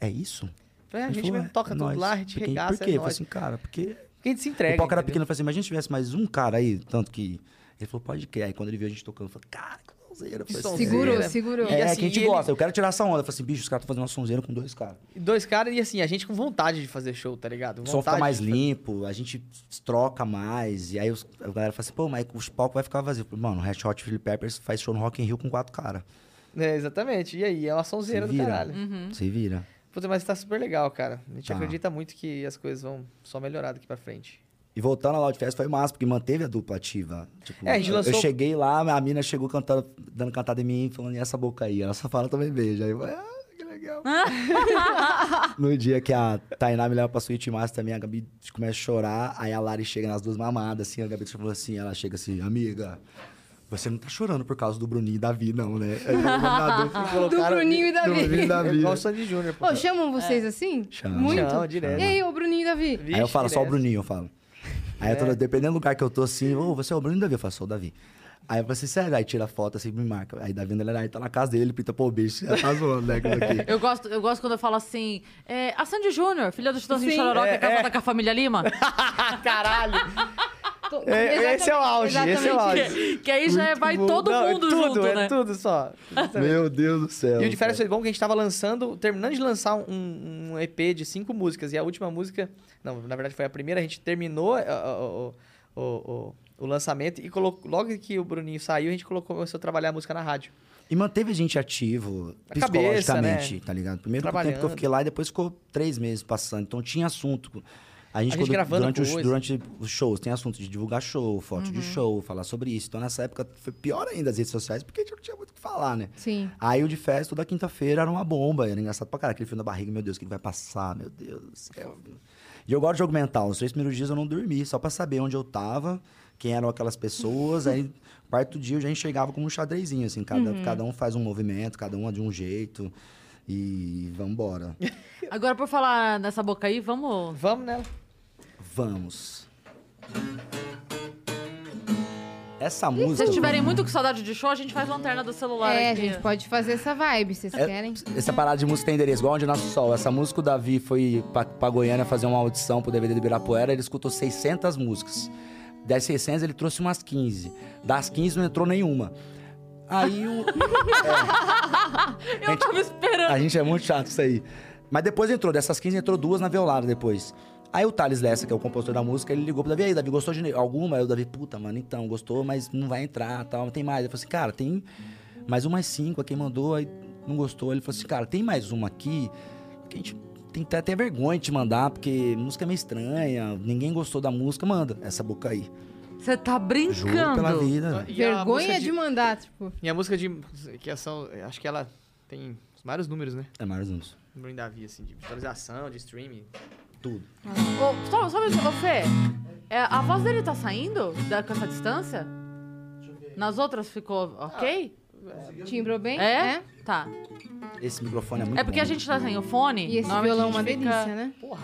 é isso?
É, a
Ele
gente
falou,
mesmo
"É,
toca tudo
nós."
lá, a gente
Porque-
regaça,
Por quê?
é
eu falei
nóis.
assim, cara, porque
Porque a gente se entrega.
o palco era
entendeu?
pequeno, eu falei assim, mas a gente tivesse mais um cara aí, tanto que... Ele falou, pode crer. Aí quando ele viu a gente tocando, eu falei, cara, que sonzeira. eu falei, assim,
Sonzeira.
Segurou,
Zero.
segurou.
E
É,
assim,
que a gente
ele-
gosta, eu quero tirar essa onda. Eu falei assim, bicho, os caras estão fazendo uma sonzeira com dois caras.
E Dois caras, e assim, a gente com vontade de fazer show, tá ligado?
O
Vontade
som fica mais
de fazer-
limpo, a gente troca mais. E aí os- a galera fala assim, pô, mas os palcos vai ficar vazio. Mano, o Red Hot Chili Peppers faz show no Rock in Rio com quatro caras.
É, exatamente. E aí, é uma sonzeira
Se
do
vira.
caralho.
Se vira.
Puta, mas tá super legal, cara. A gente
Tá.
acredita muito que as coisas vão só melhorar daqui pra frente.
E voltando à Loudfest foi massa, porque manteve a dupla ativa. Tipo,
É, a gente
eu-
lançou-
Eu cheguei lá, a mina chegou cantando, dando cantada em mim, falando, e essa boca aí? Ela só fala, também beijo. Aí eu falei, ah, que legal.
[LAUGHS]
no dia que a Tainá me leva pra suíte massa também, a Gabi começa a chorar, aí a Lari chega nas duas mamadas, assim, a Gabi falou assim, ela chega assim, amiga... Você não tá chorando por causa do Bruninho e Davi, não, né? Aí eu
[LAUGHS]
falei, "Nada, eu fui
Do
colocar-
Bruninho e Davi.
Do Bruninho e
É
Davi.
igual o Sandy Júnior, pô.
Ô, chamam vocês assim?
Chama.
Muito?
Chama, direto.
E aí, ô Bruninho e Davi?
Aí eu falo, só o
Vixe,
Bruninho, eu falo. Aí eu tô,
É.
dependendo do lugar que eu tô assim, ô, você é o Bruninho Davi? Eu falo, sou o Davi. Aí eu falei assim, sério, aí tira a foto assim, me marca. Aí Davi Nelera, aí tá na casa dele, pinta, pô, bicho, já tá zoando, né? com
[LAUGHS]
isso aqui.
Eu gosto, eu gosto quando eu falo assim, é, a Sandy Júnior, filha do Chitãozinho
Sim.
Chororó, que é
É,
casada
é.
com a família Lima. [LAUGHS] Ah,
Caralho!
Tô-
É, esse é o auge, esse é o
exatamente.
auge.
que, que aí já é- vai
Muito bom.
todo
Não, é
mundo
tudo,
junto,
é
né?
tudo só.
Meu Deus do céu.
E o é de férias
cara.
foi bom que a gente tava lançando, terminando de lançar um, um EP de cinco músicas. E a última música, não, na verdade foi a primeira, a gente terminou ah, o, o, o, o lançamento e colocou, logo que o Bruninho saiu, a gente colocou, começou a trabalhar a música na rádio.
E manteve a gente ativo,
A cabeça,
psicologicamente,
né?
tá ligado? Primeiro com o tempo que eu
Trabalhando.
fiquei lá e depois ficou três meses passando. Então tinha assunto. A gente,
gente
quando-
gravando
durante, os,
coisa. Uhum.
durante os shows, tem assunto de divulgar show, foto de show, falar sobre isso. Então nessa época foi pior ainda as redes sociais, porque a gente não tinha muito o que falar, né?
Sim.
Aí o de festa toda quinta-feira era uma bomba, era engraçado pra caralho. Aquele filme da barriga, meu Deus, o que ele vai passar, meu Deus do céu. E eu gosto de jogo mental. Nos três primeiros dias eu não dormi, só pra saber onde eu tava, quem eram aquelas pessoas. Aí, parte do dia eu já enxergava como um xadrezinho, assim, cada, cada um faz um movimento, cada um é de um jeito. E vambora.
Agora, por falar nessa boca aí, vamos...
Vamos nela.
Vamos. Essa
Se
música.
vocês tiverem muito com saudade de show, a gente faz lanterna do celular
É, a
aqui.
gente pode fazer essa vibe, vocês
É,
querem?
Essa parada de música tem endereço, igual onde o nosso sol. Essa música o Davi foi pra, pra Goiânia fazer uma audição pro DVD do Ibirapuera, ele escutou 600 músicas. Das 600 ele trouxe umas 15. Das 15 não entrou nenhuma.
[LAUGHS]
Aí o... É.
Eu tava esperando.
a gente é muito chato isso aí. Mas depois entrou, dessas 15 entrou duas na violada depois. Aí o Thales Lessa, que é o compositor da música, ele ligou pro Davi, "E aí, Davi, gostou de ne- alguma? Aí o Davi, puta, mano, então, gostou, mas não vai entrar, tal, tem mais. Ele falou assim, cara, tem mais umas cinco, a quem mandou, aí não gostou. Ele falou assim, cara, tem mais uma aqui, que a gente tem até, até vergonha de te mandar, porque música é meio estranha, ninguém gostou da música, manda essa boca aí.
Você tá
Juro pela
brincando.
vida. né? velho.
E a música
Vergonha de mandar, tipo.
E a música de. Que é só- acho que ela tem vários números, né?
É mais uns.
Bruno Davi, assim, de visualização, de streaming.
tudo.
Ô, só, só, mais- ô, Fê, é, a voz dele tá saindo da, com essa distância? Nas outras ficou ok?
Timbrou bem?
é?
né?
Tá.
Esse microfone é muito
É porque a
bom.
gente tá sem o fone.
E esse
normalmente
violão é
a
uma
gente fica-
delícia,
[LAUGHS]
né?
Porra.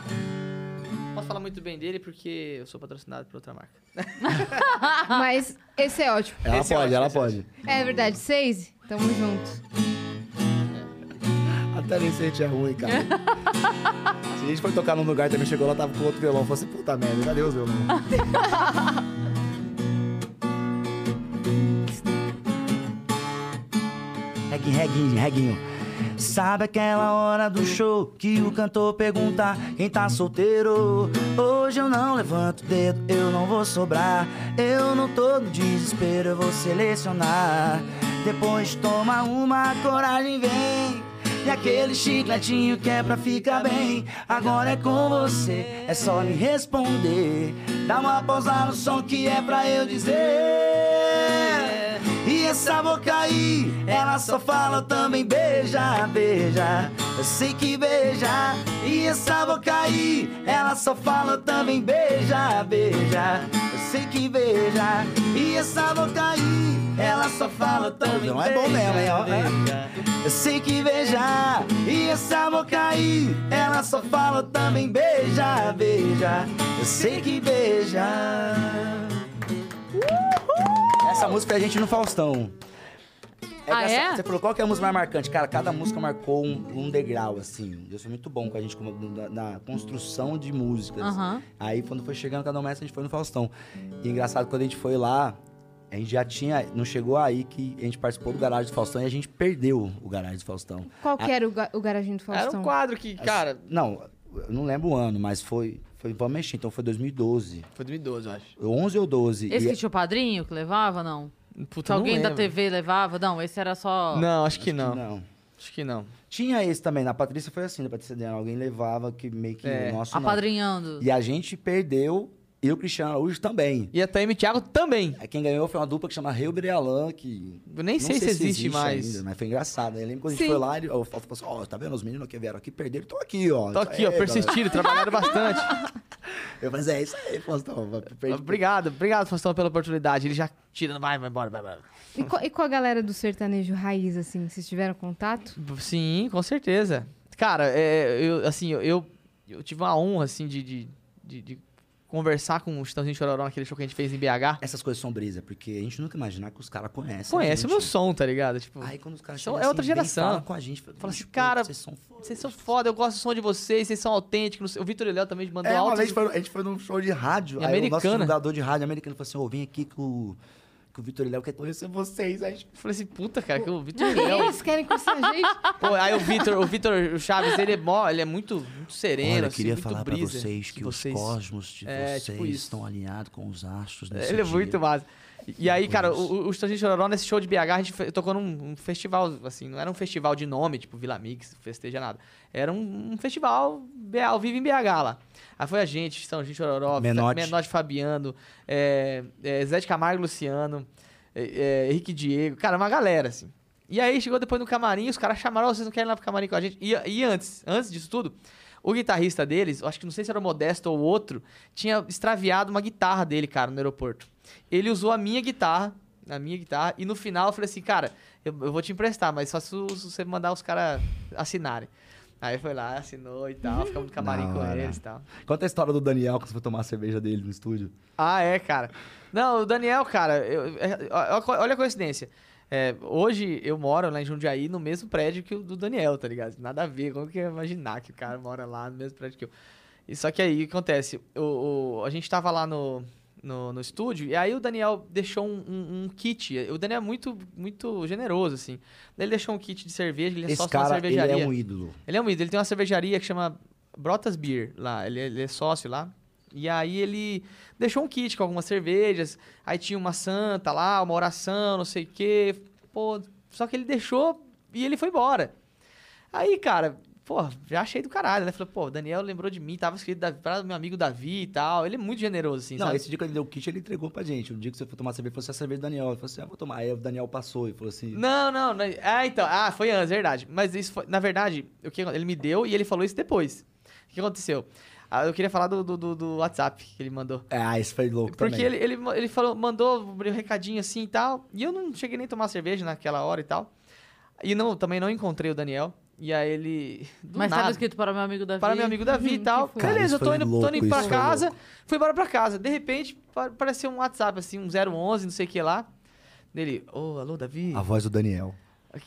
Posso falar muito bem dele porque eu sou patrocinado por outra marca.
Mas esse é ótimo.
Ela
Esse é
pode,
ótimo,
ela
esse é
pode.
É verdade, seis? Tamo junto.
Até nem se a gente é ruim,
[LAUGHS]
cara. se a gente foi tocar num lugar também, chegou lá, tava com outro violão. Falei assim, puta merda, cadê os violão? Reguinho, reguinho, reguinho. Sabe aquela hora do show que o cantor pergunta quem tá solteiro? Hoje eu não levanto o dedo, eu não vou sobrar. Eu não tô no desespero, eu vou selecionar. Depois toma uma, a coragem vem. E aquele chicletinho que é pra ficar bem. Agora é com você, é só me responder. Dá uma pausa no som que é pra eu dizer. E essa boca aí, ela só fala também beija, beija. Eu sei que beija. E essa boca aí, ela só fala também beija, beija. Eu sei que beija. E essa boca aí, ela só fala também Não é bom mesmo, hein?
Ah,
ó.
é?
Eu sei que beija. E essa boca aí, ela só fala também beija, beija. Eu sei que beija. Essa música é a gente no Faustão.
Ah,
dessa-
é?
Você falou qual que é a música mais marcante? Cara, cada música marcou um, um degrau, assim. Eu sou muito bom com a gente como, na, na construção de
né?
músicas.
Aham.
Aí, quando foi chegando cada uma, essa, a gente foi no Faustão. E é engraçado, quando a gente foi lá, a gente já tinha. Não chegou aí que a gente participou do Garagem do Faustão e a gente perdeu o Garagem do Faustão.
Qual que era o, ga o garajinho do Faustão?
Era um quadro que, cara,
Não, eu não lembro o ano, mas foi. Foi vamos mexer, então foi 2012.
foi 2012, eu acho.
11 ou 12.
Esse
E-
que tinha o padrinho que levava, não? Se
Puta,
alguém
é- não
da
lembro.
TV levava? Não, esse era só...
Não, acho que não.
não.
Acho que não.
Tinha esse também, na Patrícia foi assim, na Patrícia Daniel, alguém levava que meio que
É.
o nosso não.
Apadrinhando.
E a gente perdeu, e o Cristiano Araújo também.
E a Taime Thiago também.
Aí Quem ganhou foi uma dupla que chama Reuber e Alan, que...
Eu nem
não
sei, se, existe, mais.
ainda, mas foi engraçado. né? Eu lembro quando a
Sim.
gente foi lá, ele, o Fausto falou assim, ó, tá vendo os meninos que vieram aqui, perderam, estão aqui,
Tô
ó. Isso
aqui,
aí,
ó,
galera."
persistiram, trabalharam [LAUGHS] bastante.
Eu falei, é isso aí, Faustão. vai- perdi-
Obrigado, obrigado, Faustão, pela oportunidade. Ele já tirando, vai, vai embora, vai, vai.
E, co- e com a galera do sertanejo raiz, assim, vocês tiveram contato?
Sim, com certeza. Cara, é, eu, assim, eu- eu, eu tive uma honra, assim, de, de, de- de conversar com o Chitãozinho Chororó naquele show que a gente fez em BH.
Essas coisas são brisa, porque a gente nunca imaginar que os caras conhecem.
Conhece
a
o meu
gente.
som, tá ligado? Tipo,
Aí quando os caras
São-
chegam
é outra
assim, vem
geração.
falar com a gente.
Fala assim,
"Pô,
cara,
Vocês são foda.
vocês são foda, eu gosto do som de vocês, vocês são autênticos. não sei- O Vitor Eliel também me mandou
É, uma
altas-
vez a gente foi, a gente foi num show de rádio.
Em
Aí o nosso
Americana.
divulgador de rádio americano falou assim: ô, vem aqui que o, que o Vitor Léo quer conhecer vocês. Aí a gente,
Eu Falei assim, puta, cara, que o Vitor Eliel...
Eles querem conhecer a gente?
Pô, aí o Vitor, o Vitor Chaves, ele é mó, ele é muito, muito sereno,
Olha, eu
assim,
queria
muito
falar pra
brisa,
vocês que,
vocês-
os cosmos de
É,
vocês
tipo isso.
estão alinhados com os astros nesse
Ele é
dia.
muito massa. E aí, cara,
Nossa.
o, o Estante Chororó, nesse show de BH, a gente fe- tocou num um festival, assim, não era um festival de nome, tipo Vila Mix, festeja nada. Era um, um festival B- ao vivo em BH lá. Aí foi a gente, São Gente Chororó, Fa-
Menotti.
Menotti Fabiano, é, é, Zé de Camargo e Luciano, é, é, Henrique e Diego, cara, uma galera, assim. E aí chegou depois no camarim, os caras chamaram, "Ó, vocês não querem ir lá pro camarim com a gente? E, e antes, antes disso tudo, o guitarrista deles, eu acho que não sei se era o Modesto ou outro, tinha extraviado uma guitarra dele, cara, no aeroporto. Ele usou a minha guitarra, a minha guitarra, e no final eu falei assim, cara, eu, eu vou te emprestar, mas só se, o- se você mandar os caras assinarem. Aí foi lá, assinou e tal, ficamos no camarim
Uhum. Da
com
hora.
eles e tal.
Conta a história do Daniel quando você foi tomar a cerveja dele no estúdio.
Ah, é, cara. Não, o Daniel, cara, eu- é, ó, ó, olha a coincidência. É, hoje eu moro lá em Jundiaí no mesmo prédio que o do Daniel, tá ligado? Nada a ver, como que eu ia imaginar que o cara mora lá no mesmo prédio que eu. E só que aí o que acontece, o, o- a gente tava lá no, no, no estúdio e aí o Daniel deixou um, um- um kit. O Daniel é muito, muito generoso, assim. Ele deixou um kit de cerveja, ele é
Esse
sócio da
cara, ele
cervejaria.
é um ídolo.
Ele é um ídolo. Ele tem uma cervejaria que chama Brotas Beer lá. Ele, é- ele é sócio lá. E aí ele deixou um kit com algumas cervejas. Aí tinha uma santa lá, uma oração, não sei o quê. Pô, só que ele deixou e ele foi embora. Aí, cara, pô, já achei do caralho. Né? Falei, pô, o Daniel lembrou de mim, tava escrito da- pra meu amigo Davi e tal. Ele é muito generoso, assim,
não,
sabe?
esse dia que ele deu o kit, ele entregou pra gente. O dia que você foi tomar a cerveja, ele falou assim, a cerveja do Daniel. Ele falou assim, ah, vou tomar. Aí o Daniel passou e falou assim...
Não, não, não. Ah, então. Ah, foi antes, verdade. Mas isso foi. Na verdade, o que, ele me deu e ele falou isso depois. O que aconteceu? Ah, eu queria falar do, do, do- do WhatsApp que ele mandou.
Ah, isso foi louco
Porque
também.
ele, ele, ele falou, mandou um recadinho assim e tal. E eu não cheguei nem a tomar cerveja naquela hora e tal. E não, também não encontrei o Daniel. E aí ele. Do
Mas
nada,
tava escrito para meu amigo Davi.
para meu amigo Davi e tal.
que fofo.
Beleza, eu tô
Cara,
indo,
isso foi
tô indo
louco,
pra
isso foi
casa. Fui embora pra casa. De repente, pa- apareceu um WhatsApp, assim, um 011, não sei o que lá. Dele, ô, alô, Davi.
A voz do Daniel.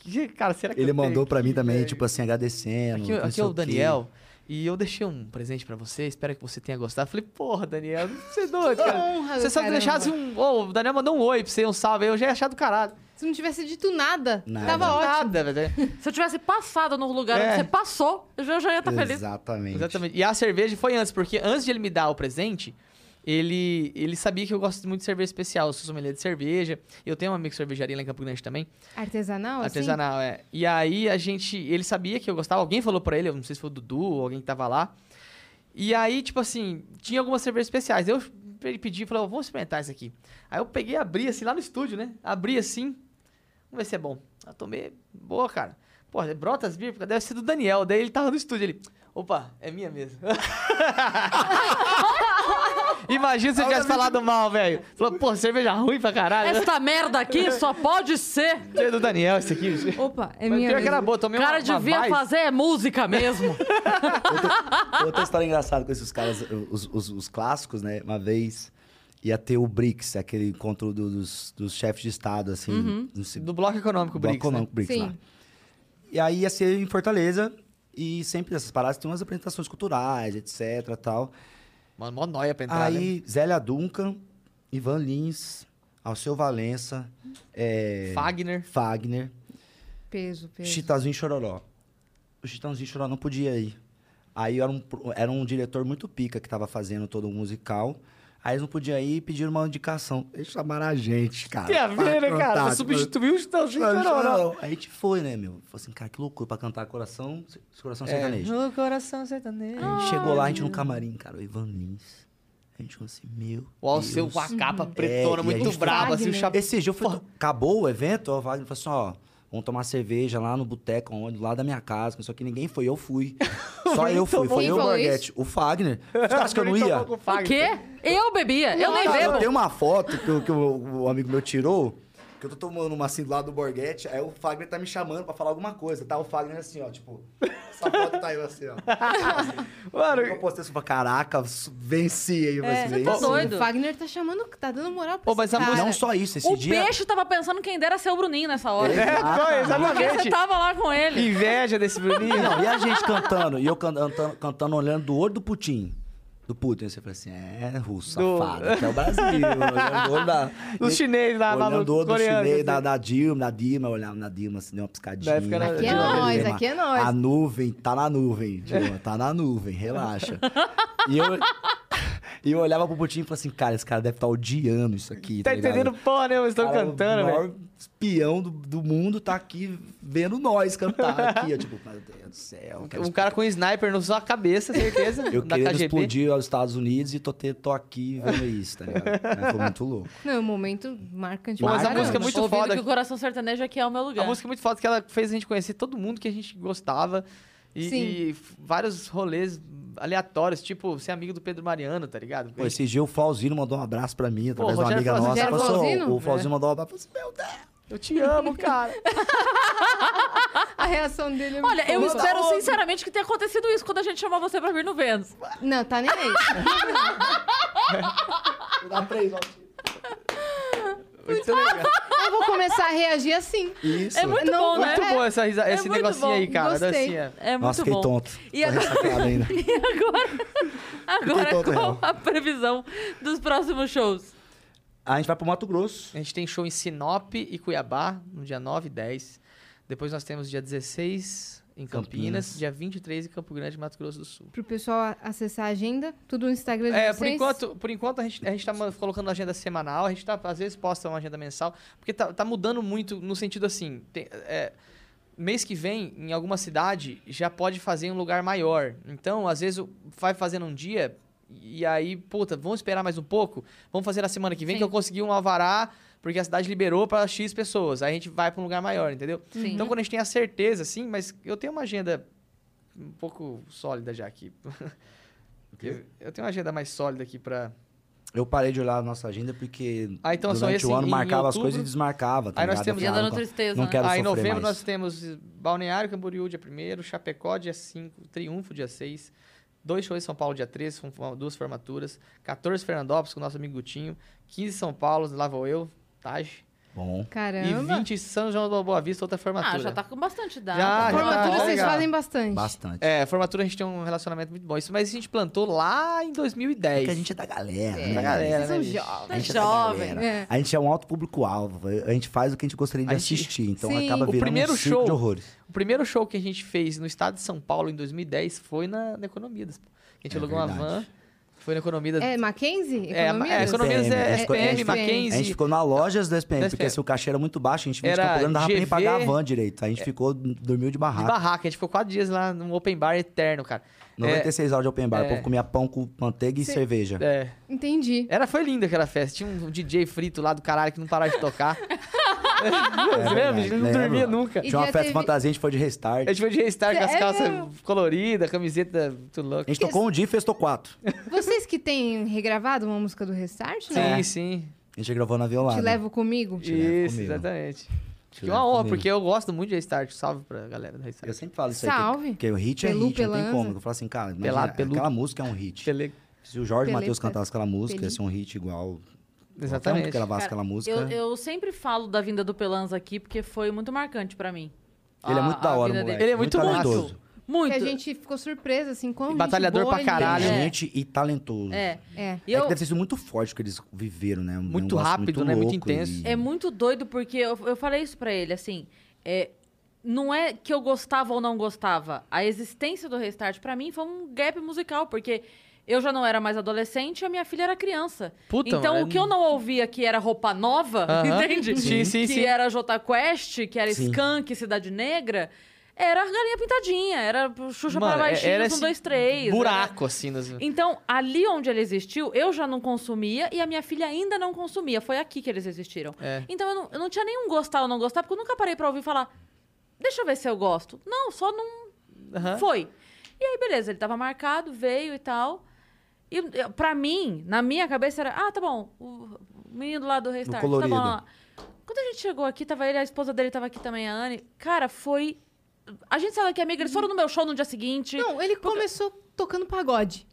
Que- Cara, será É que
Ele
eu tenho
mandou pra
aqui,
mim também,
velho?
tipo assim, agradecendo.
Aqui,
não
aqui
sei
é o
quê.
Daniel. [LAUGHS] E eu deixei um presente pra você, espero que você tenha gostado. Falei, porra, Daniel, você é doido, cara.
Honra do
Você só
[LAUGHS] caramba.
deixasse um. Ô, o Daniel mandou um oi pra você, um salve. aí, Eu já ia achar do caralho.
Se não tivesse dito nada,
Nada.
tava ótimo.
Nada, velho.
Se eu tivesse passado no lugar
É.
onde você passou, eu já, já ia estar feliz.
Exatamente.
Exatamente. E a cerveja foi antes, porque antes de ele me dar o presente, ele, ele sabia que eu gosto muito de cerveja especial. Eu sou sommelier de cerveja. Eu tenho um amigo de cervejaria lá em Campo Grande também.
Artesanal, assim?
Artesanal, é. E aí a gente. Ele sabia que eu gostava, alguém falou pra ele, eu não sei se foi o Dudu ou alguém que tava lá. E aí, tipo assim, tinha algumas cervejas especiais. Eu ele pedi, falou, vamos experimentar isso aqui. Aí eu peguei e abri assim lá no estúdio, né? Abri assim. Vamos ver se é bom. Eu tomei. Boa, cara. Pô, é Brotas Beer, deve ser do Daniel. Daí ele tava no estúdio ele. Opa, é minha mesmo. [LAUGHS] Imagina se eu tivesse falado mal, velho. Falou, pô, cerveja ruim pra caralho.
Esta merda aqui só pode ser.
É do Daniel esse aqui. bicho.
Opa, é
Mas
minha
pior que era
mesmo.
boa, tomei
O cara
uma, uma
devia
Weiss.
fazer é música
[LAUGHS]
mesmo.
Outra história engraçada com esses caras, os, os- os clássicos, né? Uma vez ia ter o BRICS, aquele encontro do- dos, dos chefes de Estado, assim.
Uhum.
não sei-
Do bloco econômico, né?
Bloco
BRICS,
um, Econômico, BRICS
Sim.
lá. E aí ia ser em Fortaleza, e sempre nessas paradas tem umas apresentações culturais, etc, tal.
Né? Mano, mó noia pra entrar, né?
aí, Zélia Duncan, Ivan Lins, Alceu Valença, é,
Fagner.
Fagner,
Peso, peso.
Chitãozinho e Chororó. O Chitãozinho e Chororó não podia ir. Aí era um, pro- era um diretor muito pica que tava fazendo todo o musical. Aí eles não podiam ir e pediram uma indicação. Eles chamaram a gente, cara.
Tem a
pra
ver, né,
cantar,
cara? Pra
tipo,
substituir o Chitãozinho
Chitãozinho e
Chororó.
Chororó. Aí a gente foi, né, meu? Falei assim, cara, que loucura pra cantar Coração, coração Sertanejo.
No coração sertanejo.
A gente chegou lá, a gente no camarim, cara, o Ivan Lins. A gente falou assim, meu.
O Alceu
Deus.
com a capa
É, e
pretona,
a
muito
gente-
brabo, assim, o
Fagner.
chapéu.
Esse dia eu fui. Acabou o evento, ó, o Wagner falou assim: ó, vamos tomar cerveja lá no boteco, onde, lá da minha casa, só que ninguém foi, eu fui. Só eu fui,
bom.
foi eu,
Quem falou
Borghetti, o Fagner. Os caras que eu não ia.
O quê? Eu bebia, eu nem
Cara, eu
bebo.
tenho uma foto que, o- que o, o amigo meu tirou, que eu tô tomando uma assim do lado do Borghetti, aí o Fagner tá me chamando pra falar alguma coisa. Tá o Fagner assim, ó, tipo, essa foto tá eu assim, ó.
Mano, é,
Eu postei assim, pra caraca, venci aí, mas
Você tá
venci.
doido?
O Fagner tá chamando, tá dando moral pra
Ô, mas
esse
a
cara.
Não só isso, esse
O
dia.
peixe tava pensando quem dera ser o Bruninho nessa hora.
é, não,
Porque você
exatamente.
tava lá com
Que
ele.
Inveja desse Bruninho.
Não, e a gente cantando, e eu can- cantando, cantando olhando do olho do Putin. Do Putin, você fala assim, é russo,
Do-
safado, até o Brasil. olhando do olho da...
Do chinês lá,
Olhando
maluco,
do olho do
coreano,
chinês,
assim.
da, da Dilma, da Dilma, olhando na Dilma, assim, deu uma piscadinha.
Vai ficar na-
Aqui é
Deu uma
nós,
olhadinha.
aqui é nós.
A nuvem, tá na nuvem, Dilma, tá na nuvem, relaxa. E eu... E eu olhava pro Putin e falava assim, cara, esse cara deve estar odiando isso aqui.
Tá
ligado?
entendendo porra, né? Eu estou
Cara, é
cantando,
o maior
velho.
espião do, do mundo tá aqui vendo nós cantar aqui. Eu, tipo, meu Deus do céu. quero
Um cara com um sniper na sua cabeça, certeza.
eu
da
querendo
KGB.
explodir aos Estados Unidos e tô, te- tô aqui vendo isso, tá ligado? Mas Foi muito louco.
Não, é um momento marcante.
Mas
pra
a música é
caramba.
muito
Ouvindo
foda.
que o coração sertanejo aqui é o meu
A
lugar.
música é muito foda que ela fez a gente conhecer todo mundo que a gente gostava. E,
Sim.
e f- vários rolês aleatórios, tipo ser amigo do Pedro Mariano, tá ligado?
Pô, esse dia o Flauzino mandou um abraço pra mim, através
Pô,
de uma
Rogério
amiga
Flauzino.
nossa.
Rogério
Falou, assim,
Flauzino?
"Ô, O Flauzino mandou um abraço. Eu falei assim,
Eu te amo, cara.
[LAUGHS]
A reação dele é muito
Olha, eu
fofa.
espero sinceramente que tenha acontecido isso quando a gente chamou você pra vir no Vênus.
Não, tá nem aí.
Meu Deus, dá três, ó.
Muito legal.
Eu vou começar a reagir assim.
Isso.
É muito
Não,
bom, né?
Muito bom essa risa- esse
muito
negocinho
bom,
aí, cara. Então, assim,
gostei.
dancinha.
É muito bom.
Nossa, fiquei tonto.
E
Tô
agora-
ressacado ainda.
E [LAUGHS] agora, agora
todo real.
qual a previsão dos próximos shows?
A gente vai pro Mato Grosso.
A gente tem show em Sinop e Cuiabá, no dia 9 e 10. Depois nós temos dia 16 em Campinas,
Campinas.
dia 23 em Campo Grande, Mato Grosso do Sul.
Pro pessoal acessar a agenda, tudo no Instagram de
É, por
vocês.
enquanto, por enquanto a gente, a gente tá ma- colocando agenda semanal, a gente tá, às vezes posta uma agenda mensal, porque tá, tá mudando muito no sentido assim, tem- é, mês que vem, em alguma cidade, já pode fazer em um lugar maior. Então, às vezes, o- vai fazendo um dia, e aí, puta, vamos esperar mais um pouco, vamos fazer na semana que vem,
Sim.
que eu consegui um alvará, porque a cidade liberou para X pessoas, aí a gente vai para um lugar maior, entendeu?
Sim.
Então, quando a gente tem a [LAUGHS] certeza, assim, mas eu tenho uma agenda um pouco sólida já aqui. Eu, eu tenho uma agenda mais sólida aqui pra.
Eu parei de olhar a nossa agenda porque
Ah, então são
durante
esse
o ano
em
marcava as
outubro.
coisas e desmarcava. Tá
Aí nós
ligado?
temos
Eu falava,
Agenda
"Ah,
da
não,
tristeza,
Não
né?"
ah,
quero
em
sofrer
novembro
mais.
nós temos Balneário Camboriú dia 1 Chapecó dia 5, Triunfo dia 6, dois shows em São Paulo dia 3, fom- fom- duas formaturas, 14 Fernandópolis com nosso amigo Gutinho, 15 São Paulo, lá vou eu, Taj,
Bom,
e
Caramba.
20 São João do Boa Vista, outra formatura.
Ah, já tá com bastante data. é
Já, já tá
Formatura
bom,
vocês
cara.
fazem bastante.
bastante.
É, formatura a gente tem um relacionamento muito bom. Isso, mas a gente plantou lá em 2010.
Porque a gente é da galera.
É,
né? galera,
vocês são
né, bicho?
jovens.
A gente é da
Jovem.
galera.
É.
A gente é um alto público-alvo. A gente faz o que a gente gostaria de
A gente-
assistir. Então
Sim.
acaba
O
virando
primeiro
um circo
show-
de horrores.
O primeiro show que a gente fez no estado de São Paulo em 2010 foi na, na Economidas. pô. A gente
É
alugou uma van,
verdade.
foi na Economidas.
É Mackenzie?
É,
Economia?
é, Economias é
SPM,
SPM,
SPM.
A
Mackenzie.
gente ficou na lojas do SPM,
Da
porque
SPM.
se o cachê era muito baixo, a gente vinha de
Era
Campo Grande, não dava pra nem
GV.
pagar a van direito. A gente ficou, dormiu de
De
barraco.
barraca. A gente ficou quatro dias lá num open bar eterno, cara.
96 horas de open bar.
é.
O povo comia pão com manteiga e
Cê-
cerveja.
É, é.
Entendi.
Era, foi linda aquela festa. Tinha um DJ frito lá do caralho que não parava de
[LAUGHS]
tocar. Você lembra?
É verdade,
A gente não
lembro.
dormia nunca.
E
Tinha uma
já
festa
teve-
fantasia, a gente foi de restart.
A gente foi de restart com as
É
calças
mesmo?
coloridas, camiseta muito
A
louca.
gente tocou um dia e festou quatro.
Vocês que têm regravado uma música do Restart,
Sim,
né?
sim.
A gente gravou na
Te
violada.
levo comigo?
Te leva
Isso,
comigo.
exatamente.
Te
Que é
levo
uma honra,
comigo.
porque eu gosto muito de restart. Um Salve pra galera da
Eu
restart.
sempre falo isso aí.
Salve.
Salve. Porque o hit
Pelu,
é hit, não
pelanza.
tem como. Eu falo assim, cara, imagina,
Pelado, peludo.
aquela música é um hit.
Pele-
Se o Jorge
Pelé,
Matheus
Pelé.
cantasse aquela música,
Pelé.
ia ser um hit igual. Qualquer um
Exatamente.
que gravasse
Cara,
aquela música.
Eu, eu sempre falo da vinda do Pelanza aqui porque foi muito marcante pra mim.
Ele é
A-
Ah,
muito da
a
hora,
vinda
moleque.
dele.
Ele é muito bom.
talentoso.
Que
Muito.
a gente ficou surpresa, assim, quando
Batalhador pra caralho.
É.
Gente e talentoso.
É.
Ah, É.
E
É
eu,
que deve ter sido muito forte o que eles viveram, né? Um
Muito
negócio
rápido, né? Muito
louco
intenso.
e-
É muito doido porque eu, eu falei isso pra ele, assim. é, não é que eu gostava ou não gostava. A existência do Restart pra mim foi um gap musical, porque eu já não era mais adolescente e a minha filha era criança.
Puta,
então
mano,
o que eu não ouvia que era roupa nova,
Aham.
[LAUGHS] entende?
Sim, sim,
que
sim.
era Jota Quest, que era
Sim.
Skank, Cidade Negra. Era Galinha Pintadinha, era Xuxa
Mano, é,
para baixinho,
era
um,
esse
dois, três. era-
né?
Buraco, assim. Nos...
então, ali onde ele existiu, eu já não consumia e a minha filha ainda não consumia. Foi aqui que eles existiram.
É.
Então, eu não, eu não tinha nenhum gostar ou não gostar, porque eu nunca parei pra ouvir falar, deixa eu ver se eu gosto. Não, só não
Aham.
foi. E aí, beleza, ele tava marcado, veio e tal. E eu- pra mim, na minha cabeça era, ah, tá bom, o o menino lá do Restart, tá bom.
colorido.
Lá. Quando a gente chegou aqui, tava ele, a esposa dele tava aqui também, a Anne. Cara, foi... A gente saiu daqui amiga, eles foram no meu show no dia seguinte.
Não, ele começou tocando pagode.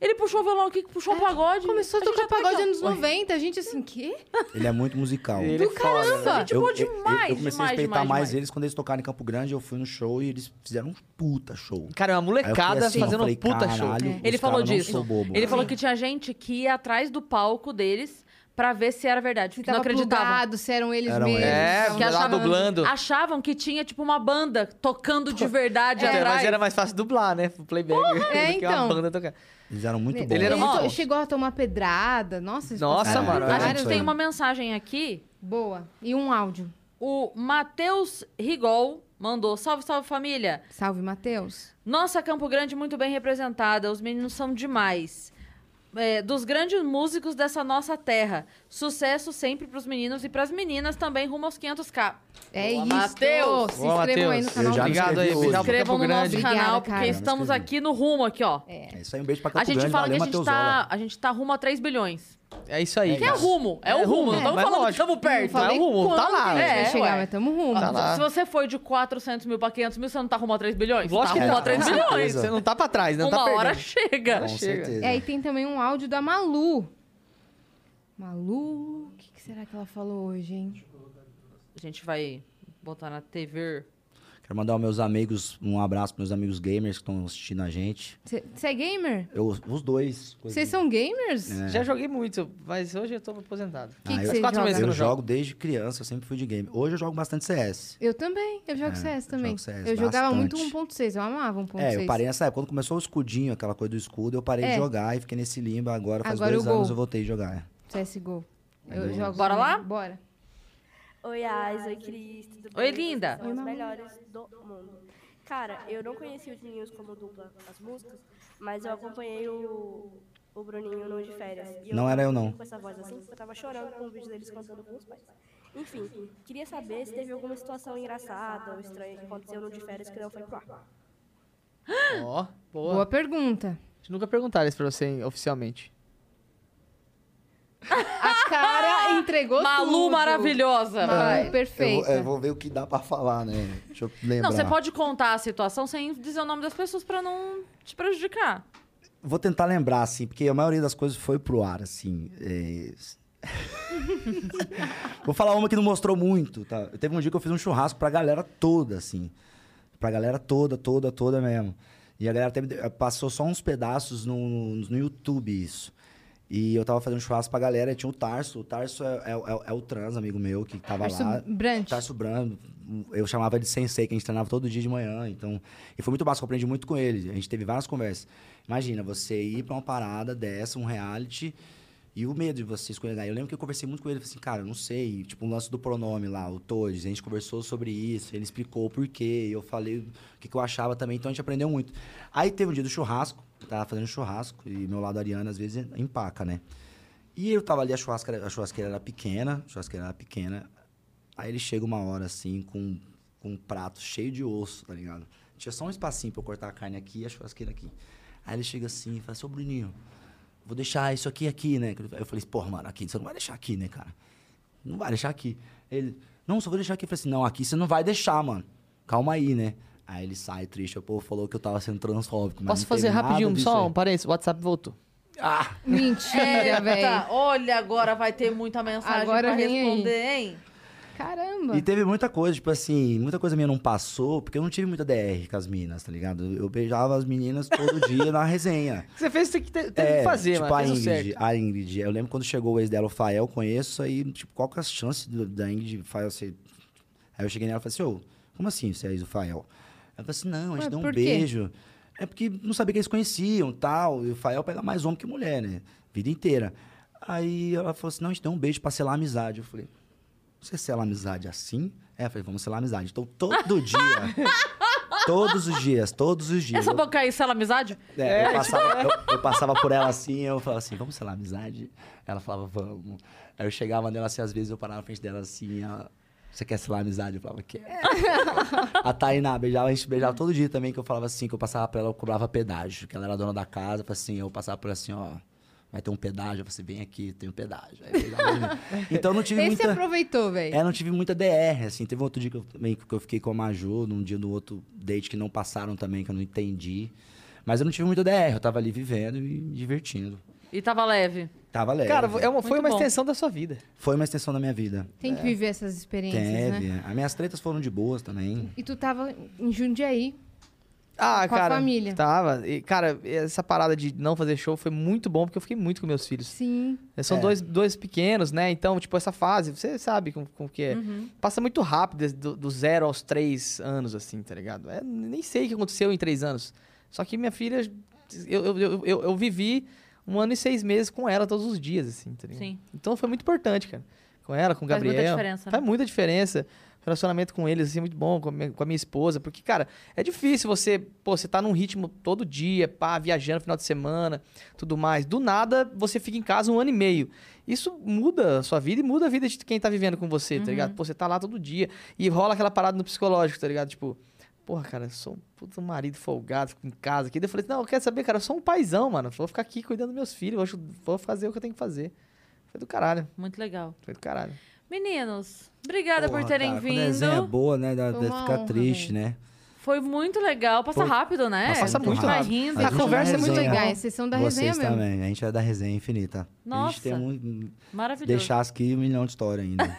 Ele puxou o violão aqui, puxou o pagode.
É, Começou a
gente
tocar
já tá aqui,
pagode
ó.
nos 90, a gente assim, quê?
[LAUGHS] Ele é muito musical.
Ele é
Do
foda, né?
caramba!
Gente boa tipo demais,
eu comecei
demais,
a respeitar
demais,
mais
demais.
eles quando eles tocaram em Campo Grande. Eu fui no show e eles fizeram um puta show.
Cara, é uma
Aí eu fiquei
molecada
assim, eu
fazendo
falei,
um puta show.
"Caralho,
Ele
os
falou
caras não
disso.
são bobo, né?
Ele
cara."
falou que tinha gente que ia atrás do palco deles pra ver se era verdade.
Se
porque não
tava
acreditavam.
plugado, se eram eles
Eram
mesmos.
eles.
É,
estavam
que lá
falando.
dublando.
Achavam que tinha, tipo, uma banda tocando de verdade
Então,
atrás.
Mas era mais fácil dublar, né? O playback. do
é,
que uma
então.
banda tocar.
Eles eram muito bons.
Ele era
Ele
muito
to-
bom.
chegou a tomar pedrada. Nossa, isso
Nossa,
passou por
mano,
A
era
gente
várias-
é, isso
tem
aí.
né? uma mensagem aqui.
Boa. E um áudio.
O Matheus Rigol mandou: Salve, salve família.
Salve, Matheus.
Nossa, Campo Grande muito bem representada. Os meninos são demais. É, dos grandes músicos dessa nossa terra. Sucesso sempre pros meninos e pras meninas também rumo aos 500k.
É
Boa,
isso.
Matheus.
Se
Boa,
inscrevam aí no
Matheus.
canal.
Eu já me
do-
Obrigado
inscrevi
aí,
hoje.
beijão pro
Inscrevam
Campo
no nosso
Grande.
canal,
Obrigada,
porque
cara.
estamos
Escrevi.
aqui no rumo aqui, ó.
É isso aí, um beijo pra Campo
A gente
Grande,
fala
valeu,
que a gente,
Mateusola.
tá, a gente tá rumo a 3 bilhões.
É isso aí.
Que é
cara.
rumo, é, o rumo. Não
É,
estamos
mas
falando que
lógico.
estamos perto.
Não é o rumo, tá
quando que
lá.
a gente
é,
vai chegar,
ué.
mas tamo rumo.
Tá lá.
Se você for de 400 mil pra 500 mil, você não tá rumo a 3 bilhões?
Lógico
tá
que
rumo
não.
a 3
Com
bilhões.
certeza. Você não tá pra trás, né? Não
Uma
tá
hora
perdendo.
chega.
Ela
Com
chega.
certeza.
É, aí tem também um áudio da Malu. Malu, o que, que será que ela falou hoje, hein?
A gente vai botar na TV.
Quero mandar aos meus amigos, um abraço pros meus amigos gamers que estão assistindo a gente.
Você é gamer?
Eu, os dois.
Vocês são gamers?
É.
Já joguei muito, mas hoje eu tô aposentado.
Que que
eu-
você
quatro
joga?
meses que eu
Eu
não jogo.
jogo desde criança, eu sempre fui de game. Hoje eu jogo bastante CS.
Eu também, eu jogo CS também.
É, jogo CS
eu jogava muito
bastante.
1.6, eu amava 1.6.
É, eu parei nessa época. Quando começou o escudinho, aquela coisa do escudo, eu parei
É.
de jogar e fiquei nesse limbo. Agora faz
Agora
dois
o gol.
anos eu voltei a jogar. é.
CSGO. Eu jogo
Bora
também.
lá?
Bora.
Oi, Ais, oi, Cris, tudo bem?
Oi, linda.
Vocês são
Oi,
os
mamãe.
melhores do mundo. Cara, eu não conheci os meninos como dupla as músicas, mas eu acompanhei o, o Bruninho no de férias. E
Não era eu,
tava
não.
Com essa voz assim, porque eu tava chorando com o vídeo deles cantando com os pais. Enfim, queria saber se teve alguma situação engraçada ou estranha que aconteceu no de férias que não foi pro ar.
Ó, boa.
Boa pergunta.
Acho que Nunca perguntaram isso pra você hein, oficialmente.
A
[LAUGHS]
cara entregou
Malu
tudo.
maravilhosa.
Malu
Eu,
perfeita.
vou- eu vou ver o que dá pra falar, né? Deixa eu lembrar.
Não, você pode contar a situação sem dizer o nome das pessoas pra não te prejudicar.
Vou tentar lembrar, assim, porque a maioria das coisas foi pro ar, assim. é. Vou falar uma que não mostrou muito, tá? Teve um dia que eu fiz um churrasco pra galera toda, assim. Pra galera toda, toda, toda mesmo. E a galera até me deu- passou só uns pedaços no, no- no YouTube isso. E eu tava fazendo churrasco pra galera e tinha o Tarso. O Tarso é, é- é- é o trans, amigo meu, que tava
Tarso
lá.
Brandt.
Tarso Brandt. Tá Eu chamava de sensei, que a gente treinava todo dia de manhã. Então, e foi muito básico, eu aprendi muito com ele. A gente teve várias conversas. Imagina, você ir pra uma parada dessa, um reality, e o medo de você escorregar. Eu lembro que eu conversei muito com ele, falei assim, cara, eu não sei. Tipo, um lance do pronome lá, o Todes. A gente conversou sobre isso, ele explicou o porquê. Eu falei o que, que eu achava também, então a gente aprendeu muito. Aí teve um dia do churrasco, eu tava fazendo churrasco, e meu lado Ariana às vezes empaca, né? E eu tava ali, a churrasqueira, a churrasqueira era pequena, a churrasqueira era pequena. Aí ele chega uma hora assim, com, com um prato cheio de osso, tá ligado? Tinha só um espacinho pra eu cortar a carne aqui e a churrasqueira aqui. Aí ele chega assim e fala assim, ô Bruninho, vou deixar isso aqui aqui, né? Aí eu falei, pô, mano, aqui, você não vai deixar aqui, né, cara? Não vai deixar aqui. Ele, não, só vou deixar aqui. Eu falei assim, não, aqui você não vai deixar, mano. Calma aí, né? Aí ele sai triste, o povo falou que eu tava sendo transfóbico. mas
Posso
não teve
fazer
nada é.
rapidinho,
disso
só
aí.
um parênteses. O WhatsApp voltou.
Ah!
[LAUGHS] Mentira, velho.
Tá, olha, agora vai ter muita mensagem
É, Agora
pra
vem aí.
responder, hein?
Caramba.
E teve muita coisa, tipo assim, muita coisa minha não passou, porque eu não tive muita DR com as minas, tá ligado? Eu beijava as meninas todo dia na resenha.
Você fez o que te- teve
É,
que fazer,
tipo,
mano.
a
fez o
Ingrid,
certo.
a Ingrid. Eu lembro quando chegou o ex dela, o Fael, conheço, aí, tipo, qual que é a chance do- da Ingrid Fael ser. Aí eu cheguei nela e falei assim, ô, como assim você é ex do Fael? Ela falou assim, não, a gente
Ué,
deu um
por quê?
beijo. É porque não sabia que eles conheciam tal. E o Fael pega mais homem que mulher, né? Vida inteira. Aí ela falou assim, não, a gente deu um beijo pra selar a amizade. Eu falei, você sela a amizade assim? É, eu falei, vamos selar a amizade. Então, todo dia.
[LAUGHS]
todos os dias, todos os dias.
Essa
eu-
boca aí, sela amizade?
é, eu, passava, eu- eu passava por ela assim, eu falava assim, vamos selar a amizade? Ela falava, vamos. Aí eu chegava nela assim, às vezes eu parava na frente dela assim, ela, você quer selar a amizade? Eu falava, [LAUGHS] quero. a Tainá beijava, a gente beijava todo dia também, que eu falava assim, que eu passava pra ela, eu cobrava pedágio, que ela era dona da casa, eu falava assim, eu passava por ela assim, ó, vai ter um pedágio, você vem aqui, tem um pedágio. Aí eu beijava de novo. então eu não tive
Esse
muita...
aproveitou, velho.
É, não tive muita DR, assim. Teve outro dia que eu, também, que eu fiquei com a Maju, num dia no outro date que não passaram também, que eu não entendi. Mas eu não tive muita DR, eu tava ali vivendo e me divertindo.
E tava leve.
Tava leve.
Cara, é uma- foi
Muito
uma
bom.
extensão da sua vida.
Foi uma extensão da minha vida.
Tem que viver essas experiências, né?
Teve. As minhas tretas foram de boas também.
E tu tava em Jundiaí.
Ah,
Com a
cara.
família.
Tava. E, cara, essa parada de não fazer show foi muito bom, porque eu fiquei muito com meus filhos.
Sim.
São dois, dois pequenos, né? Então, tipo, essa fase, você sabe com com o que é. Passa muito rápido, do, do zero aos três anos, assim, tá ligado? É, nem sei o que aconteceu em três anos. Só que minha filha, eu, eu, eu, eu- eu vivi um ano e seis meses com ela todos os dias, assim, tá ligado?
Sim.
Então foi muito importante, cara. Com ela, com o
Faz muita
Gabriel. Tá.
diferença, né?
Faz muita diferença. O relacionamento com eles, assim, é muito bom, com a, minha, com a minha esposa. Porque, cara, é difícil você, pô, você tá num ritmo todo dia, pá, viajando final de semana, tudo mais. Do nada, você fica em casa um ano e meio. Isso muda a sua vida e muda a vida de quem tá vivendo com você, tá ligado? Pô, você tá lá todo dia. E rola aquela parada no psicológico, tá ligado? Tipo, porra, cara, eu sou um puto marido folgado, fico em casa aqui. Daí eu falei, não, eu quero saber, cara, eu sou um paizão, mano. Vou ficar aqui cuidando dos meus filhos, vou aju- vou fazer o que eu tenho que fazer. Foi do caralho.
Muito legal.
Foi do caralho.
Meninos, obrigada por
Porra,
terem
cara, Quando a resenha é
vindo.
boa, né? Dá,
Foi
dá
uma
ficar
honra,
triste, né?
Foi muito legal. Passa
Foi-
rápido, né?
Nossa,
passa muito
Vai
rápido.
rindo.
A
A gente vai
conversa é muito
resenhar.
legal.
Legal, exceção da
Vocês
resenha é mesmo.
também. A gente vai dar resenha infinita. A
Nossa.
gente tem muito...
Maravilhoso.
Deixar aqui um milhão de história ainda.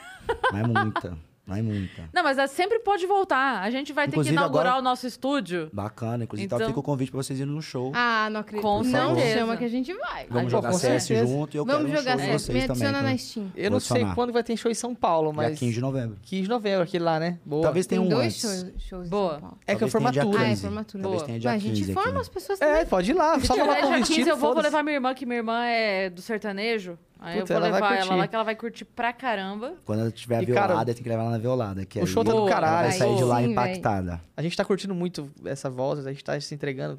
Mas muita. Mas muita.
Não, mas é, sempre pode voltar. A gente vai ter
Inclusive,
que inaugurar
agora-
o nosso estúdio.
Bacana. Inclusive, tá,
Então-
fica o convite pra vocês irem no show.
Ah, não acredito.
Com
não
certeza.
chama que a gente vai.
Vamos
Ai, pô,
jogar
com
CS
certeza.
junto e eu
Vamos
quero um
jogar
show
sério.
com
Me
vocês
adiciona na
também. tá?
Steam.
Eu não sei
Bolsonaro.
quando vai ter show em São Paulo,
Dia
mas.
15 de novembro.
15 de novembro, aquele lá, né? Boa.
Talvez tenha
Tem
um
dois
antes.
shows, shows
Boa.
em São Paulo.
É que é
Talvez tenha dia
formatura.
Ah, é
15.
formatura.
Talvez
Boa.
tenha
Ué,
dia
a gente
15 aqui,
forma
né?
as pessoas
É,
também.
pode ir lá. Só
Se tiver
levar
dia
o
15, eu vou, vou
foda-se.
levar minha irmã, que minha irmã é do sertanejo. Aí
Puta,
eu
ela
vou
vai
levar ela
curtir.
lá, que ela vai curtir pra caramba.
Quando ela tiver
E, cara,
violada, tem que levar ela na violada. Que
o
aí
show tá do
ela
caralho.
Vai sair de lá
Sim, véi.
impactada.
A gente tá curtindo muito essa volta, a gente tá se entregando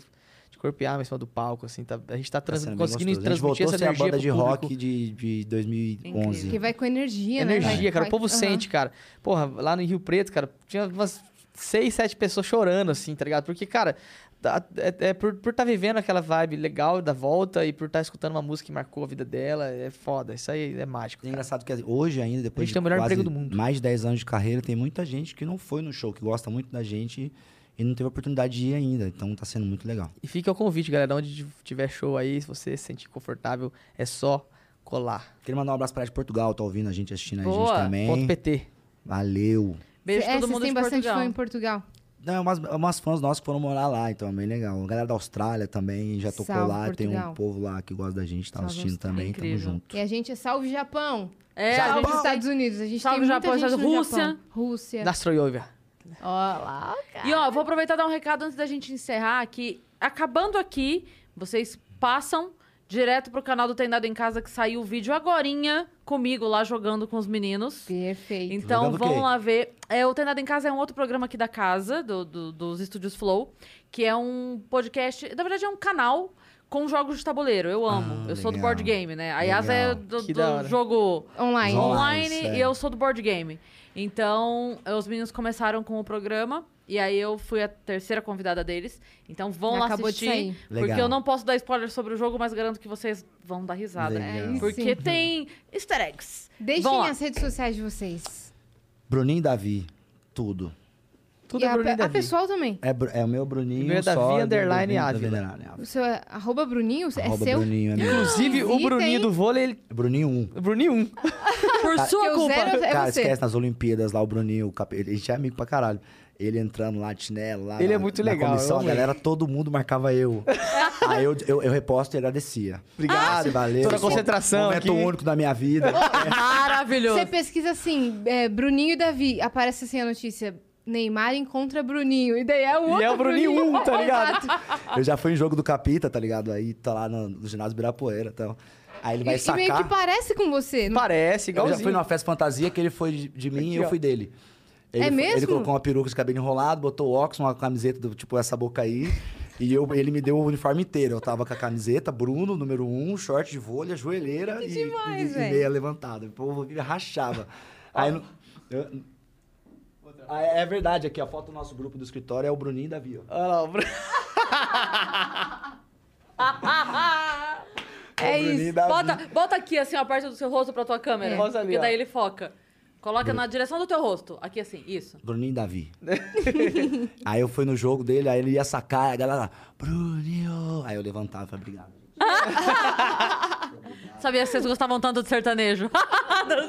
de corpo e alma em cima do palco, assim. tá- a gente tá, trans-
Tá sendo bem
conseguindo
gostoso.
transmitir
a
essa
gente voltou a ser
energia
a banda
pro
de
público.
rock de, de 2011.
Porque vai com energia, né?
energia,
Vai-
cara.
vai-
O povo
Aham.
sente, cara. Porra, lá no Rio Preto, cara, tinha umas seis, sete pessoas chorando, assim, tá ligado? Porque, cara, tá- é, é por estar vivendo aquela vibe legal da volta e por estar escutando uma música que marcou a vida dela. É foda. Isso aí é mágico.
É
cara.
engraçado que hoje ainda, depois
A gente
de
tem o melhor
quase
emprego do mundo.
mais de 10 anos de carreira, tem muita gente que não foi no show, que gosta muito da gente e não teve a oportunidade de ir ainda. Então tá sendo muito legal.
E fica o convite, galera. Onde tiver show aí, se você se sentir confortável, é só colar.
Queria mandar um abraço pra ela de Portugal, tá ouvindo a gente, assistindo a gente
Boa.
Ponto
também.
PT.
Valeu.
Beijo
é,
todo
vocês
mundo
têm
de
bastante
Portugal.
fã em Portugal.
Não, umas, umas fãs nossas que foram morar lá, então é bem legal. A galera da Austrália também já tocou
Salve,
lá. Tem
Portugal.
um povo lá que gosta da gente, tá
Salve,
assistindo
Austrália.
também.
Incrível.
Tamo junto.
E a gente é salve Japão.
É,
Tá
a
salve
gente tem-
Estados Unidos. A gente
Salve
tem muita
Japão,
gente
salve
no
Rússia.
Japão. Rússia.
Nastroyovia.
Ó lá.
E ó, vou aproveitar e dar um recado antes da gente encerrar que acabando aqui, vocês passam direto pro canal do Tendado em Casa que saiu o vídeo agorinha comigo lá jogando com os meninos.
Perfeito.
Então
Jogando Tá o quê?
vão lá ver. É, o Tendado em Casa é um outro programa aqui da casa, do- do- dos Estúdios Flow, que é um podcast. Na verdade, é um canal com jogos de tabuleiro. Eu amo. eu
Ah,
sou do
legal.
board game, né? A Yasa é
Legal.
do,
Que
do
da hora.
jogo
Online.
Online.
online
é.
e eu sou do board game. Então, eh, os meninos começaram com o programa e aí eu fui a terceira convidada deles. Então vão lá
Acabou
assistir,
de sair.
Legal.
porque eu não posso dar spoiler sobre o jogo, mas garanto que vocês vão dar risada.
Legal.
É isso.
Porque tem easter
[LAUGHS]
eggs. Vão
Deixem
lá.
as redes sociais de vocês.
Bruninho e Davi, tudo.
Tudo
e
é
a,
Bruninho
pe- a
Davi.
pessoal também.
É, Bru- é o meu Bruninho.
O meu é Davi,
só, é do
underline,
Bruninho,
Ávila.
Davi, underline, Ávila.
O seu é arroba Bruninho? é
Arroba
seu?
Bruninho, é meu.
Inclusive, o
Visitem.
Bruninho do vôlei, ele...
Bruninho 1.
Bruninho
[LAUGHS]
1.
Por sua
Porque o
culpa.
zero é
Cara,
você.
esquece nas Olimpíadas lá, o Bruninho, o cap... ele- a gente é amigo pra caralho. Ele entrando lá de chinelo, lá
Ele
na-
é muito
na
legal,
comissão,
eu
a
amei.
galera, todo mundo marcava eu.
[LAUGHS]
Aí eu, eu, eu reposto e agradecia. Obrigado, valeu.
Toda a
Foi um
concentração
Momento
aqui.
único da minha
[LAUGHS]
vida.
Maravilhoso.
Você pesquisa assim, é, Bruninho e Davi. Aparece assim a notícia. Neymar encontra Bruninho. E daí é o outro
E é o Bruninho
[LAUGHS]
1, tá ligado?
eu já fui em jogo do Capita, tá ligado? Aí tá lá no, no ginásio Birapuera, então. Aí ele
E,
vai
e meio que né?
sacar.
parece com você. não-
Parece,
Eu já
igualzinho.
fui numa festa fantasia que ele foi de, de mim e
Aqui,
eu
ó.
fui dele. Ele
É
foi-
mesmo?
Ele colocou uma peruca de cabelo enrolado, botou óculos, uma camiseta do tipo essa boca aí. E eu, ele me deu o uniforme inteiro. Eu tava com a camiseta, Bruno, número um, short de vôlei, joelheira e,
demais,
e- e
velho.
meia levantada. O povo me rachava. aí no- eu- Ah, é, é verdade, aqui, a foto do nosso grupo do escritório é o Bruninho e Davi, ó.
Olha lá, o Bruno.
É
[LAUGHS]
o Bruninho
isso.
e Davi.
É Bota, bota aqui, assim, a parte do seu rosto pra tua câmera.
um É.
Porque
Rosa ali, ó.
daí ele foca. Coloca na direção do teu rosto. Aqui, assim, isso.
Bruninho
[LAUGHS]
e Davi. aí eu fui no jogo dele, aí ele ia sacar, a galera, Bruninho. Aí eu levantava e falei, obrigado.
Sabia que vocês gostavam tanto de sertanejo.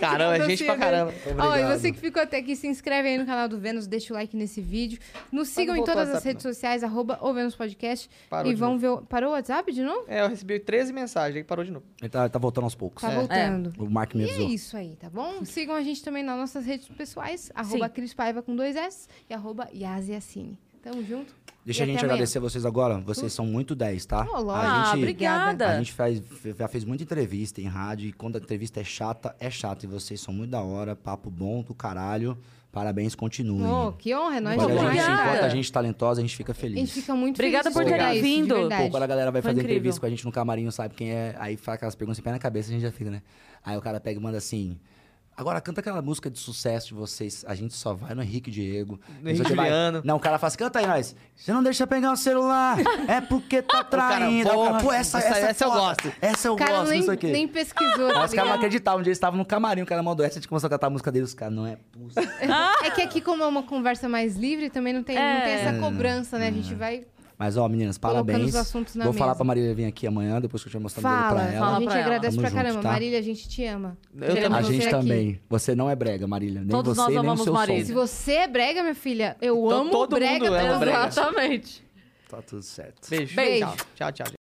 Caramba, é gente pra caramba.
Ó, e
Obrigado.
né? você que ficou até aqui, se inscreve aí no canal do Vênus, deixa o like nesse vídeo. Nos sigam em
voltou o
todas as
WhatsApp,
redes sociais, arroba o Vênus Podcast.
Parou
e
de
vão ver. o- Parou o WhatsApp de novo?
É, eu recebi 13 mensagens, aí parou de novo.
Ele tá, tá voltando aos poucos.
Tá voltando.
O Mark me
E é
avisou.
isso aí, tá bom? Sigam a gente também nas nossas redes pessoais, arroba Cris Paiva com dois S e arroba Yazi Assine. Tamo junto.
Deixa
E
a gente
até amanhã. Hum.
agradecer vocês agora. Vocês são muito 10, tá?
Oh, lógico.
Ah,
a gente,
obrigada.
A gente faz, já fez muita entrevista em rádio e quando a entrevista é chata, é chata. E vocês são muito da hora, papo bom do caralho. Parabéns, continuem.
Ô, que honra, é nóis
Quando a
demais,
gente
obrigada.
cara.
encontra gente talentosa, a gente fica
A
feliz.
gente fica muito
Obrigada
feliz
por
de
terem
escutar isso,
vindo.
De
Pô,
verdade.
quando a galera vai
Foi
fazer
incrível.
entrevista com a gente no camarim, não sabe quem é. Aí faz aquelas perguntas em pé na cabeça, a gente já fica, né? Aí o cara pega e manda assim. Agora canta aquela música de sucesso de vocês. A gente só vai no Henrique e Diego.
No
A gente
Henrique
vai-
Juliano.
Não, o cara faz, canta aí nós. Você não deixa pegar o celular. É
[LAUGHS]
porque tá
cara,
traindo. Aí o cara,
porra,
Pô, essa,
essa-
essa, é
essa eu
foda.
gosto.
Essa eu
o cara
gosto,
nem,
isso aqui.
nem pesquisou. tá
Aí os caras não
ligado?
acreditavam. Um dia eles estavam no camarim, o cara mandou essa, a gente começou a cantar a música dele. Os caras, não é possível.
[LAUGHS] É que
[LAUGHS]
aqui, como é uma conversa mais livre, também não tem, não tem
É.
essa cobrança, né? A
Hum.
gente vai.
Mas, ó, meninas,
Colocando
parabéns.
os assuntos na
Vou falar
mesa.
pra Marília vir aqui amanhã, depois que eu tiver mostrando ele
Fala,
pra ela.
a gente
pra ela.
agradece
Tamo
pra
junto,
caramba.
tá?
Marília, a gente te ama.
Eu
Queremos
A
você
gente
aqui.
também. Você não é brega, Marília. Nem
é Todos nós
você, nem o
amamos
seu
Se
Marília.
som.
você é brega, minha filha, eu
Então
amo
todo
brega
mundo ama
todos
brega.
nós.
Exatamente.
Tá tudo certo.
Beijo.
Beijo.
Tchau, tchau, tchau.